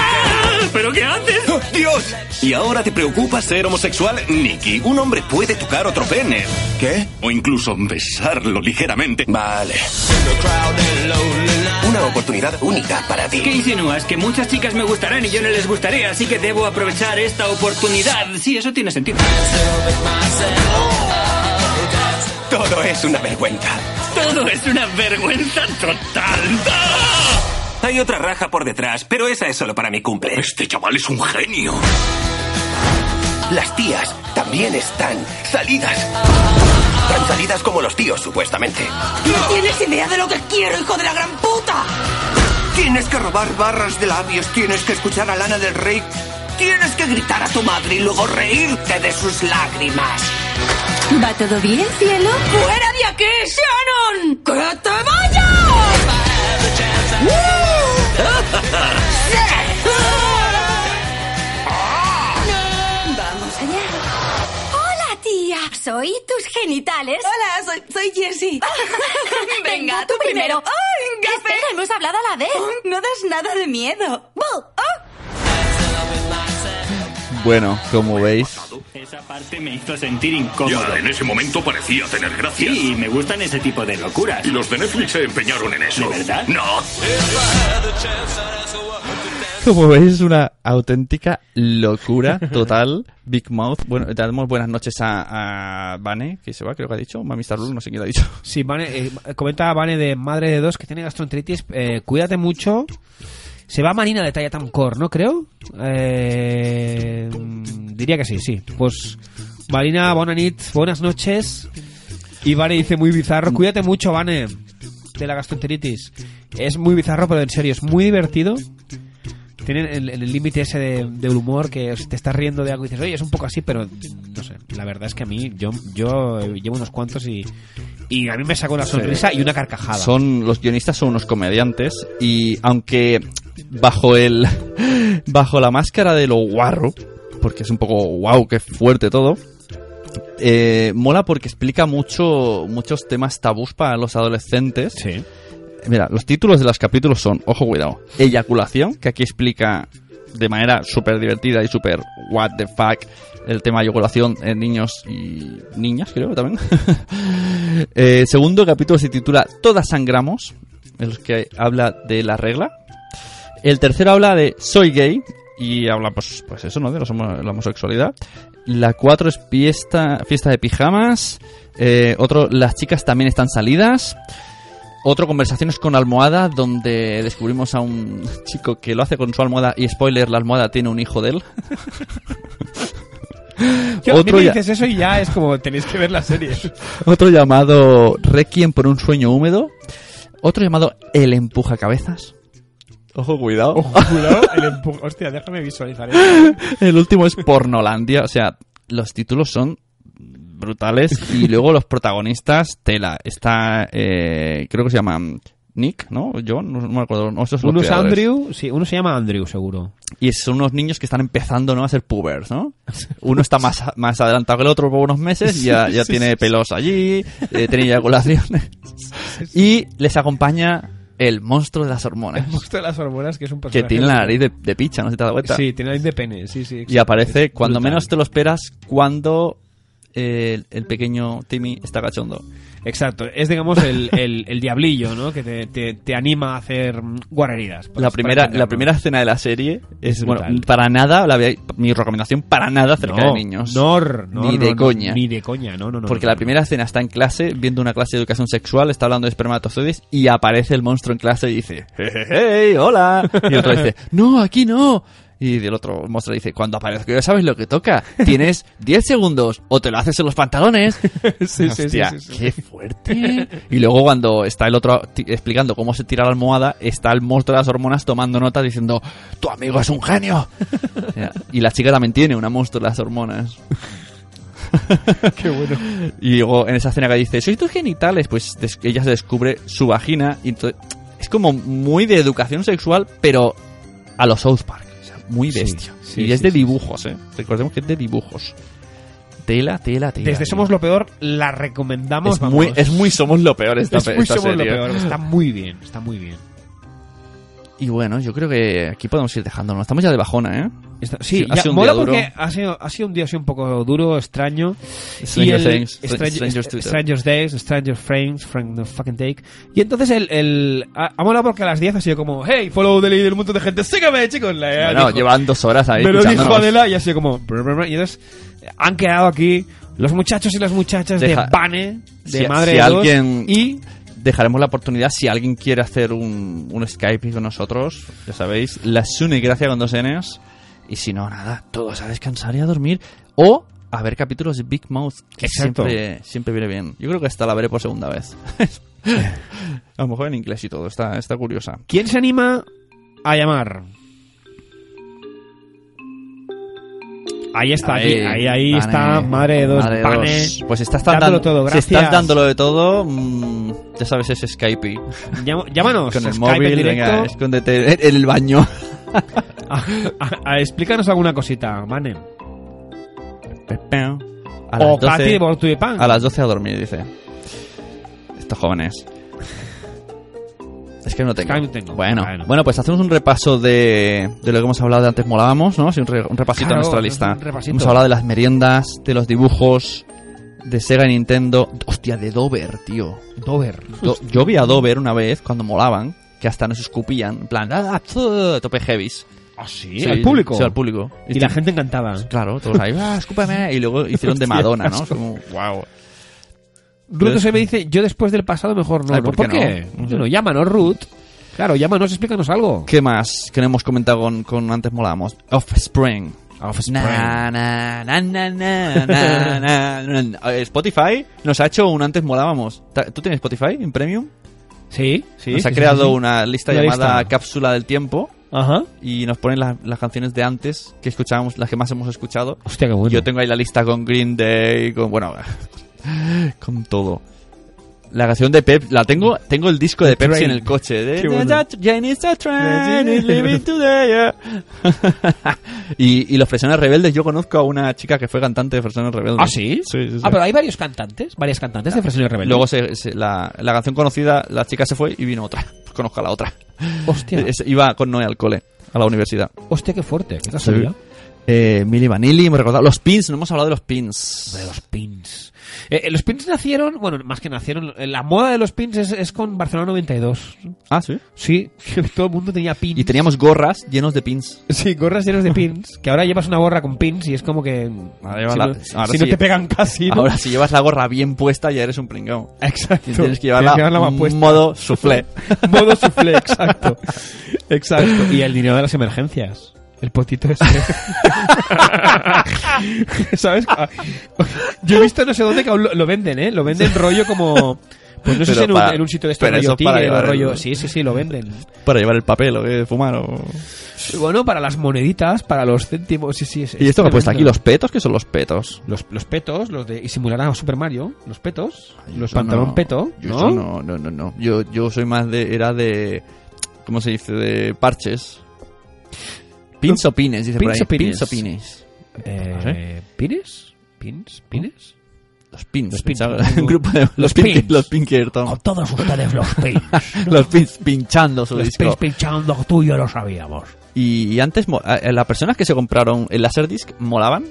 Speaker 3: ¿Pero qué haces? ¡Dios! ¿Y ahora te preocupa ser homosexual, Nicky? Un hombre puede tocar otro pene. ¿Qué? O incluso besarlo ligeramente. Vale. Una oportunidad única para ti.
Speaker 22: ¿Qué insinúas? Que muchas chicas me gustarán y yo no les gustaré, así que debo aprovechar esta oportunidad. Sí, eso tiene sentido.
Speaker 3: Todo es una vergüenza.
Speaker 22: Todo es una vergüenza total.
Speaker 3: Hay otra raja por detrás, pero esa es solo para mi cumple. Este chaval es un genio. Las tías también están salidas. Tan salidas como los tíos, supuestamente.
Speaker 23: No tienes idea de lo que quiero, hijo de la gran puta.
Speaker 3: Tienes que robar barras de labios, tienes que escuchar a Lana del Rey, tienes que gritar a tu madre y luego reírte de sus lágrimas.
Speaker 23: ¿Va todo bien, cielo? ¡Fuera de aquí, Shannon! ¡Que te vayas!
Speaker 6: ¡Uh! Vamos allá. Hola, tía. Soy tus genitales. Hola, soy, soy Jessie. (laughs) Venga, tú primero. ¡Ay, Espera, hemos hablado a la vez. No das nada de miedo. Bu- oh.
Speaker 10: Bueno, como veis,
Speaker 24: Esa parte me hizo sentir incómodo.
Speaker 25: Ya, en ese momento parecía tener gracia.
Speaker 24: Sí, me gustan ese tipo de locuras.
Speaker 25: Y los de Netflix se empeñaron en eso.
Speaker 24: ¿De verdad?
Speaker 25: No.
Speaker 10: como veis es una auténtica locura total. Big Mouth. Bueno, damos buenas noches a, a Vane, que se va, creo que ha dicho. Mami Star Blue, no sé quién ha dicho.
Speaker 4: Sí, Vane, eh, comenta Vane de Madre de Dos que tiene gastroenteritis. eh, cuídate mucho. Se va Marina de talla tan core, ¿no? Creo. Eh, diría que sí, sí. Pues Marina, buena nit, buenas noches. Y Vane dice muy bizarro. Cuídate mucho, Vane, de la gastroenteritis. Es muy bizarro, pero en serio, es muy divertido. Tienen el el límite ese de- del humor que es- te estás riendo de algo y dices, oye, es un poco así, pero no sé. La verdad es que a mí, yo, yo eh, llevo unos cuantos y, y a mí me saco una sonrisa y una carcajada.
Speaker 10: Son los guionistas son unos comediantes y aunque bajo el (laughs) bajo la máscara de lo guarro, porque es un poco wow, qué fuerte todo. eh, mola porque explica mucho muchos temas tabús para los adolescentes. Mira, los títulos de los capítulos son, ojo cuidado, eyaculación, que aquí explica de manera súper divertida y súper what the fuck el tema de eyaculación en niños y niñas, creo que también. (laughs) Eh, segundo capítulo se titula Todas sangramos, en los que habla de la regla. El tercero habla de Soy gay y habla pues, pues eso, ¿no? De los homo- la homosexualidad. La cuatro es fiesta, fiesta de pijamas. Eh, otro, las chicas también están salidas. Otro, conversaciones con almohada, donde descubrimos a un chico que lo hace con su almohada y spoiler, la almohada tiene un hijo de él.
Speaker 4: (laughs) Yo, a mí me
Speaker 10: ya-
Speaker 4: dices eso y ya es como tenéis que ver la serie.
Speaker 10: (laughs) Otro llamado Requiem por un sueño húmedo. Otro llamado El empuja cabezas. Ojo, cuidado.
Speaker 4: Hostia, déjame visualizar.
Speaker 10: (laughs) El último es Pornolandia. O sea, los títulos son brutales y luego los protagonistas, tela. Está, eh, creo que se llama Nick, ¿no? John, no, no me acuerdo. No, esos son los
Speaker 4: Uno es
Speaker 10: creadores.
Speaker 4: Andrew, sí, uno se llama Andrew, seguro.
Speaker 10: Y son unos niños que están empezando, ¿no? A ser pubers, ¿no? Uno está más, más adelantado que el otro por unos meses, ya, ya
Speaker 26: Sí,
Speaker 10: tiene
Speaker 26: sí,
Speaker 10: pelos allí, eh, tiene eyaculaciones. Y les acompaña el monstruo de las hormonas.
Speaker 4: Esto de las hormonas, que es un
Speaker 10: Que
Speaker 4: personaje.
Speaker 10: tiene la nariz de, de picha, no se te da cuenta.
Speaker 4: Sí, tiene la nariz de pene, sí, sí.
Speaker 10: Y aparece cuando
Speaker 4: Brutal.
Speaker 10: menos te lo esperas, cuando eh, el, el pequeño Timmy está cachondo.
Speaker 4: Exacto, es digamos el, el- el diablillo, ¿no? Que te, te- te anima a hacer mm, guarreridas. por-
Speaker 10: La
Speaker 4: por
Speaker 10: primera, la
Speaker 4: entendernos.
Speaker 10: primera escena de la serie es, bueno,
Speaker 4: Brutal.
Speaker 10: para nada, la ve- mi recomendación para nada acerca
Speaker 4: No,
Speaker 10: de niños.
Speaker 4: no, no,
Speaker 10: ni
Speaker 4: no,
Speaker 10: de
Speaker 4: no,
Speaker 10: coña.
Speaker 4: ni de coña, no, no, no,
Speaker 10: Porque
Speaker 4: no,
Speaker 10: la primera escena está en clase, viendo una clase de educación sexual, está hablando de espermatozoides y aparece el monstruo en clase y dice, ¡Hey, hola! Y el otro dice, no, aquí no. Y el otro monstruo dice, cuando aparezco ya sabes lo que toca. Tienes 10 segundos o te lo haces en los pantalones.
Speaker 4: (laughs) Sí, sí,
Speaker 10: Hostia,
Speaker 4: sí, sí, sí.
Speaker 10: qué fuerte. Y luego cuando está el otro ti- explicando cómo se tira la almohada, está el monstruo de las hormonas tomando notas diciendo, tu amigo es un
Speaker 4: (laughs)
Speaker 10: genio. Ya. Y la chica también tiene una monstruo de las hormonas.
Speaker 4: (laughs) Qué bueno.
Speaker 10: Y luego en esa escena que dice, sois tus genitales, pues des- ella se descubre su vagina. Y entonces- es como muy de educación sexual, pero a los South Park. O sea, muy
Speaker 4: Sí,
Speaker 10: bestia.
Speaker 4: sí,
Speaker 10: y
Speaker 4: sí,
Speaker 10: es de
Speaker 4: sí,
Speaker 10: dibujos, ¿eh? Recordemos que es de dibujos. Tela, tela, tela.
Speaker 4: Desde
Speaker 10: tela.
Speaker 4: Somos lo Peor la recomendamos.
Speaker 10: es muy,
Speaker 4: vamos.
Speaker 10: es muy somos lo peor esta,
Speaker 4: Es muy
Speaker 10: esta
Speaker 4: Somos lo
Speaker 10: serie. ¿eh?
Speaker 4: Peor, está muy bien, está muy bien.
Speaker 10: Y bueno, yo creo que aquí podemos ir dejándolo. Estamos ya de bajona, ¿eh?
Speaker 4: Sí,
Speaker 10: ha
Speaker 4: ya,
Speaker 10: sido un
Speaker 4: mola
Speaker 10: día duro.
Speaker 4: porque ha sido, ha sido un día así un poco duro, extraño.
Speaker 10: Stranger
Speaker 4: Y el-
Speaker 10: Things,
Speaker 4: Stranger-
Speaker 10: Stranger's Twitter.
Speaker 4: Stranger's Days, Stranger Frames, Frank the fucking Take. Y entonces el, el ha, ha molado porque a las 10 ha sido como, hey, follow the lead del montón de gente, sígueme, chicos. Le-
Speaker 10: Bueno,
Speaker 4: dijo-
Speaker 10: llevan dos horas ahí.
Speaker 4: Me lo dijo
Speaker 10: escuchándonos.
Speaker 4: Adela y ha sido como, brr, brr, brr. y entonces han quedado aquí los muchachos y las muchachas
Speaker 10: Deja-
Speaker 4: de Pane, de
Speaker 10: si,
Speaker 4: Madre
Speaker 10: si
Speaker 4: de Dos,
Speaker 10: alguien
Speaker 4: y
Speaker 10: dejaremos la oportunidad si alguien quiere hacer un, un Skype con nosotros ya sabéis la Sune gracia con dos Ns y si no nada todos a descansar y a dormir O a ver capítulos de Big Mouth, que
Speaker 21: Exacto.
Speaker 10: siempre, siempre viene bien. Yo creo que esta la veré por segunda vez. (laughs) a lo mejor en inglés y todo, está, está curiosa.
Speaker 2: ¿Quién se anima a llamar? Ahí está,
Speaker 10: Ahí,
Speaker 2: aquí, ahí, ahí
Speaker 10: pane,
Speaker 2: está, madre de dos,
Speaker 10: madre de
Speaker 2: pane.
Speaker 10: dos. Pues estás tan
Speaker 2: dándolo
Speaker 10: dan-
Speaker 2: todo,
Speaker 10: si
Speaker 2: gracias.
Speaker 10: estás dándolo de todo, mm, ya sabes, es Skype.
Speaker 2: Llam- llámanos,
Speaker 10: Con el
Speaker 2: Skype en
Speaker 10: móvil,
Speaker 2: directo.
Speaker 10: venga, escóndete en- en el baño.
Speaker 2: A- a- explícanos alguna cosita, Vane.
Speaker 10: A
Speaker 2: O
Speaker 10: las 12
Speaker 2: Katy de Bortuipan.
Speaker 10: A las 12 a dormir, dice. Estos jóvenes. Es que no tengo.
Speaker 2: que no tengo.
Speaker 10: Bueno,
Speaker 2: Bueno.
Speaker 10: bueno. pues hacemos un repaso de, de lo que hemos hablado de antes molábamos, ¿no? Sí, un, re- un repasito
Speaker 2: Claro,
Speaker 10: a nuestra
Speaker 2: un
Speaker 10: lista.
Speaker 2: repasito.
Speaker 10: Hemos hablado de las meriendas, de los dibujos, de Sega y Nintendo. Hostia, de Dover, tío.
Speaker 2: Dover.
Speaker 10: Do- yo vi a Dover una vez cuando molaban, que hasta nos escupían. En plan, ¡ah, tzu", tope heavies.
Speaker 2: ¿Ah, sí? ¿Al público?
Speaker 10: Sí, al público.
Speaker 2: Y la gente encantada.
Speaker 10: Claro, todos ahí, ¡ah, escúpeme! Y
Speaker 2: (laughs)
Speaker 10: luego hicieron de
Speaker 2: Hostia,
Speaker 10: Madonna, ¿no?
Speaker 2: asco.
Speaker 10: Es como, wow.
Speaker 2: Ruth se me dice, yo después del pasado mejor no.
Speaker 10: Ay, ¿por
Speaker 2: ¿Por
Speaker 10: qué
Speaker 2: qué?
Speaker 10: no?
Speaker 2: Bueno, llámanos, Ruth. Claro, llámanos, explícanos algo.
Speaker 10: ¿Qué más que no hemos comentado con, con antes molábamos? Offspring.
Speaker 2: Offspring.
Speaker 10: Na, na, na, na, na, na, na, na, na. (laughs) Eh, Spotify nos ha hecho un antes molábamos. Ta- ¿Tú tienes Spotify en Premium?
Speaker 2: Sí, sí.
Speaker 10: Nos ha
Speaker 2: sí,
Speaker 10: creado
Speaker 2: sí, sí.
Speaker 10: una lista
Speaker 2: Una
Speaker 10: llamada
Speaker 2: lista.
Speaker 10: Cápsula del Tiempo.
Speaker 2: Ajá.
Speaker 10: Y nos ponen las, las canciones de antes que escuchábamos, las que más hemos escuchado.
Speaker 2: Hostia, qué bueno.
Speaker 10: Yo tengo ahí la lista con Green Day, con. Bueno, (laughs) con todo. La canción de Pep, la tengo, tengo el disco de Pepsi
Speaker 21: Train.
Speaker 10: en el coche. de-
Speaker 21: Qué bueno.
Speaker 10: Jane is a train, is leaving today, yeah. (laughs) y, y los Fresones Rebeldes, yo conozco a una chica que fue cantante de Fresones Rebeldes.
Speaker 2: ¿Ah, sí?
Speaker 10: Sí, sí, sí.
Speaker 2: Ah, pero hay varios cantantes, varias cantantes de Fresno y Rebelde.
Speaker 10: Luego se- se- la, la canción conocida, la chica se fue y vino otra. (laughs) Conozco a la otra.
Speaker 2: Hostia.
Speaker 10: Es- iba con Noé al cole, a la universidad.
Speaker 2: Hostia, qué fuerte. ¿Qué tal
Speaker 10: Sí.
Speaker 2: sería?
Speaker 10: Eh, Milli Vanilli, me recordaba. Los pins, no hemos hablado de los pins.
Speaker 2: De los pins. Eh, eh, los pins nacieron, bueno, más que nacieron, eh, la moda de los pins es, es con Barcelona 92.
Speaker 10: Ah, sí.
Speaker 2: Sí, (laughs) que todo el mundo tenía pins.
Speaker 10: Y teníamos gorras llenos de pins.
Speaker 2: Sí, gorras llenas de pins, que ahora llevas una gorra con pins y es como que...
Speaker 10: Ah, lleva
Speaker 2: si
Speaker 10: la-
Speaker 2: no,
Speaker 10: ahora
Speaker 2: si no
Speaker 10: sí.
Speaker 2: te pegan casi... ¿no?
Speaker 10: Ahora, si llevas la gorra bien puesta, ya eres un pringao.
Speaker 2: Exacto.
Speaker 10: Y Tienes que llevarla,
Speaker 2: más puesta.
Speaker 10: modo soufflé.
Speaker 2: (laughs) Modo soufflé,
Speaker 10: (laughs)
Speaker 2: exacto. Exacto. Y el dinero de las emergencias. El potito este. Pues ese. (laughs) ¿Sabes? Ah, Yo he visto no sé dónde que aún lo, lo venden, ¿eh? Lo venden rollo como... Pues no sé
Speaker 10: Pero
Speaker 2: si en un,
Speaker 10: para-
Speaker 2: en un sitio de este
Speaker 10: pero eso
Speaker 2: rollo
Speaker 10: es para
Speaker 2: tigre o
Speaker 10: llevar el-
Speaker 2: rollo... Sí, sí, sí, lo venden.
Speaker 10: Para llevar el papel o qué, fumar o...
Speaker 2: Y Bueno, para las moneditas, para los céntimos, sí, sí. es-
Speaker 10: Y
Speaker 2: es
Speaker 10: esto que he puesto aquí,
Speaker 2: tremendo.
Speaker 10: los petos, que son los petos.
Speaker 2: Los, los petos, los de... Y simulará a Super Mario, los petos, los
Speaker 10: No,
Speaker 2: pantalón
Speaker 10: no.
Speaker 2: peto,
Speaker 10: Yo
Speaker 2: ¿no?
Speaker 10: eso no, no, no, no. Yo, yo soy más de. Era de. ¿Cómo se dice? De parches. Pins o pines, dice por
Speaker 2: Pins
Speaker 10: ahí.
Speaker 2: o pines.
Speaker 10: Pins o pines.
Speaker 2: Eh,
Speaker 10: No sé.
Speaker 2: ¿Pines? ¿Pins? ¿Pines?
Speaker 10: Los
Speaker 2: Los
Speaker 10: pins. Los
Speaker 2: pins.
Speaker 10: pins. Un grupo de. Los pins.
Speaker 2: pins. Oh,
Speaker 10: Los Pinkerton.
Speaker 20: Con todos ustedes los
Speaker 2: (laughs)
Speaker 20: pins.
Speaker 10: Los pins pinchando su
Speaker 20: los
Speaker 10: disco.
Speaker 20: pins pinchando tú y yo lo sabíamos.
Speaker 10: Y, y antes, mo- a- a las personas que se compraron el Laserdisc molaban.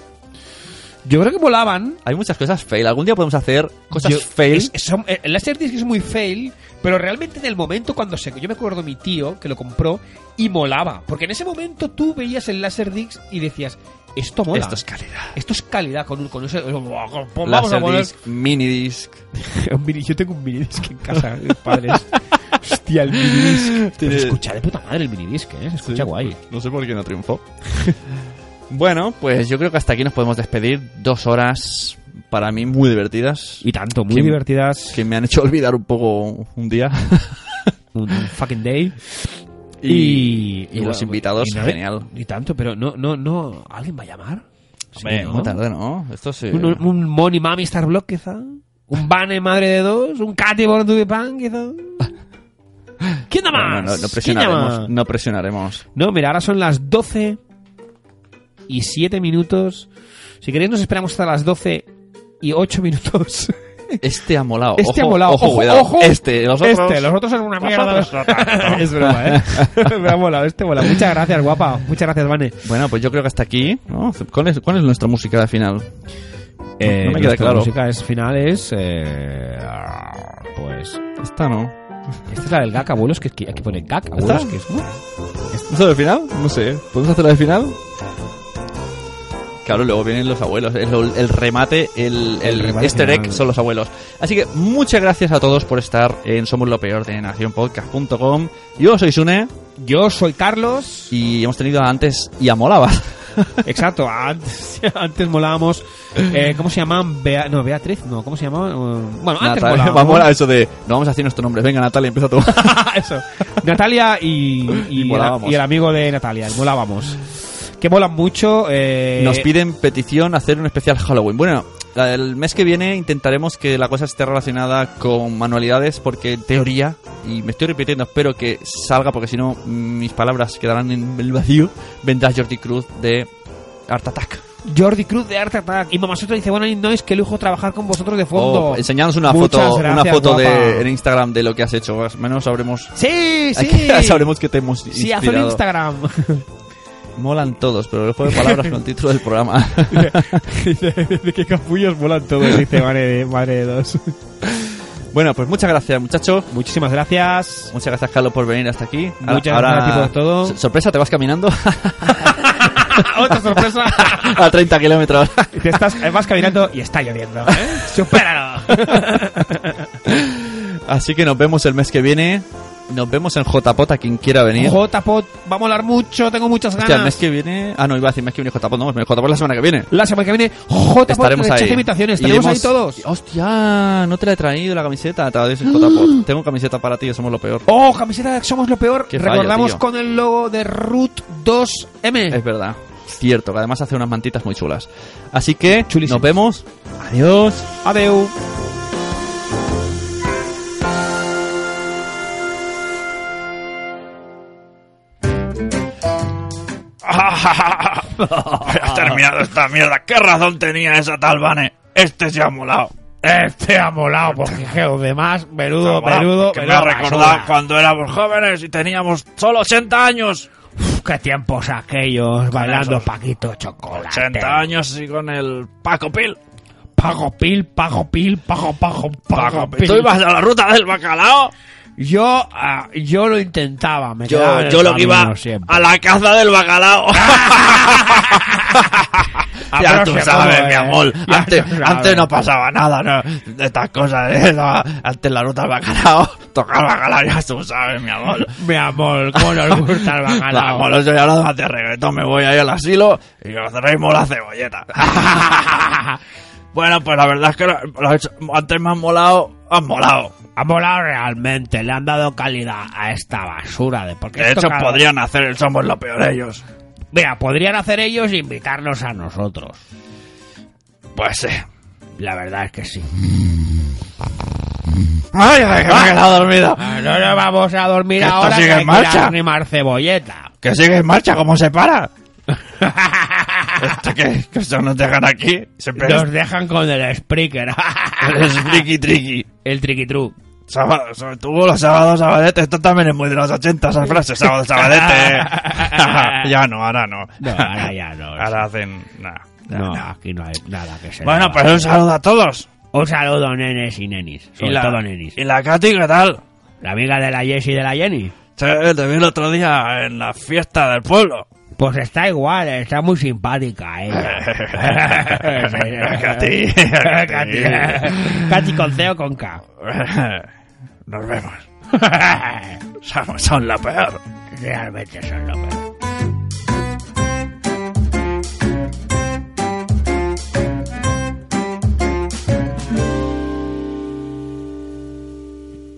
Speaker 2: Yo creo que volaban.
Speaker 10: Hay muchas cosas fail. Algún día podemos hacer cosas
Speaker 2: Yo-
Speaker 10: fail.
Speaker 2: es- son- eh, el Laserdisc es muy fail, pero realmente en el momento cuando se... Yo me acuerdo mi tío que lo compró y molaba. Porque en ese momento tú veías el Laserdisc y decías, esto mola.
Speaker 10: Esto es calidad.
Speaker 2: Esto es calidad con, un- con ese... Vamos a poner...
Speaker 10: Laserdisc, minidisc.
Speaker 2: (laughs) Un mini- yo tengo un minidisc en casa, de padres. Hostia, el
Speaker 10: (laughs)
Speaker 2: minidisc. Pero se escucha de puta madre el minidisc, ¿eh? Se escucha
Speaker 10: Sí,
Speaker 2: guay.
Speaker 10: No sé por qué no triunfó. (laughs) bueno, pues yo creo que hasta aquí nos podemos despedir. Dos horas para mí muy divertidas.
Speaker 2: Y tanto, muy
Speaker 10: Que-
Speaker 2: divertidas.
Speaker 10: Que me han hecho olvidar un poco
Speaker 2: (laughs)
Speaker 10: un día.
Speaker 2: Un fucking day.
Speaker 10: Y- y
Speaker 2: bueno,
Speaker 10: los invitados,
Speaker 2: nada-
Speaker 10: genial.
Speaker 2: Y tanto, pero no, no, no. ¿Alguien va a llamar? Sí,
Speaker 10: Hombre, eh.
Speaker 2: ¿no?
Speaker 10: muy tarde, ¿no? Esto sí.
Speaker 2: Un, un Money Mami Star Block, quizá. Un Bane Madre de Dos. Un Katy Born to be Pan, quizá. ¿Quién da
Speaker 10: Bueno,
Speaker 2: más?
Speaker 10: no, no
Speaker 2: ¿Quién da
Speaker 10: presionaremos.
Speaker 2: más?
Speaker 10: No presionaremos.
Speaker 2: No, mira, ahora son las 12 y 7 minutos. Si queréis, nos esperamos hasta las 12 y 8 minutos.
Speaker 10: Este ha molado.
Speaker 2: Este
Speaker 10: ojo,
Speaker 2: ha molado.
Speaker 10: Ojo,
Speaker 2: Ojo,
Speaker 10: cuidado.
Speaker 2: ojo.
Speaker 10: Este, los otros.
Speaker 2: Este, los otros son una mierda. (laughs) es broma, ¿eh? Me ha molado, este mola. Muchas gracias, guapa. Muchas gracias, Vane.
Speaker 10: Bueno, pues yo creo que hasta aquí. ¿no? ¿Cuál, es, ¿Cuál es nuestra música de final? Eh, no me queda
Speaker 2: nuestra
Speaker 10: claro.
Speaker 2: música es final es... eh, pues...
Speaker 10: Esta no.
Speaker 2: Esta es la del gag, abuelos, que es que- aquí pone gag, abuelos,
Speaker 10: ¿Esta?
Speaker 2: que es...
Speaker 10: ¿Eso de final? No sé. ¿Podemos hacerlo de final? Claro, luego vienen los abuelos. El, el remate, el, el,
Speaker 2: remate
Speaker 10: easter egg
Speaker 2: final.
Speaker 10: son los abuelos. Así que muchas gracias a todos por estar en Somos lo Peor de nacionpodcast.com. Yo soy Sune
Speaker 2: Yo soy Carlos.
Speaker 10: (laughs) y hemos tenido antes y a Molava.
Speaker 2: Exacto, antes, (laughs) antes molábamos. eh, ¿Cómo se llamaban? Bea- no, Beatriz, no, ¿cómo se llamaba? Eh, Bueno, antes
Speaker 10: Natalia, (laughs)
Speaker 2: molábamos.
Speaker 10: vamos a eso de. No vamos a decir nuestros nombres. Venga, Natalia, empieza tú.
Speaker 2: (laughs) Eso. Natalia y, y,
Speaker 10: Y molábamos.
Speaker 2: y el amigo de Natalia, molábamos. Que molan mucho. (laughs) eh,
Speaker 10: Nos piden petición hacer un especial Halloween. Bueno, la- el mes que viene intentaremos que la cosa esté relacionada con manualidades porque en teoría, y me estoy repitiendo, espero que salga porque si no mm, mis palabras quedarán en el vacío, vendrá Jordi Cruz de Art Attack.
Speaker 2: Jordi Cruz de Art Attack. Y Mamá Soto dice: Bueno, Noise, qué lujo trabajar con vosotros de fondo.
Speaker 10: Oh, enseñadnos una
Speaker 2: Muchas
Speaker 10: foto,
Speaker 2: gracias,
Speaker 10: una foto
Speaker 2: guapa.
Speaker 10: de, en Instagram de lo que has hecho. Más o menos sabremos. (laughs)
Speaker 2: Sí, sí.
Speaker 10: sabremos que te hemos
Speaker 2: Sí, hazlo en
Speaker 10: inspirado.
Speaker 2: Instagram. (laughs)
Speaker 10: Molan todos, pero los juego de palabras con el título
Speaker 2: (laughs)
Speaker 10: del programa.
Speaker 2: de qué capullos molan todos, dice madre de, madre de dos.
Speaker 10: Bueno, pues muchas gracias, muchachos.
Speaker 7: (laughs)
Speaker 2: Muchísimas gracias.
Speaker 10: Muchas gracias, Carlos, por venir hasta aquí.
Speaker 2: Muchas gracias a ti por todo.
Speaker 10: so- Sorpresa, te vas caminando (laughs)
Speaker 2: Otra sorpresa.
Speaker 10: a 30 kilómetros.
Speaker 2: (laughs) Te estás, vas caminando y está lloviendo.
Speaker 7: (laughs)
Speaker 2: ¿eh? ¡Supéralo!
Speaker 10: (laughs) Así que nos vemos el mes que viene. Nos vemos en JPOT a quien quiera venir.
Speaker 2: J-Pod va a molar mucho, tengo muchas
Speaker 10: Hostia, el mes
Speaker 2: ganas.
Speaker 10: que viene. Ah, no, iba a decir mes que viene JPOT. No, JPOT la semana que viene.
Speaker 2: La semana que viene, J-Pod
Speaker 10: Estaremos ahí.
Speaker 2: 300 invitaciones,
Speaker 10: Y
Speaker 2: estaremos ahí
Speaker 10: iremos-
Speaker 2: todos.
Speaker 10: Hostia, no te la he traído la camiseta. Te la doy sin
Speaker 2: (gasps)
Speaker 10: JPOT. Tengo camiseta para ti, somos lo peor.
Speaker 2: Oh, camiseta de Somos lo Peor.
Speaker 10: Qué raya,
Speaker 2: Recordamos
Speaker 10: tío.
Speaker 2: con el logo de Root 2M.
Speaker 10: Es verdad. Cierto, que además hace unas mantitas muy chulas. Así que nos vemos. Adiós.
Speaker 2: Adeu.
Speaker 3: Has terminado esta mierda. ¿Qué razón tenía esa tal Vane? Este se ha molado.
Speaker 7: Este ha molado,
Speaker 3: pues,
Speaker 7: porque je, los demás, menudo,
Speaker 3: Mola,
Speaker 7: menudo,
Speaker 3: que me
Speaker 7: menuda
Speaker 3: ha recordado
Speaker 7: basura.
Speaker 3: cuando éramos jóvenes y teníamos solo 80 años.
Speaker 7: Uf, qué tiempos aquellos, bailando Paquito Chocolate.
Speaker 3: 80 años y con el Paco Pil.
Speaker 7: Pago pil, pago pil, pago, pago, pago pil.
Speaker 3: ¿Tú ibas a la ruta del bacalao?
Speaker 7: Yo, ah, yo lo intentaba, me quedaba en
Speaker 3: Yo,
Speaker 7: el
Speaker 3: yo lo que iba
Speaker 7: camino siempre.
Speaker 3: a la caza del
Speaker 7: (laughs)
Speaker 3: bacalao.
Speaker 7: pero
Speaker 3: ya tú
Speaker 7: se
Speaker 3: sabes,
Speaker 7: acabó,
Speaker 3: mi
Speaker 7: eh.
Speaker 3: amor.
Speaker 7: Ya
Speaker 3: Antes,
Speaker 7: tú sabes.
Speaker 3: antes no pasaba nada, ¿no? De estas cosas. ¿eh? No, Antes la ruta del bacalao. (laughs) Tocar bacalao, ya tú sabes, mi amor.
Speaker 7: Mi amor, cómo nos
Speaker 3: (laughs)
Speaker 7: gusta el bacalao.
Speaker 3: Vamos, los soy hablando más de reggaetón. Me voy ahí al asilo y os reímos la cebolleta. (laughs) bueno, pues la verdad es que lo- lo- antes me han molado. Han molado.
Speaker 7: Ha molado realmente, le han dado calidad a esta basura de porque
Speaker 3: De
Speaker 7: esto
Speaker 3: hecho,
Speaker 7: cada-
Speaker 3: podrían hacer el Somos lo peor ellos.
Speaker 7: Mira, podrían hacer ellos e invitarnos a nosotros.
Speaker 3: Pues sí.
Speaker 7: La verdad es que sí.
Speaker 3: Ay, ay, que me he quedado dormido.
Speaker 7: Ah, No nos vamos a dormir
Speaker 3: Que esto
Speaker 7: ahora.
Speaker 3: sigue
Speaker 7: que
Speaker 3: en
Speaker 7: hay que ir
Speaker 3: marcha.
Speaker 7: a animar cebolleta.
Speaker 3: Que sigue en marcha, ¿cómo se para? Esto que, que eso nos dejan aquí. Siempre
Speaker 7: Nos dejan con el Spreaker.
Speaker 3: es triqui triqui.
Speaker 7: El triqui tru.
Speaker 3: Sábado, sobre todo los sábados, sabadete. Esto también es muy de los 80, esa frase.
Speaker 7: (laughs)
Speaker 3: Sábado, sabadete. ya no, ahora no.
Speaker 7: No, ahora ya no.
Speaker 3: Ahora hacen. nada.
Speaker 7: No, aquí no hay nada que se.
Speaker 3: Bueno,
Speaker 7: deba.
Speaker 3: pues un saludo a todos.
Speaker 7: Un saludo, nenes y nenis. Sobre
Speaker 3: la-
Speaker 7: todo nenis.
Speaker 3: ¿Y la Katy qué tal?
Speaker 7: La amiga de la Jessie y de la Jenny.
Speaker 3: Sí, te vi el otro día en la fiesta del pueblo.
Speaker 7: Pues está igual, está muy simpática (laughs) ella.
Speaker 3: Katy,
Speaker 7: Katy.
Speaker 3: Katy.
Speaker 7: Katy con C o con K. (laughs)
Speaker 3: Nos vemos. Son- Son la peor.
Speaker 7: Realmente son lo peor.